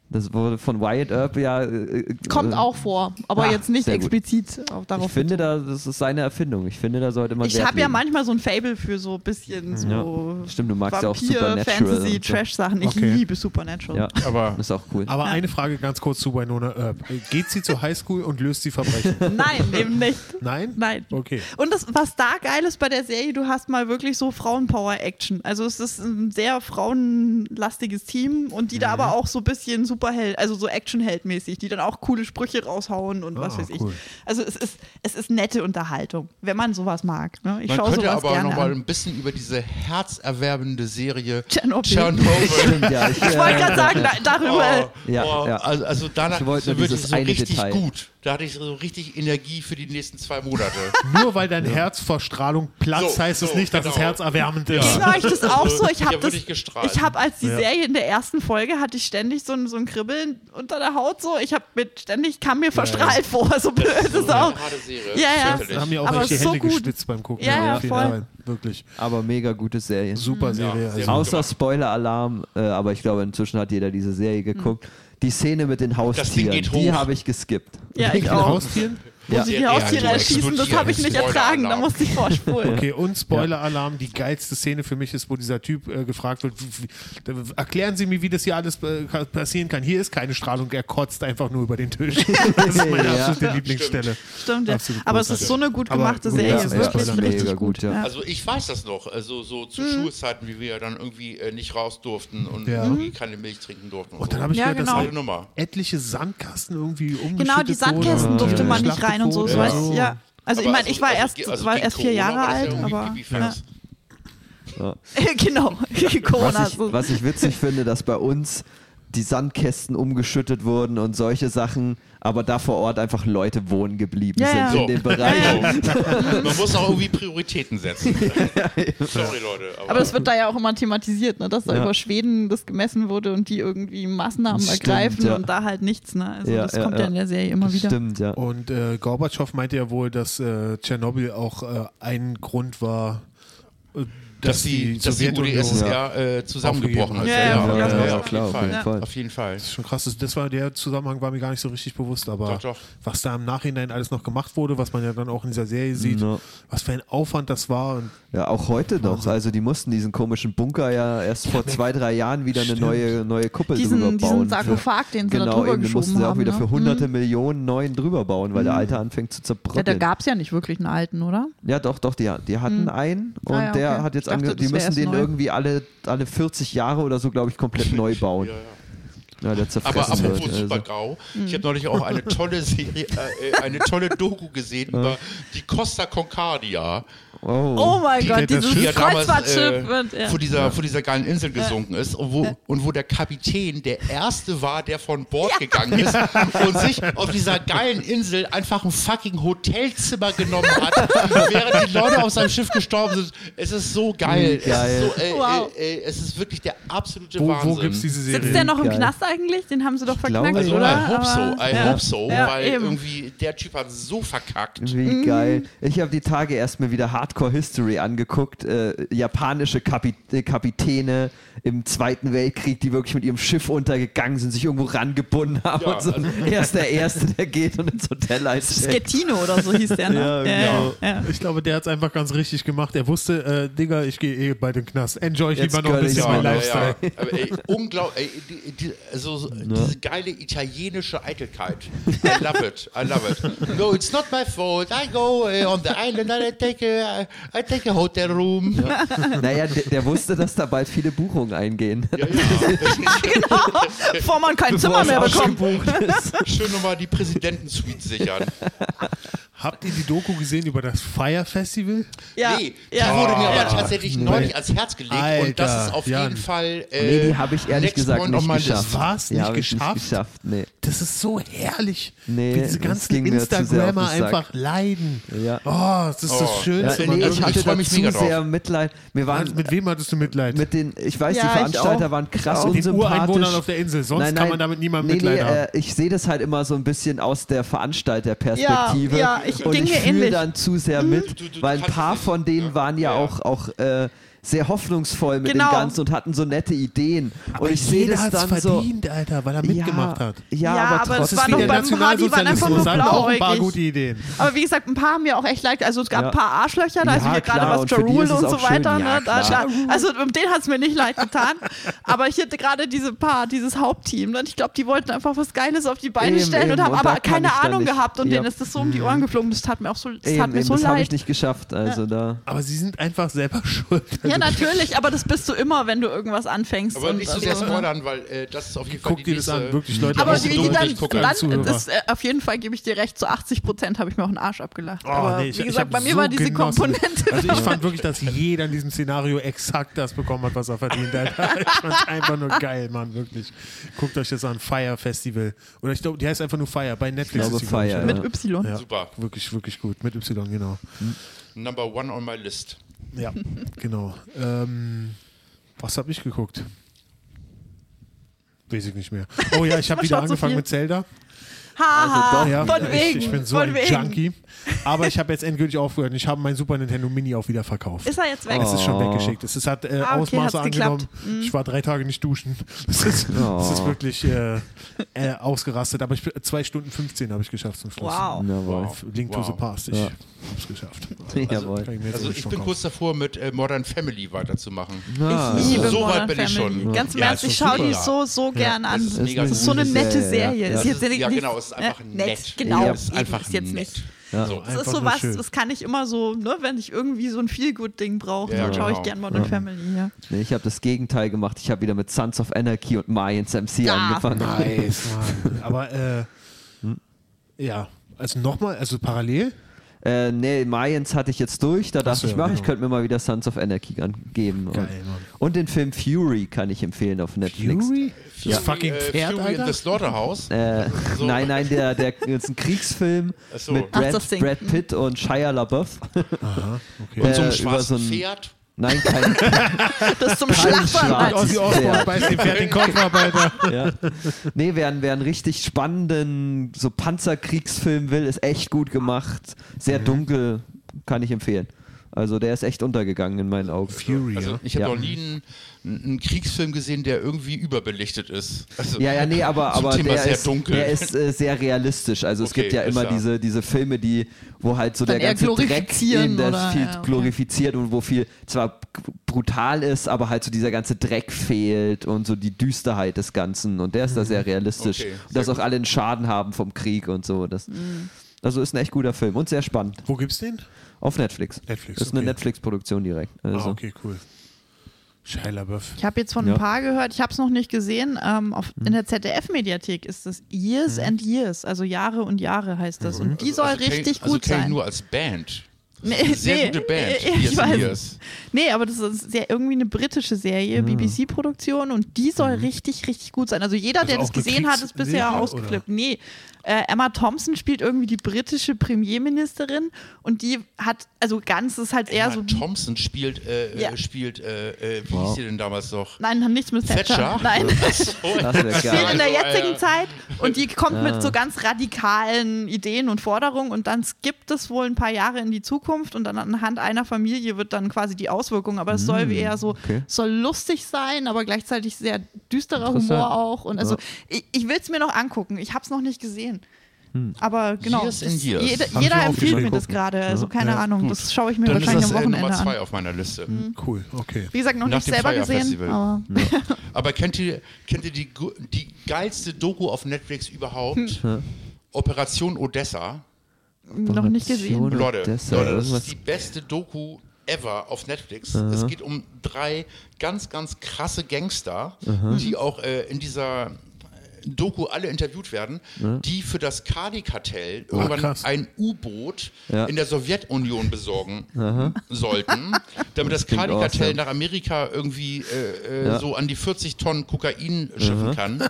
S2: Das wurde von Wyatt Earp ja. äh,
S3: Kommt
S2: äh,
S3: auch vor, aber
S2: Ah,
S3: jetzt nicht
S2: sehr gut.
S3: explizit auch darauf
S2: Ich finde, da, das ist seine Erfindung. Ich finde, da sollte man.
S3: Ich
S2: Wert
S3: habe ja
S2: legen.
S3: manchmal so ein Fable für so ein bisschen so
S2: Ja. Stimmt, du magst ja auch
S3: Vampir,
S2: Supernatural
S3: Fantasy,
S2: und so.
S3: Trash-Sachen. Ich
S1: Okay.
S3: liebe Supernatural.
S2: Ja,
S4: Aber
S2: ist auch cool.
S1: Aber eine Frage ganz kurz zu Winona Earp. Äh, Geht sie zur Highschool und löst die Verbrechen?
S3: Nein, eben nicht.
S1: Nein?
S3: Nein.
S1: Okay.
S3: Und das, was da geil ist bei der Serie, du hast mal wirklich so Frauenpower-Action. Also es ist ein sehr frauenlastiges Team und die da aber auch so ein bisschen Superheld, also so Actionheld-mäßig, die dann auch coole Sprüche raushauen und was
S1: Ah,
S3: weiß ich.
S1: cool.
S3: Also es ist, es ist nette Unterhaltung, wenn man sowas mag. Ne? Ich
S4: man
S3: schaue
S4: könnte
S3: sowas
S4: aber
S3: gerne
S4: nochmal
S3: an.
S4: ein bisschen über diese herzerwärmende Serie
S3: Tschernobyl.
S4: Tschernobyl.
S2: Stimmt, ja. Ich, äh,
S3: Ich wollte gerade sagen, da, darüber...
S4: Oh,
S2: Ja,
S4: oh,
S2: ja.
S4: Also, also danach
S2: Ich wollte
S4: so
S2: nur
S4: wirklich
S2: dieses
S4: so
S2: eine
S4: richtig
S2: Detail.
S4: gut. Da hatte ich so richtig Energie für die nächsten zwei Monate.
S1: Nur weil dein Herz vor Strahlung platzt,
S4: So,
S1: heißt es
S4: so,
S1: nicht, dass
S4: genau.
S1: es herzerwärmend
S3: Ging
S1: ist.
S3: bei euch das auch so? Genau, Ich
S4: Ich
S3: habe
S4: hab
S3: das.
S4: wirklich gestrahlt.
S3: Ich habe, als die Serie in der ersten Folge hatte, ich ständig so ein, so ein Kribbeln unter der Haut. So, ich habe mit ständig kam mir verstrahlt vor. So blöd ist es auch.
S4: Gerade Serie.
S3: Ja, ja.
S4: Fürchterlich.
S1: Da haben mir auch
S3: Aber
S1: echt die
S3: es ist so
S1: Hände
S3: gut.
S1: geschwitzt beim Gucken.
S3: Ja, ja,
S1: auf jeden
S3: voll.
S1: Fall. Wirklich.
S2: aber mega gute Serie.
S1: Super Serie.
S4: Hm. Ja, Genau. sehr
S1: also.
S4: gut.
S2: Außer Spoiler-Alarm, äh, aber ich glaube, inzwischen hat jeder diese Serie geguckt. Die Szene mit den Haustieren,
S4: Hm. geht
S2: die
S4: hoch.
S2: habe ich geskippt.
S3: Ja, ich
S1: Mit
S3: auch.
S1: Haustieren?
S3: Wo
S2: Ja.
S3: sie die Haustiere
S4: Ja, die
S3: erschießen, das habe ich nicht
S4: explodieren.
S3: ertragen. Da musste ich vorspulen.
S1: Okay, und Spoiler-Alarm, die geilste Szene für mich ist, wo dieser Typ äh, gefragt wird, w- w- erklären Sie mir, wie das hier alles äh, ka- passieren kann. Hier ist keine Strahlung, er kotzt einfach nur über den Tisch. Das ist meine
S2: Ja.
S1: absolute Lieblingsstelle.
S3: Stimmt, ja.
S1: Absolut
S3: Aber es ist
S1: großartig.
S3: so eine gut
S1: Aber
S3: gemachte
S1: gut,
S3: Serie.
S1: das ist
S3: wirklich
S1: Spoiler,
S3: richtig
S2: mega gut,
S3: gut.
S2: ja.
S4: Also ich weiß das noch, also so
S3: Mhm.
S4: zu Schulzeiten, wie wir ja dann irgendwie äh, nicht raus durften und
S1: Ja.
S4: irgendwie keine Milch trinken durften. Und,
S1: Und
S4: so.
S1: dann habe ich
S3: Ja,
S1: gehört, dass
S3: genau.
S1: halt
S4: Eine Nummer.
S1: etliche Sandkasten irgendwie umgeschüttet
S3: Genau, die Sandkästen
S1: wurden.
S3: durfte
S1: Ja.
S3: man nicht rein und so.
S1: Geschlachtet
S3: Ja.
S1: wurden.
S3: Weiß, ja. Also ich
S4: Aber
S3: meine, ich war
S4: also
S3: erst,
S4: ge- also
S3: war
S4: gegen
S3: erst vier
S4: Corona
S3: Jahre
S4: war das ja
S3: alt,
S4: irgendwie
S3: aber
S4: pipifax.
S3: genau, Corona.
S2: Was ich,
S3: so.
S2: was ich witzig finde, dass bei uns die Sandkästen umgeschüttet wurden und solche Sachen, aber da vor Ort einfach Leute wohnen geblieben
S3: Ja,
S2: sind
S3: ja.
S2: in
S4: So.
S2: dem Bereich.
S4: Genau. Man muss auch irgendwie Prioritäten setzen. Sorry, Leute.
S3: Aber das wird da ja auch immer thematisiert, ne? dass da
S2: Ja.
S3: über Schweden das gemessen wurde und die irgendwie Maßnahmen
S2: Stimmt,
S3: ergreifen
S2: ja.
S3: und da halt nichts. Ne? Also
S2: Ja,
S3: das
S2: ja,
S3: kommt ja.
S2: ja.
S3: in der Serie immer wieder.
S2: Stimmt, ja.
S1: Und äh, Gorbatschow meinte ja wohl, dass äh, Tschernobyl auch äh, ein Grund war, äh,
S4: dass, die, dass die
S1: Sowjetunion-
S4: UdSSR äh, zusammengebrochen hat.
S1: Aufgegeben
S3: hat. Ja, ja, ja, ja,
S4: auf
S2: klar,
S4: jeden
S2: auf jeden
S4: Fall.
S2: Fall.
S4: Auf jeden Fall.
S1: Das ist schon krass. Das- Das war der Zusammenhang war mir gar nicht so richtig bewusst, aber
S4: Doch, doch.
S1: was da im Nachhinein alles noch gemacht wurde, was man ja dann auch in dieser Serie sieht,
S2: Ja.
S1: was für ein Aufwand das war. Und
S2: Ja, auch heute noch. Also die mussten diesen komischen Bunker ja erst vor zwei, drei Jahren wieder eine neue, neue Kuppel drüber
S3: Diesen,
S2: bauen.
S3: diesen Sarkophag, den sie da
S2: genau,
S3: drüber
S2: eben, den mussten
S3: geschoben
S2: sie auch
S3: haben.
S2: wieder
S3: ne? Mhm.
S2: für hunderte Millionen neuen drüber bauen, weil der alte anfängt zu
S3: ja, da
S2: zerbröckeln.
S3: gab es ja nicht wirklich einen alten, oder?
S2: Ja, doch, doch, die, die hatten einen und
S3: Ah ja,
S2: der
S3: okay.
S2: hat jetzt
S3: Ich dachte,
S2: ange die
S3: das wär
S2: müssen
S3: erst
S2: den
S3: neu.
S2: irgendwie alle, alle 40 Jahre oder so, glaube ich, komplett neu bauen. Ja, der
S4: Aber
S2: zerfressen
S4: apropos
S2: wird. Also.
S4: Supergau, ich habe neulich auch eine tolle Serie, äh, äh, eine tolle Doku gesehen über die Costa Concordia.
S3: Oh mein Gott,
S1: das
S4: die ja
S3: dieses
S4: damals
S3: Kreuzfahrtschiff.
S4: äh,
S3: wird- ja.
S4: vor, dieser, vor dieser geilen Insel gesunken ist und wo, und wo der Kapitän der Erste war, der von Bord gegangen ist und sich auf dieser geilen Insel einfach ein fucking Hotelzimmer genommen hat, während die Leute auf seinem Schiff gestorben sind. Es ist so geil.
S2: Wie geil.
S4: Es, ist so, äh,
S3: Wow.
S4: äh, äh, es ist wirklich der absolute
S1: Hm, wo
S4: Wahnsinn.
S1: wo gibt es diese Serie?
S3: Sitzt der noch im
S2: Geil.
S3: Knast eigentlich? Den haben sie doch
S2: glaube,
S3: verknackt,
S2: ja.
S4: also,
S3: oder?
S4: I hope so,
S3: Aber-
S4: I
S3: ja.
S4: hope so,
S3: Ja,
S4: weil
S3: eben.
S4: irgendwie der Typ hat so verkackt.
S3: Mhm.
S2: Wie geil. Ich habe die Tage erst mal wieder Hardcore History angeguckt. Äh, japanische Kapi äh, Kapitäne im Zweiten Weltkrieg, die wirklich mit ihrem Schiff untergegangen sind, sich irgendwo rangebunden haben.
S4: Ja,
S2: und so.
S4: also-
S2: er ist der Erste, der geht und ins Hotel einsteigt.
S3: Schettino oder so hieß der, ne?
S2: Ja, genau.
S3: ja, ja.
S1: Also, Ich glaube, der hat es einfach ganz richtig gemacht. Er wusste, äh, Digga, ich gehe eh bei den Knast. Enjoy ich
S2: Jetzt
S1: lieber noch ein
S2: gönn ich's
S1: bisschen
S2: mir
S1: mein
S2: noch,
S1: Lifestyle.
S4: Ja, ja. Aber ey, unglaublich, ey, die, die, also, so- diese geile italienische Eitelkeit. I love it, I love it. No, it's not my fault. I go äh, on the island and I take a, I take a hotel room. Ja,
S2: Naja, der, der wusste, dass da bald viele Buchungen eingehen.
S4: ja, ja.
S3: Bevor man kein Zimmer
S2: Was
S3: mehr bekommt.
S2: ausgebucht ist.
S4: Schön nochmal die Präsidentensuite sichern.
S1: Habt ihr die Doku gesehen über das Fire Festival?
S3: Ja.
S4: Nee, die
S3: ja.
S4: wurde mir aber tatsächlich neulich ans Herz gelegt und das
S1: Alter,
S4: ist auf
S1: Jan.
S4: jeden Fall. Äh,
S2: Nee, die habe ich ehrlich
S4: next
S2: gesagt
S4: point on
S2: nicht
S4: my list.
S2: geschafft.
S1: Was?
S2: Die
S1: Nicht
S2: habe ich
S1: geschafft?
S2: Nicht geschafft? Nee.
S1: Das ist so herrlich,
S2: Nee,
S1: wie diese
S2: das
S1: ganzen
S2: ging mir zu sehr auf den
S1: Instagrammer
S2: Sack.
S1: einfach leiden.
S2: Ja.
S1: Oh, das ist
S4: Oh.
S1: das
S2: Ja,
S1: Schönste.
S4: Also
S1: man
S2: nee, ich
S1: irgendwie-
S4: ich
S2: hatte
S4: freu
S2: da
S4: mich
S2: zu
S4: mega drauf.
S2: sehr Mitleid. Wir waren
S1: Also mit wem hattest du Mitleid?
S2: mit den, ich weiß,
S3: Ja,
S2: die
S3: ich
S2: Veranstalter
S3: auch.
S2: waren krass
S1: Auch den
S2: unsympathisch.
S1: Ureinwohnern auf der Insel. Sonst kann man damit niemandem
S2: nee,
S1: Mitleid
S2: nee,
S1: haben.
S2: Äh, ich sehe das halt immer so ein bisschen aus der Veranstalterperspektive.
S3: Ja, ja, ich-
S2: und
S3: ging
S2: ich
S3: mir
S2: fühle
S3: ähnlich. Mhm.
S2: dann zu sehr mit,
S4: Du- du- du
S2: weil ein
S4: kannst
S2: paar
S4: es nicht.
S2: von denen
S4: Ja.
S2: waren ja,
S4: Ja.
S2: auch, auch äh, sehr hoffnungsvoll mit
S3: Genau.
S2: dem Ganzen und hatten so nette Ideen.
S1: Aber
S2: und ich sehe
S1: jeder
S2: das
S1: hat's
S2: dann
S1: verdient, Alter, weil er
S2: so.
S1: mitgemacht
S2: ja,
S1: hat.
S2: Ja,
S3: Ja,
S2: aber
S3: aber es
S1: Das
S2: trotzdem.
S1: ist
S3: war
S1: wie
S3: doch
S1: der
S3: beim Hardy, waren einfach nur
S1: Nationalsozialismus. Da hatten auch ein paar
S3: blauäugig.
S1: gute Ideen.
S3: Aber wie gesagt, ein paar haben mir auch echt leid. Also es gab
S2: Ja.
S3: ein paar Arschlöcher, da ist
S2: Ja,
S3: mir gerade
S2: klar,
S3: was
S2: und
S3: Ja
S2: für die
S3: Rule
S2: ist es
S3: und
S2: auch
S3: so
S2: schön.
S3: weja.
S2: Ja,
S3: ne? da,
S2: klar.
S3: da, also um den hat es mir nicht leid getan. aber ich hätte gerade diese paar, dieses Hauptteam, ne? und ich glaube, die wollten einfach was Geiles auf die Beine
S2: Eben,
S3: stellen
S2: eben,
S3: und haben
S2: und da
S3: aber
S2: kann ich
S3: keine
S2: dann
S3: Ahnung
S2: nicht.
S3: gehabt und
S2: Ja. Mhm.
S3: denen ist das so um die Ohren geflogen. Das tat mir auch so, das
S2: Eben,
S3: tat mir
S2: eben,
S3: so
S2: das habe
S3: leid.
S2: ich nicht geschafft. Also da.
S1: Aber sie sind einfach selber schuld. Also,
S2: also
S3: Ja, natürlich, aber das bist du immer, wenn du irgendwas anfängst.
S4: Aber
S3: und-
S4: nicht zu
S3: und
S4: sehr
S3: so. ne?
S4: spoilern, weil äh, das ist auf jeden Fall
S1: Guck dir das
S4: nächste-
S1: an, wirklich, Leute.
S3: Aber
S1: auch
S4: nächste
S3: die,
S1: Doku,
S3: die
S4: Doku,
S3: dann,
S4: ich gucke.
S3: dann
S1: Zuhörer.
S3: das, äh, auf jeden Fall gebe ich dir recht, zu 80 Prozent habe ich mir auch einen Arsch abgelacht.
S1: Oh,
S3: aber
S1: nee, ich-
S3: wie
S1: ich
S3: gesagt,
S1: hab
S3: bei mir
S1: so
S3: war diese
S1: genossen.
S3: Komponente.
S1: Also ich fand wirklich, dass jeder in diesem Szenario exakt das bekommen hat, was er verdient hat. Ich fand's einfach nur geil, Mann, wirklich. Guckt euch das an, Fire Festival. Oder ich glaube, die heißt einfach nur Fire. Bei Netflix
S2: Ich glaube,
S1: ist die glaub
S2: Fire,
S1: oder?
S2: ja.
S3: mit Y.
S1: Ja,
S4: Super.
S1: Wirklich, wirklich gut. Mit Y, genau.
S4: Number one on my list.
S1: Ja, genau. Ähm, was habe ich geguckt? Weiß ich nicht mehr. Oh ja, ich habe
S3: Man
S1: wieder
S3: schaut so
S1: angefangen
S3: viel.
S1: mit Zelda.
S3: Haha,
S2: Also doch,
S1: Ja,
S3: von wegen.
S1: ich, ich bin so
S3: von
S1: ein
S3: wegen.
S1: Junkie. Aber ich habe jetzt endgültig aufgehört. und Ich habe meinen Super Nintendo Mini auch wieder verkauft.
S3: Ist er jetzt weg?
S1: Es ist
S4: Oh.
S1: schon weggeschickt. Es ist, hat äh,
S3: Ah, okay,
S1: Ausmaße
S3: hat's
S1: angenommen.
S3: geklappt. Mhm.
S1: Ich war drei Tage nicht duschen. Es ist, es
S4: Oh.
S1: ist wirklich äh, äh, ausgerastet. Aber ich, bin- zwei Stunden 15 habe ich geschafft zum Schluss.
S3: Wow.
S2: Jawohl.
S1: Auf Link to
S4: Wow.
S1: the Past. Ich
S2: Ja.
S1: hab's geschafft.
S2: Jawohl.
S1: Kann ich mir jetzt
S4: Also
S1: auch nicht
S4: ich bin
S1: verkaufen.
S4: kurz davor, mit äh, Modern Family weiterzumachen.
S2: Ah,
S3: Ich liebe
S4: So weit
S3: Modern
S4: bin ich
S3: Family.
S4: schon.
S3: Ganz im
S4: Ja,
S3: Ernst,
S4: ist
S3: ich
S4: doch
S3: schaue die
S4: super.
S3: so, so gern an.
S4: das
S3: Das
S4: ist
S3: ist,
S4: mega
S3: so eine
S2: süß.
S3: nette
S2: Ja, ja,
S3: Serie.
S2: ja.
S3: Ist jetzt nicht,
S4: ja, genau,
S3: nicht-
S4: es ist einfach
S3: äh,
S4: nett.
S3: Genau,
S2: Ja,
S4: Es ist
S3: eben,
S4: einfach
S3: ist jetzt
S4: nett.
S3: nicht.
S4: So.
S3: Das ist
S1: Einfach
S3: so
S1: nur
S3: was,
S1: schön.
S3: das kann ich immer so, ne, wenn ich irgendwie so ein Feel-Good-Ding brauche,
S4: Ja,
S3: dann schaue ich
S4: genau.
S3: gern Modern Family. Ja.
S2: Nee, ich habe das Gegenteil gemacht. Ich habe wieder mit Sons of Anarchy und Mayans MC
S3: Ah,
S2: angefangen.
S1: Nice, Mann. Aber äh, ja, also nochmal, also parallel.
S2: Äh, nee, Mayans hatte ich jetzt durch. Da dachte
S1: so,
S2: ich,
S1: ja,
S2: mach,
S1: genau.
S2: ich könnte mir mal wieder Sons of Anarchy angeben. Und,
S1: Geil, Mann.
S2: und den Film Fury kann ich empfehlen auf Netflix.
S1: Das fucking
S4: äh,
S1: Pferd,
S4: Fury in
S1: Alter.
S4: the Slaughterhouse.
S2: Äh,
S4: So.
S2: Nein, nein, der, der ist ein Kriegsfilm
S4: Ach so.
S2: mit
S4: Ach,
S2: Brad,
S3: das Ding.
S2: Brad Pitt und Shia LaBeouf.
S4: Und so
S2: äh,
S4: ein
S2: über
S4: schwarzes
S2: so ein-
S4: Pferd.
S2: Nein, kein
S3: Das zum Schlachtern.
S1: Und
S2: Schwarz.
S3: Alter.
S1: Ozzy Osbourne
S2: Ja.
S1: beißt dem Pferd den Kopf ab, Alter.
S2: ja. Nee, wer, einen- wer einen richtig spannenden so Panzerkriegsfilm will, ist echt gut gemacht. Sehr dunkel, kann ich empfehlen. Also der ist echt untergegangen in meinen Augen.
S1: Fury,
S4: Also
S1: ja.
S4: ich habe
S2: Ja.
S4: noch nie einen, einen Kriegsfilm gesehen, der irgendwie überbelichtet ist. Also,
S2: Ja, ja, nee, aber,
S4: zum
S2: aber
S4: Thema
S2: der,
S4: sehr
S2: ist,
S4: dunkel. Also
S2: der ist äh, sehr realistisch. Also es
S4: Okay,
S2: gibt ja
S4: ist
S2: immer
S4: klar.
S2: diese, diese Filme, die, wo halt so
S3: Dann
S2: der
S3: eher
S2: ganze Dreck
S3: glorifizieren
S2: eben, der
S3: oder-
S2: viel
S3: ja, okay.
S2: glorifiziert und wo viel zwar g- brutal ist, aber halt so dieser ganze Dreck fehlt und so die Düsterheit des Ganzen. Und der ist da
S3: Mhm.
S2: sehr realistisch.
S4: Okay,
S2: und dass auch alle einen Schaden haben vom Krieg und so. Das,
S3: Mhm.
S2: Also ist ein echt guter Film und sehr spannend.
S1: Wo gibt's den?
S2: Auf Netflix.
S1: Netflix,
S2: Das ist eine
S1: okay.
S2: Netflix-Produktion direkt. Also.
S1: Ah, okay, cool. Shia LaBeouf.
S3: Ich habe jetzt von
S2: Ja.
S3: ein paar gehört, ich habe es noch nicht gesehen. Ähm, auf, In
S1: Hm.
S3: der ZDF-Mediathek ist das Years and Years, also Jahre und Jahre heißt
S1: Mhm.
S3: das. Und die soll
S4: also kenn-
S3: richtig
S4: also
S3: gut
S4: kenn ich
S3: sein.
S4: nur als Band. Das ist
S3: Nee,
S4: eine sehr
S3: nee,
S4: gute Band.
S3: ich
S4: Years and
S3: weiß.
S4: Years.
S3: Nee, aber das ist sehr, irgendwie eine britische Serie,
S4: Hm.
S3: BBC-Produktion und die soll
S4: Mhm.
S3: richtig, richtig gut sein. Also jeder,
S1: Also
S3: der
S1: auch
S3: das
S1: eine
S3: gesehen hat, ist bisher
S1: Kriegsserie,
S3: ausgeflippt. Nee, äh, Emma Thompson spielt irgendwie die britische Premierministerin und die hat, also ganz ist halt eher
S4: Emma
S3: so.
S4: Thompson spielt, äh,
S3: Ja.
S4: äh, spielt äh, äh, wie
S2: Wow.
S4: hieß sie denn damals noch?
S3: Nein, haben nichts mit Thatcher.
S4: Thatcher?
S3: Nein.
S2: Das wär
S4: Spielt
S2: geil.
S3: Spielt in der
S4: Also, äh,
S3: jetzigen Zeit und die kommt mit so ganz radikalen Ideen und Forderungen und dann skippt es wohl ein paar Jahre in die Zukunft und dann anhand einer Familie wird dann quasi die Auswirkung. Aber es soll eher so,
S2: okay.
S3: soll lustig sein, aber gleichzeitig sehr düsterer
S2: Interessant.
S3: Humor auch. Und also
S2: Ja.
S3: ich, ich will es mir noch angucken. Ich habe es noch nicht gesehen. Aber genau,
S4: Years
S3: das-
S4: and years.
S3: jeder,
S1: ich
S3: jeder
S1: auch
S3: empfiehlt
S1: gesehen.
S3: mir das gerade. Also keine
S1: Ja,
S3: Ahnung, das schaue ich mir
S4: Dann ist
S3: wahrscheinlich
S4: das
S3: am
S4: äh,
S3: Wochenende
S4: Nummer zwei
S3: an. Mhm.
S4: auf meiner Liste.
S1: Cool, okay.
S3: Wie gesagt, noch
S4: Nach
S3: nicht
S4: dem
S3: selber gesehen.
S4: Feierfestival.
S3: Aber
S4: Aber kennt ihr, kennt ihr die, gu- die geilste Doku auf Netflix
S2: Hm.
S4: überhaupt? Operation Odessa.
S3: noch nicht gesehen.
S2: Operation
S4: Leute,
S2: Odessa,
S4: Leute, das
S2: irgendwas-
S4: ist die beste Doku ever auf Netflix. Es geht um drei ganz, ganz krasse Gangster, die auch äh, in dieser Doku alle interviewt werden, die für das Kadi-Kartell irgendwann
S1: krass.
S4: ein U-Boot
S2: Oh, Ja.
S4: in der Sowjetunion besorgen sollten, damit das
S2: Klingt
S4: Kadi-Kartell
S2: awesome.
S4: nach Amerika irgendwie äh, äh,
S2: Ja.
S4: so an die 40 Tonnen Kokain schiffen kann.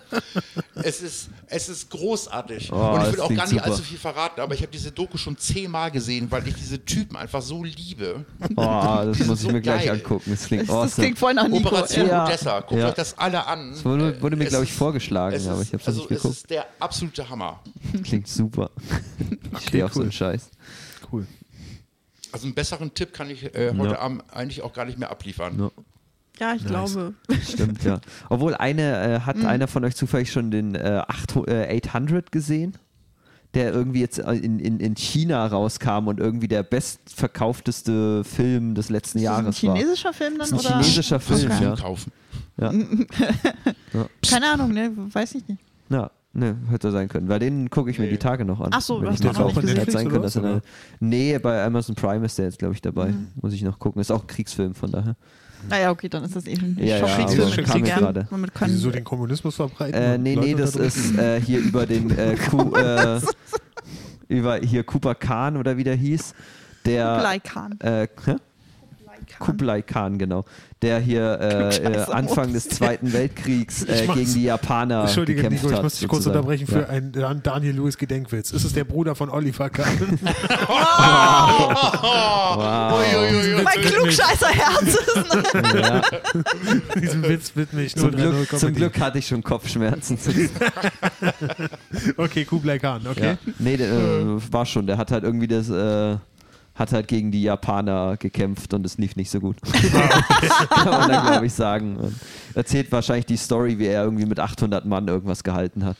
S4: Es ist, es ist großartig.
S2: Oh,
S4: und ich
S2: das
S4: will auch
S2: klingt
S4: gar nicht
S2: super.
S4: allzu viel verraten, aber ich habe diese Doku schon zehnmal gesehen, weil ich diese Typen einfach so liebe.
S2: Oh, das
S4: sind
S2: muss ich
S4: so
S2: mir gleich
S4: geil.
S2: angucken. Das klingt
S3: Das,
S2: awesome.
S3: das klingt voll nach Nico.
S4: Operation
S2: ja.
S4: Odessa, guckt
S2: Ja.
S4: euch das alle an.
S2: Das wurde, wurde mir,
S4: Es
S2: glaube ich,
S4: ist-
S2: vorgeschlagen, aber ich
S4: es ist-
S2: habe Äh, es
S4: also
S2: nicht
S4: Es
S2: geguckt.
S4: ist der absolute Hammer.
S2: Klingt super. Ich stehe auf so
S1: cool.
S2: einen Scheiß.
S1: Cool.
S4: Also einen besseren Tipp kann ich äh, heute Abend eigentlich auch gar nicht mehr abliefern.
S2: Ja.
S3: Ja, ich glaube.
S2: Stimmt, ja. Obwohl, eine, äh, hat einer von euch zufällig schon den äh, 800, äh, 800 gesehen? Der irgendwie jetzt äh, in, in, in China rauskam und irgendwie der bestverkaufteste Film des letzten Jahres
S3: ist das ein
S2: war.
S3: chinesischer Film dann?
S2: Das ist ein
S3: oder?
S2: chinesischer Film,
S4: Film
S2: ja.
S4: kaufen.
S2: Mhm.
S3: Keine Ahnung, ne? Weiß ich nicht.
S2: Ja, ne, hätte sein können. Weil den gucke ich mir die Tage noch an.
S3: Ach so,
S2: Wenn
S3: hast
S2: ich
S3: du
S2: den
S3: noch nicht
S2: kaufe.
S3: gesehen.
S2: Hätte sein können,
S1: Netflix
S2: dass
S1: oder
S2: er eine, Nee, bei Amazon Prime ist der jetzt, glaube ich, dabei. Muss ich noch gucken. Ist auch ein Kriegsfilm, von daher.
S3: Naja, okay, dann ist das eh schon.
S2: Ja, ja,
S3: Schock-
S1: aber
S3: Kriegsfilme
S1: kam
S3: kann
S1: mir
S3: gern.
S2: gerade.
S3: Damit
S1: Wie
S3: können
S1: sie so den Kommunismus verbreiten.
S2: Äh,
S1: und
S2: nee, nee,
S1: Leute
S2: das
S1: unterdrücken.
S2: ist äh, hier über den äh,
S1: Oh
S2: Ku, äh, über hier Cooper Khan oder wie der hieß. Der
S3: Kublai Khan.
S2: Äh, hä?
S3: Oh
S2: Kublai Khan, genau. Der hier äh, äh,
S3: Scheiße,
S2: Anfang
S3: Moritz.
S2: des Zweiten Weltkriegs äh,
S1: Ich mach's.
S2: gegen die Japaner
S1: Entschuldige,
S2: gekämpft
S1: Nico, ich
S2: hat.
S1: muss dich kurz
S2: sozusagen.
S1: unterbrechen für einen Dan- Daniel Lewis Gedenkwitz. Ist es der Bruder von Oliver Kahn?
S3: Mein klugscheißer Herz ist.
S1: Diesen Witz widme ich nur 3-0
S2: Zum Glück,
S1: Comedy.
S2: zum Glück hatte ich schon Kopfschmerzen.
S1: Okay, Kublai Khan, okay.
S2: ja. Nee, der, äh, war schon. Der hat halt irgendwie das, äh, hat halt gegen die Japaner gekämpft und es lief nicht so gut.
S1: Ah,
S2: Kann man da, glaube ich, sagen. Und erzählt wahrscheinlich die Story, wie er irgendwie mit 800 Mann irgendwas gehalten hat.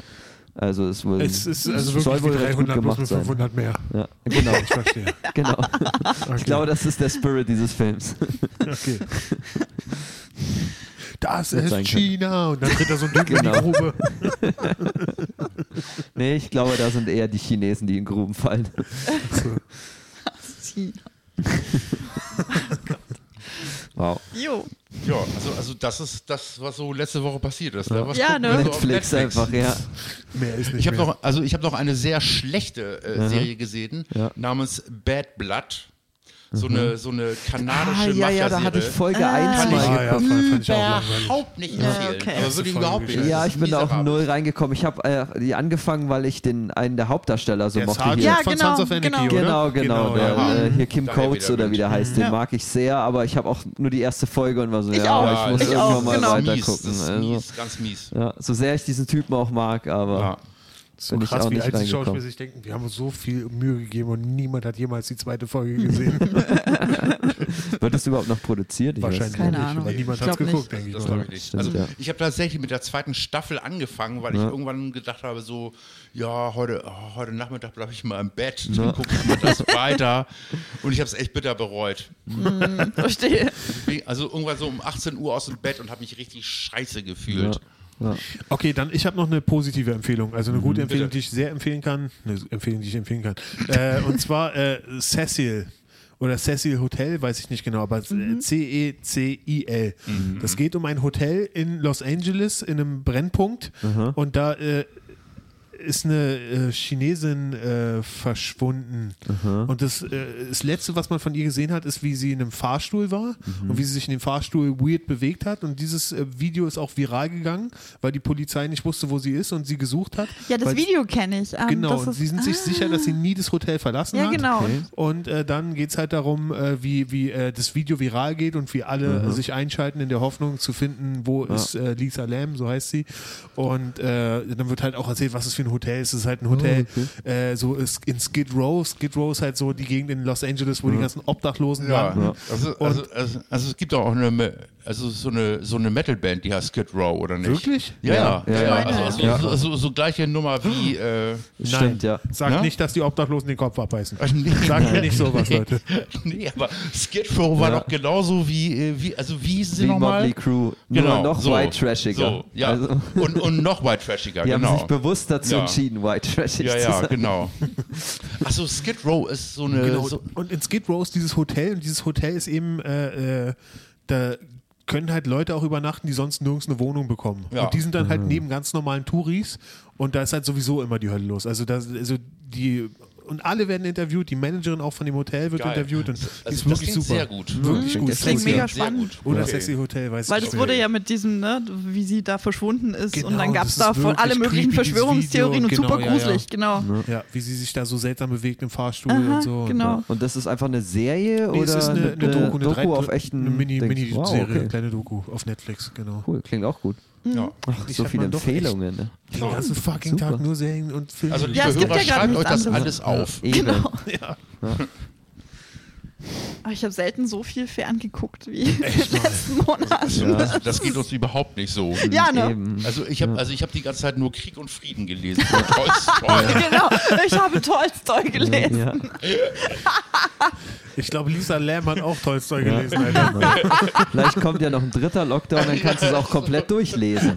S2: Also es, wohl,
S1: Es ist also
S2: soll
S1: wirklich
S2: wohl
S1: wie
S2: recht gut
S1: 300 plus
S2: gemacht
S1: mit
S2: sein.
S1: 500 mehr.
S2: Ja, genau,
S1: Ich verstehe.
S2: genau.
S1: Okay.
S2: Ich glaube, das ist der Spirit dieses Films.
S1: okay. Das
S2: Wird sein
S1: ist
S2: können.
S1: China und dann tritt da so ein Typ
S2: Genau.
S1: in die Grube.
S2: Nee, ich glaube, da sind eher die Chinesen, die in Gruben fallen. Wow.
S3: Jo.
S4: Ja, also, also das ist das, was so letzte Woche passiert ist. Ne? Was
S3: Ja,
S4: gucken
S3: ne?
S4: wir so auf
S2: Netflix, einfach, ja.
S1: Mehr ist nicht
S4: Ich habe
S1: mehr.
S4: noch, also ich hab noch eine sehr schlechte äh, Serie gesehen,
S2: Ja. Mhm.
S4: namens Bad Blood. So eine, so eine kanadische
S2: Ah, ja, ja, da hatte ich
S4: Mafia-Serie.
S2: Folge 1
S4: Kann
S2: mal
S4: ich-
S1: ah, ja, fand, fand ich auch langweilig.
S4: überhaupt nicht empfehlen.
S3: okay.
S4: Aber wirklich
S1: Voll
S4: überhaupt nicht.
S1: bescheuert.
S2: Ja,
S4: Das
S2: ich
S4: ist
S2: bin da auch
S4: miserabel.
S2: null reingekommen. Ich habe äh, die angefangen, weil ich den einen der Hauptdarsteller so
S1: Der
S2: mochte.
S1: Sergeant
S2: Hier.
S3: Ja,
S1: von
S3: genau,
S1: Sons of Anarchy,
S3: genau.
S1: oder?
S2: Genau, genau. der,
S1: ja.
S2: äh, hier Kim
S4: Daher
S2: Coates
S4: wieder
S2: oder wie der
S4: Mensch.
S2: heißt, den
S3: Ja.
S2: mag ich sehr, aber ich habe auch nur die erste Folge und war so,
S3: Ich
S2: ja,
S3: auch.
S2: ich muss
S3: Ja, ich
S2: irgendwann
S3: auch,
S2: mal
S3: genau.
S4: Das
S2: weiter Also, gucken.
S4: ist mies, Das ist
S2: Also,
S4: mies, ganz mies.
S2: ja, so sehr ich diesen Typen auch mag, aber
S4: Ja.
S1: So
S2: bin ich
S1: krass,
S2: auch
S1: wie
S2: nicht
S1: als die Schauspieler
S2: reingekommen.
S1: sich denken, wir haben uns so viel Mühe gegeben und niemand hat jemals die zweite Folge gesehen.
S2: Wird das überhaupt noch produziert? Ich weiß
S1: Wahrscheinlich
S3: Keine
S1: nicht,
S3: Ahnung.
S1: weil niemand
S3: Ich
S1: hat es
S3: glaub
S1: geguckt, denke ich
S4: Also, das
S1: mal.
S4: glaube ich nicht.
S2: Stimmt,
S4: also
S2: ja.
S4: ich habe tatsächlich mit der zweiten Staffel angefangen, weil ich irgendwann gedacht habe, so, ja, heute, oh, heute Nachmittag bleibe ich mal im Bett, dann gucke ich mal das weiter. Und ich habe es echt bitter bereut.
S3: Verstehe.
S4: Also irgendwann so um 18 Uhr aus dem Bett und habe mich richtig scheiße gefühlt.
S1: Okay, dann ich habe noch eine positive Empfehlung, also eine gute Empfehlung,
S4: Bitte.
S1: die ich sehr empfehlen kann. Eine Empfehlung, die ich empfehlen kann. äh, und zwar äh, Cecil oder Cecil Hotel, weiß ich nicht genau, aber äh, C-E-C-I-L. Das geht um ein Hotel in Los Angeles in einem Brennpunkt und da äh, ist eine äh, Chinesin äh, verschwunden. Und das, äh, das Letzte, was man von ihr gesehen hat, ist, wie sie in einem Fahrstuhl war und wie sie sich in dem Fahrstuhl weird bewegt hat. Und dieses äh, Video ist auch viral gegangen, weil die Polizei nicht wusste, wo sie ist und sie gesucht hat.
S3: Ja, das
S1: Weil-
S3: Video kenne ich. Ähm,
S1: Genau,
S3: das
S1: und
S3: ist-
S1: sie sind sich sicher, dass sie nie das Hotel verlassen
S3: Ah. Ja,
S1: hat.
S3: genau.
S2: Okay.
S1: Und äh, dann geht es halt darum, äh, wie, wie äh, das Video viral geht und wie alle
S4: Mhm.
S1: äh, sich einschalten in der Hoffnung zu finden, wo ist äh, Lisa Lam, so heißt sie. Und äh, dann wird halt auch erzählt, was es für ein Hotel ist. Es ist halt
S4: Oh,
S1: ein Hotel äh, so ist in Skid Row. Skid Row ist halt so die Gegend in Los Angeles, wo die ganzen Obdachlosen
S4: Ja,
S1: waren.
S4: Also, also, also, also es gibt auch eine, Me- also so eine, so eine Metalband, die heißt Skid Row, oder nicht?
S1: Wirklich?
S4: Ja, ja,
S2: Ja,
S4: ja.
S2: ja,
S4: Also,
S3: ja.
S4: also
S2: Ja.
S4: So, so, so gleiche Nummer wie. Äh,
S2: Stimmt, ja.
S1: Sag
S4: Ja?
S1: nicht, dass die Obdachlosen den Kopf abbeißen.
S4: nee.
S1: Sag mir nicht sowas, Leute.
S4: Nee, aber Skid Row war
S2: Ja.
S4: doch genauso wie, äh, wie also wie hießen sie
S2: Wie
S4: nochmal?
S2: Motley Crew.
S4: Genau,
S2: Nur noch
S4: so,
S2: white trashiger.
S4: So, ja.
S2: Also,
S4: Und, und noch white trashiger,
S2: die haben sich
S4: genau.
S2: bewusst dazu
S4: Ja.
S2: entschieden, white trashig
S4: Ja,
S2: zu
S4: ja,
S2: sein.
S4: genau. Achso, Skid Row ist so eine.
S1: Genau.
S4: Äh, So,
S1: Und in Skid Row ist dieses Hotel und dieses Hotel ist eben, äh, äh, da können halt Leute auch übernachten, die sonst nirgends eine Wohnung bekommen.
S4: Ja.
S1: Und die sind dann halt neben ganz normalen Touris und da ist halt sowieso immer die Hölle los. Also, das, also die. Und alle werden interviewt, die Managerin auch von dem Hotel wird
S4: Geil.
S1: interviewt und die ist
S4: also das
S1: wirklich
S4: klingt
S1: super.
S4: sehr gut.
S1: Wirklich gut.
S2: Das klingt
S1: Sexy.
S3: mega
S4: Sehr gut.
S1: Oder
S4: Okay.
S1: Sexy Hotel, weiß
S3: Weil
S1: ich
S3: das
S1: nicht.
S3: wurde ja mit diesem, ne, wie sie da verschwunden ist und
S1: Genau,
S3: dann gab es
S1: das
S3: da
S1: ist
S3: von alle
S1: wirklich
S3: möglichen
S1: creepy, dieses
S3: Verschwörungstheorien und
S1: Video.
S3: super
S1: Genau, ja, ja.
S3: gruselig, genau.
S1: Ja, wie sie sich da so seltsam bewegt im Fahrstuhl
S3: Aha,
S1: und so.
S3: genau.
S2: Und das ist einfach eine Serie
S1: Nee,
S2: oder
S1: es ist eine, eine Doku, eine drei-
S2: auf echten
S1: eine Mini,
S2: Dings?
S1: Mini-Serie,
S2: wow, okay.
S1: kleine Doku auf Netflix, genau.
S2: Cool, klingt auch gut.
S3: Mhm.
S4: Ja.
S2: Ach,
S1: Ich
S2: so
S1: hab
S2: viele
S1: man doch echt-
S2: Empfehlungen. Ne?
S1: Den ganzen fucking
S2: Super.
S1: Tag nur Serien und Filme.
S4: Also, liebe
S3: Ja, es gibt
S4: Hörer,
S3: ja gerade
S4: schreibt euch
S3: nichts
S4: das
S3: anderes.
S4: alles auf.
S2: Eben.
S3: Genau.
S1: Ja.
S3: Aber ich habe selten so viel ferngeguckt wie im letzten Monat.
S4: Also, das, das geht uns überhaupt nicht so.
S3: Ja, ne?
S2: Eben.
S4: Also ich habe also ich hab die ganze Zeit nur Krieg und Frieden gelesen. Von Tolstoi.
S3: genau. Ich habe Tolstoi gelesen.
S2: Ja.
S1: Ich glaube, Lisa Lam hat auch Tolstoi gelesen. Alter.
S2: Vielleicht kommt ja noch ein dritter Lockdown, dann kannst du es auch komplett durchlesen.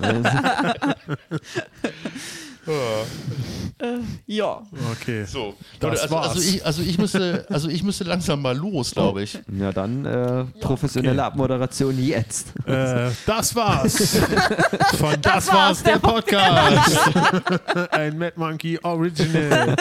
S3: Äh, ja.
S1: Okay.
S4: So.
S1: Das
S4: Leute, also,
S1: war's.
S4: Also ich, also, ich müsste, also ich müsste langsam mal los,
S3: Oh.
S4: glaube ich.
S2: Ja, dann äh, professionelle Abmoderation jetzt.
S1: Äh, das war's. Von Das, war's, der Podcast. Ein Mad Monkey Original.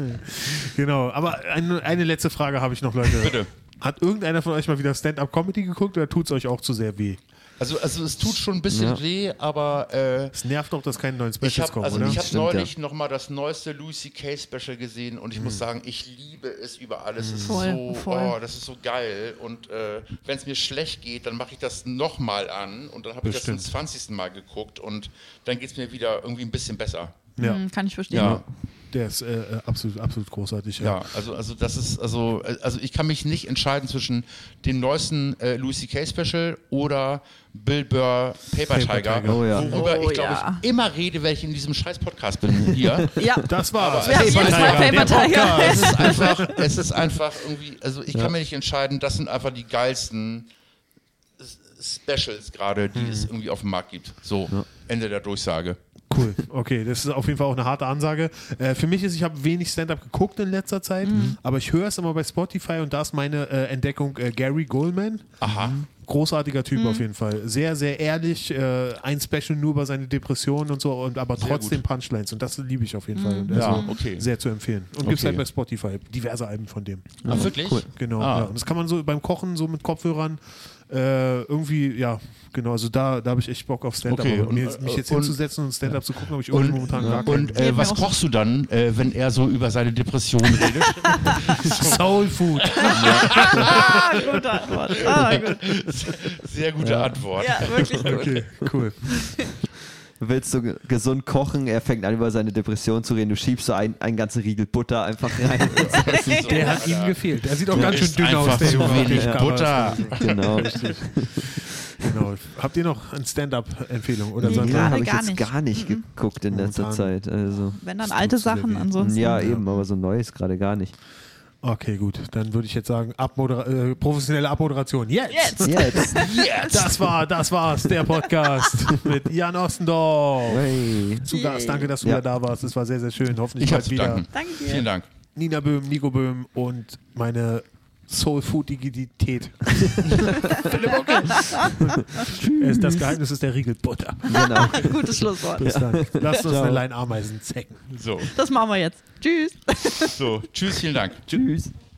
S1: genau, aber eine, eine letzte Frage habe ich noch, Leute.
S4: Bitte.
S1: Hat irgendeiner von euch mal wieder Stand-Up-Comedy geguckt oder tut's euch auch zu sehr weh?
S4: Also, also es tut schon ein bisschen
S2: Ja.
S4: weh, aber äh,
S1: Es nervt doch, dass keine neuen Specials
S4: ich habe
S1: kommen,
S4: also
S1: oder?
S4: ich hab
S2: Stimmt,
S4: neulich noch nochmal das neueste Louis C.K. Special gesehen und ich muss sagen, ich liebe es über alles. Es ist
S3: Voll,
S4: so,
S3: voll.
S4: oh, das ist so geil. Und äh, wenn es mir schlecht geht, dann mache ich das nochmal an und dann habe ich das zum
S1: Bestimmt.
S4: 20. Mal geguckt und dann geht es mir wieder irgendwie ein bisschen besser.
S1: ja,
S3: Hm, Kann ich verstehen.
S4: Ja.
S1: der ist äh, äh, absolut, absolut großartig.
S4: Ja, also, also das ist, also, also ich kann mich nicht entscheiden zwischen dem neuesten äh, Louis C.K. Special oder Bill Burr Paper,
S1: Paper
S4: Tiger,
S1: Tiger.
S2: Oh ja.
S4: worüber
S3: Oh
S4: ich glaube
S3: ja.
S4: ich immer rede, wenn ich in diesem scheiß Podcast bin hier.
S3: Ja.
S1: Das war's.
S4: Aber- Ja,
S1: Paper
S3: jedes Mal
S1: Tiger, der
S3: Paper Tiger.
S1: Podcast.
S4: es ist einfach, es ist einfach irgendwie, also ich kann mir nicht entscheiden, das sind einfach die geilsten S- Specials gerade, die es
S1: Mhm.
S4: irgendwie auf dem Markt gibt. So, Ende der Durchsage.
S1: Cool, okay, das ist auf jeden Fall auch eine harte Ansage. Äh, für mich ist, ich habe wenig Stand-up geguckt in letzter Zeit,
S4: Mhm.
S1: aber ich höre es immer bei Spotify und da ist meine äh, Entdeckung äh, Gary Goldman.
S4: Aha. Mhm.
S1: Großartiger Typ auf jeden Fall. Sehr, sehr ehrlich. Äh, ein Special nur über seine Depressionen und so, und aber trotzdem Punchlines. Und das liebe ich auf jeden Fall. Und
S4: Mhm. Ja,
S1: also
S4: okay.
S1: Sehr zu empfehlen. Und gibt's gibt es halt bei Spotify diverse Alben von dem.
S4: Ah, wirklich?
S1: Genau. Ja. Und das kann man so beim Kochen, so mit Kopfhörern, äh, irgendwie, ja, genau. Also da, da habe ich echt Bock auf Stand-up.
S4: Okay,
S1: Aber
S4: und,
S1: mir, mich
S4: äh,
S1: jetzt
S4: und-
S1: hinzusetzen und Stand-up zu gucken, habe ich irgendwie
S4: Und,
S1: momentan gar keinen.
S4: und äh,
S3: Geht
S4: was
S3: mir auch
S4: kochst du dann, äh, wenn er so über seine Depression redet?
S1: Soul Food.
S3: Ah, gute Antwort. Ah, gut.
S4: Sehr gute Antwort.
S3: Ja, wirklich gut.
S1: Okay, cool.
S2: willst du ge- gesund kochen, er fängt an über seine Depression zu reden, du schiebst so ein- einen ganzen Riegel Butter einfach rein.
S1: Der hat ihm gefehlt. Er sieht auch ganz schön
S4: isst
S1: dünn aus.
S4: einfach
S1: Der
S4: zu
S1: Junge auf dem
S4: wenig
S1: Cover.
S4: Butter.
S2: genau.
S1: Genau. Habt ihr noch eine Stand-Up-Empfehlung? Oder sollen
S3: Nee,
S1: wir-
S2: Ja,
S3: Gerade
S2: habe ich
S3: gar
S2: jetzt
S3: nicht. Mhm.
S2: gar nicht geguckt in letzter
S1: Momentan.
S2: Zeit. Also.
S3: Wenn dann alte
S1: tut's
S3: Sachen,
S1: mir weh.
S3: ansonsten.
S2: Ja, eben, aber so Neues gerade gar nicht.
S1: Okay, gut. Dann würde ich jetzt sagen, Abmodera äh, professionelle Abmoderation. Jetzt!
S3: Jetzt!
S2: Jetzt.
S1: Das war, das war's, der Podcast mit Jan Ostendorf.
S2: Hey.
S1: Zu Gast, danke, dass du
S2: Ja.
S1: wieder da warst. Es war sehr, sehr schön. Hoffentlich
S4: Ich habe
S1: bald
S4: zu
S1: wieder.
S4: danken.
S3: Danke dir.
S4: Vielen Dank.
S1: Nina Böhm, Nico Böhm und meine Soul-Food-Digitität. Philipp Ockel. Es- das Geheimnis ist der Riegel Butter.
S2: Genau.
S3: Gutes Schlusswort.
S1: Bis dann. Lasst uns
S2: Ciao.
S1: eine Line Ameisen zecken.
S4: So,
S3: Das machen wir jetzt. Tschüss.
S4: so. Tschüss, vielen Dank.
S2: Tschüss.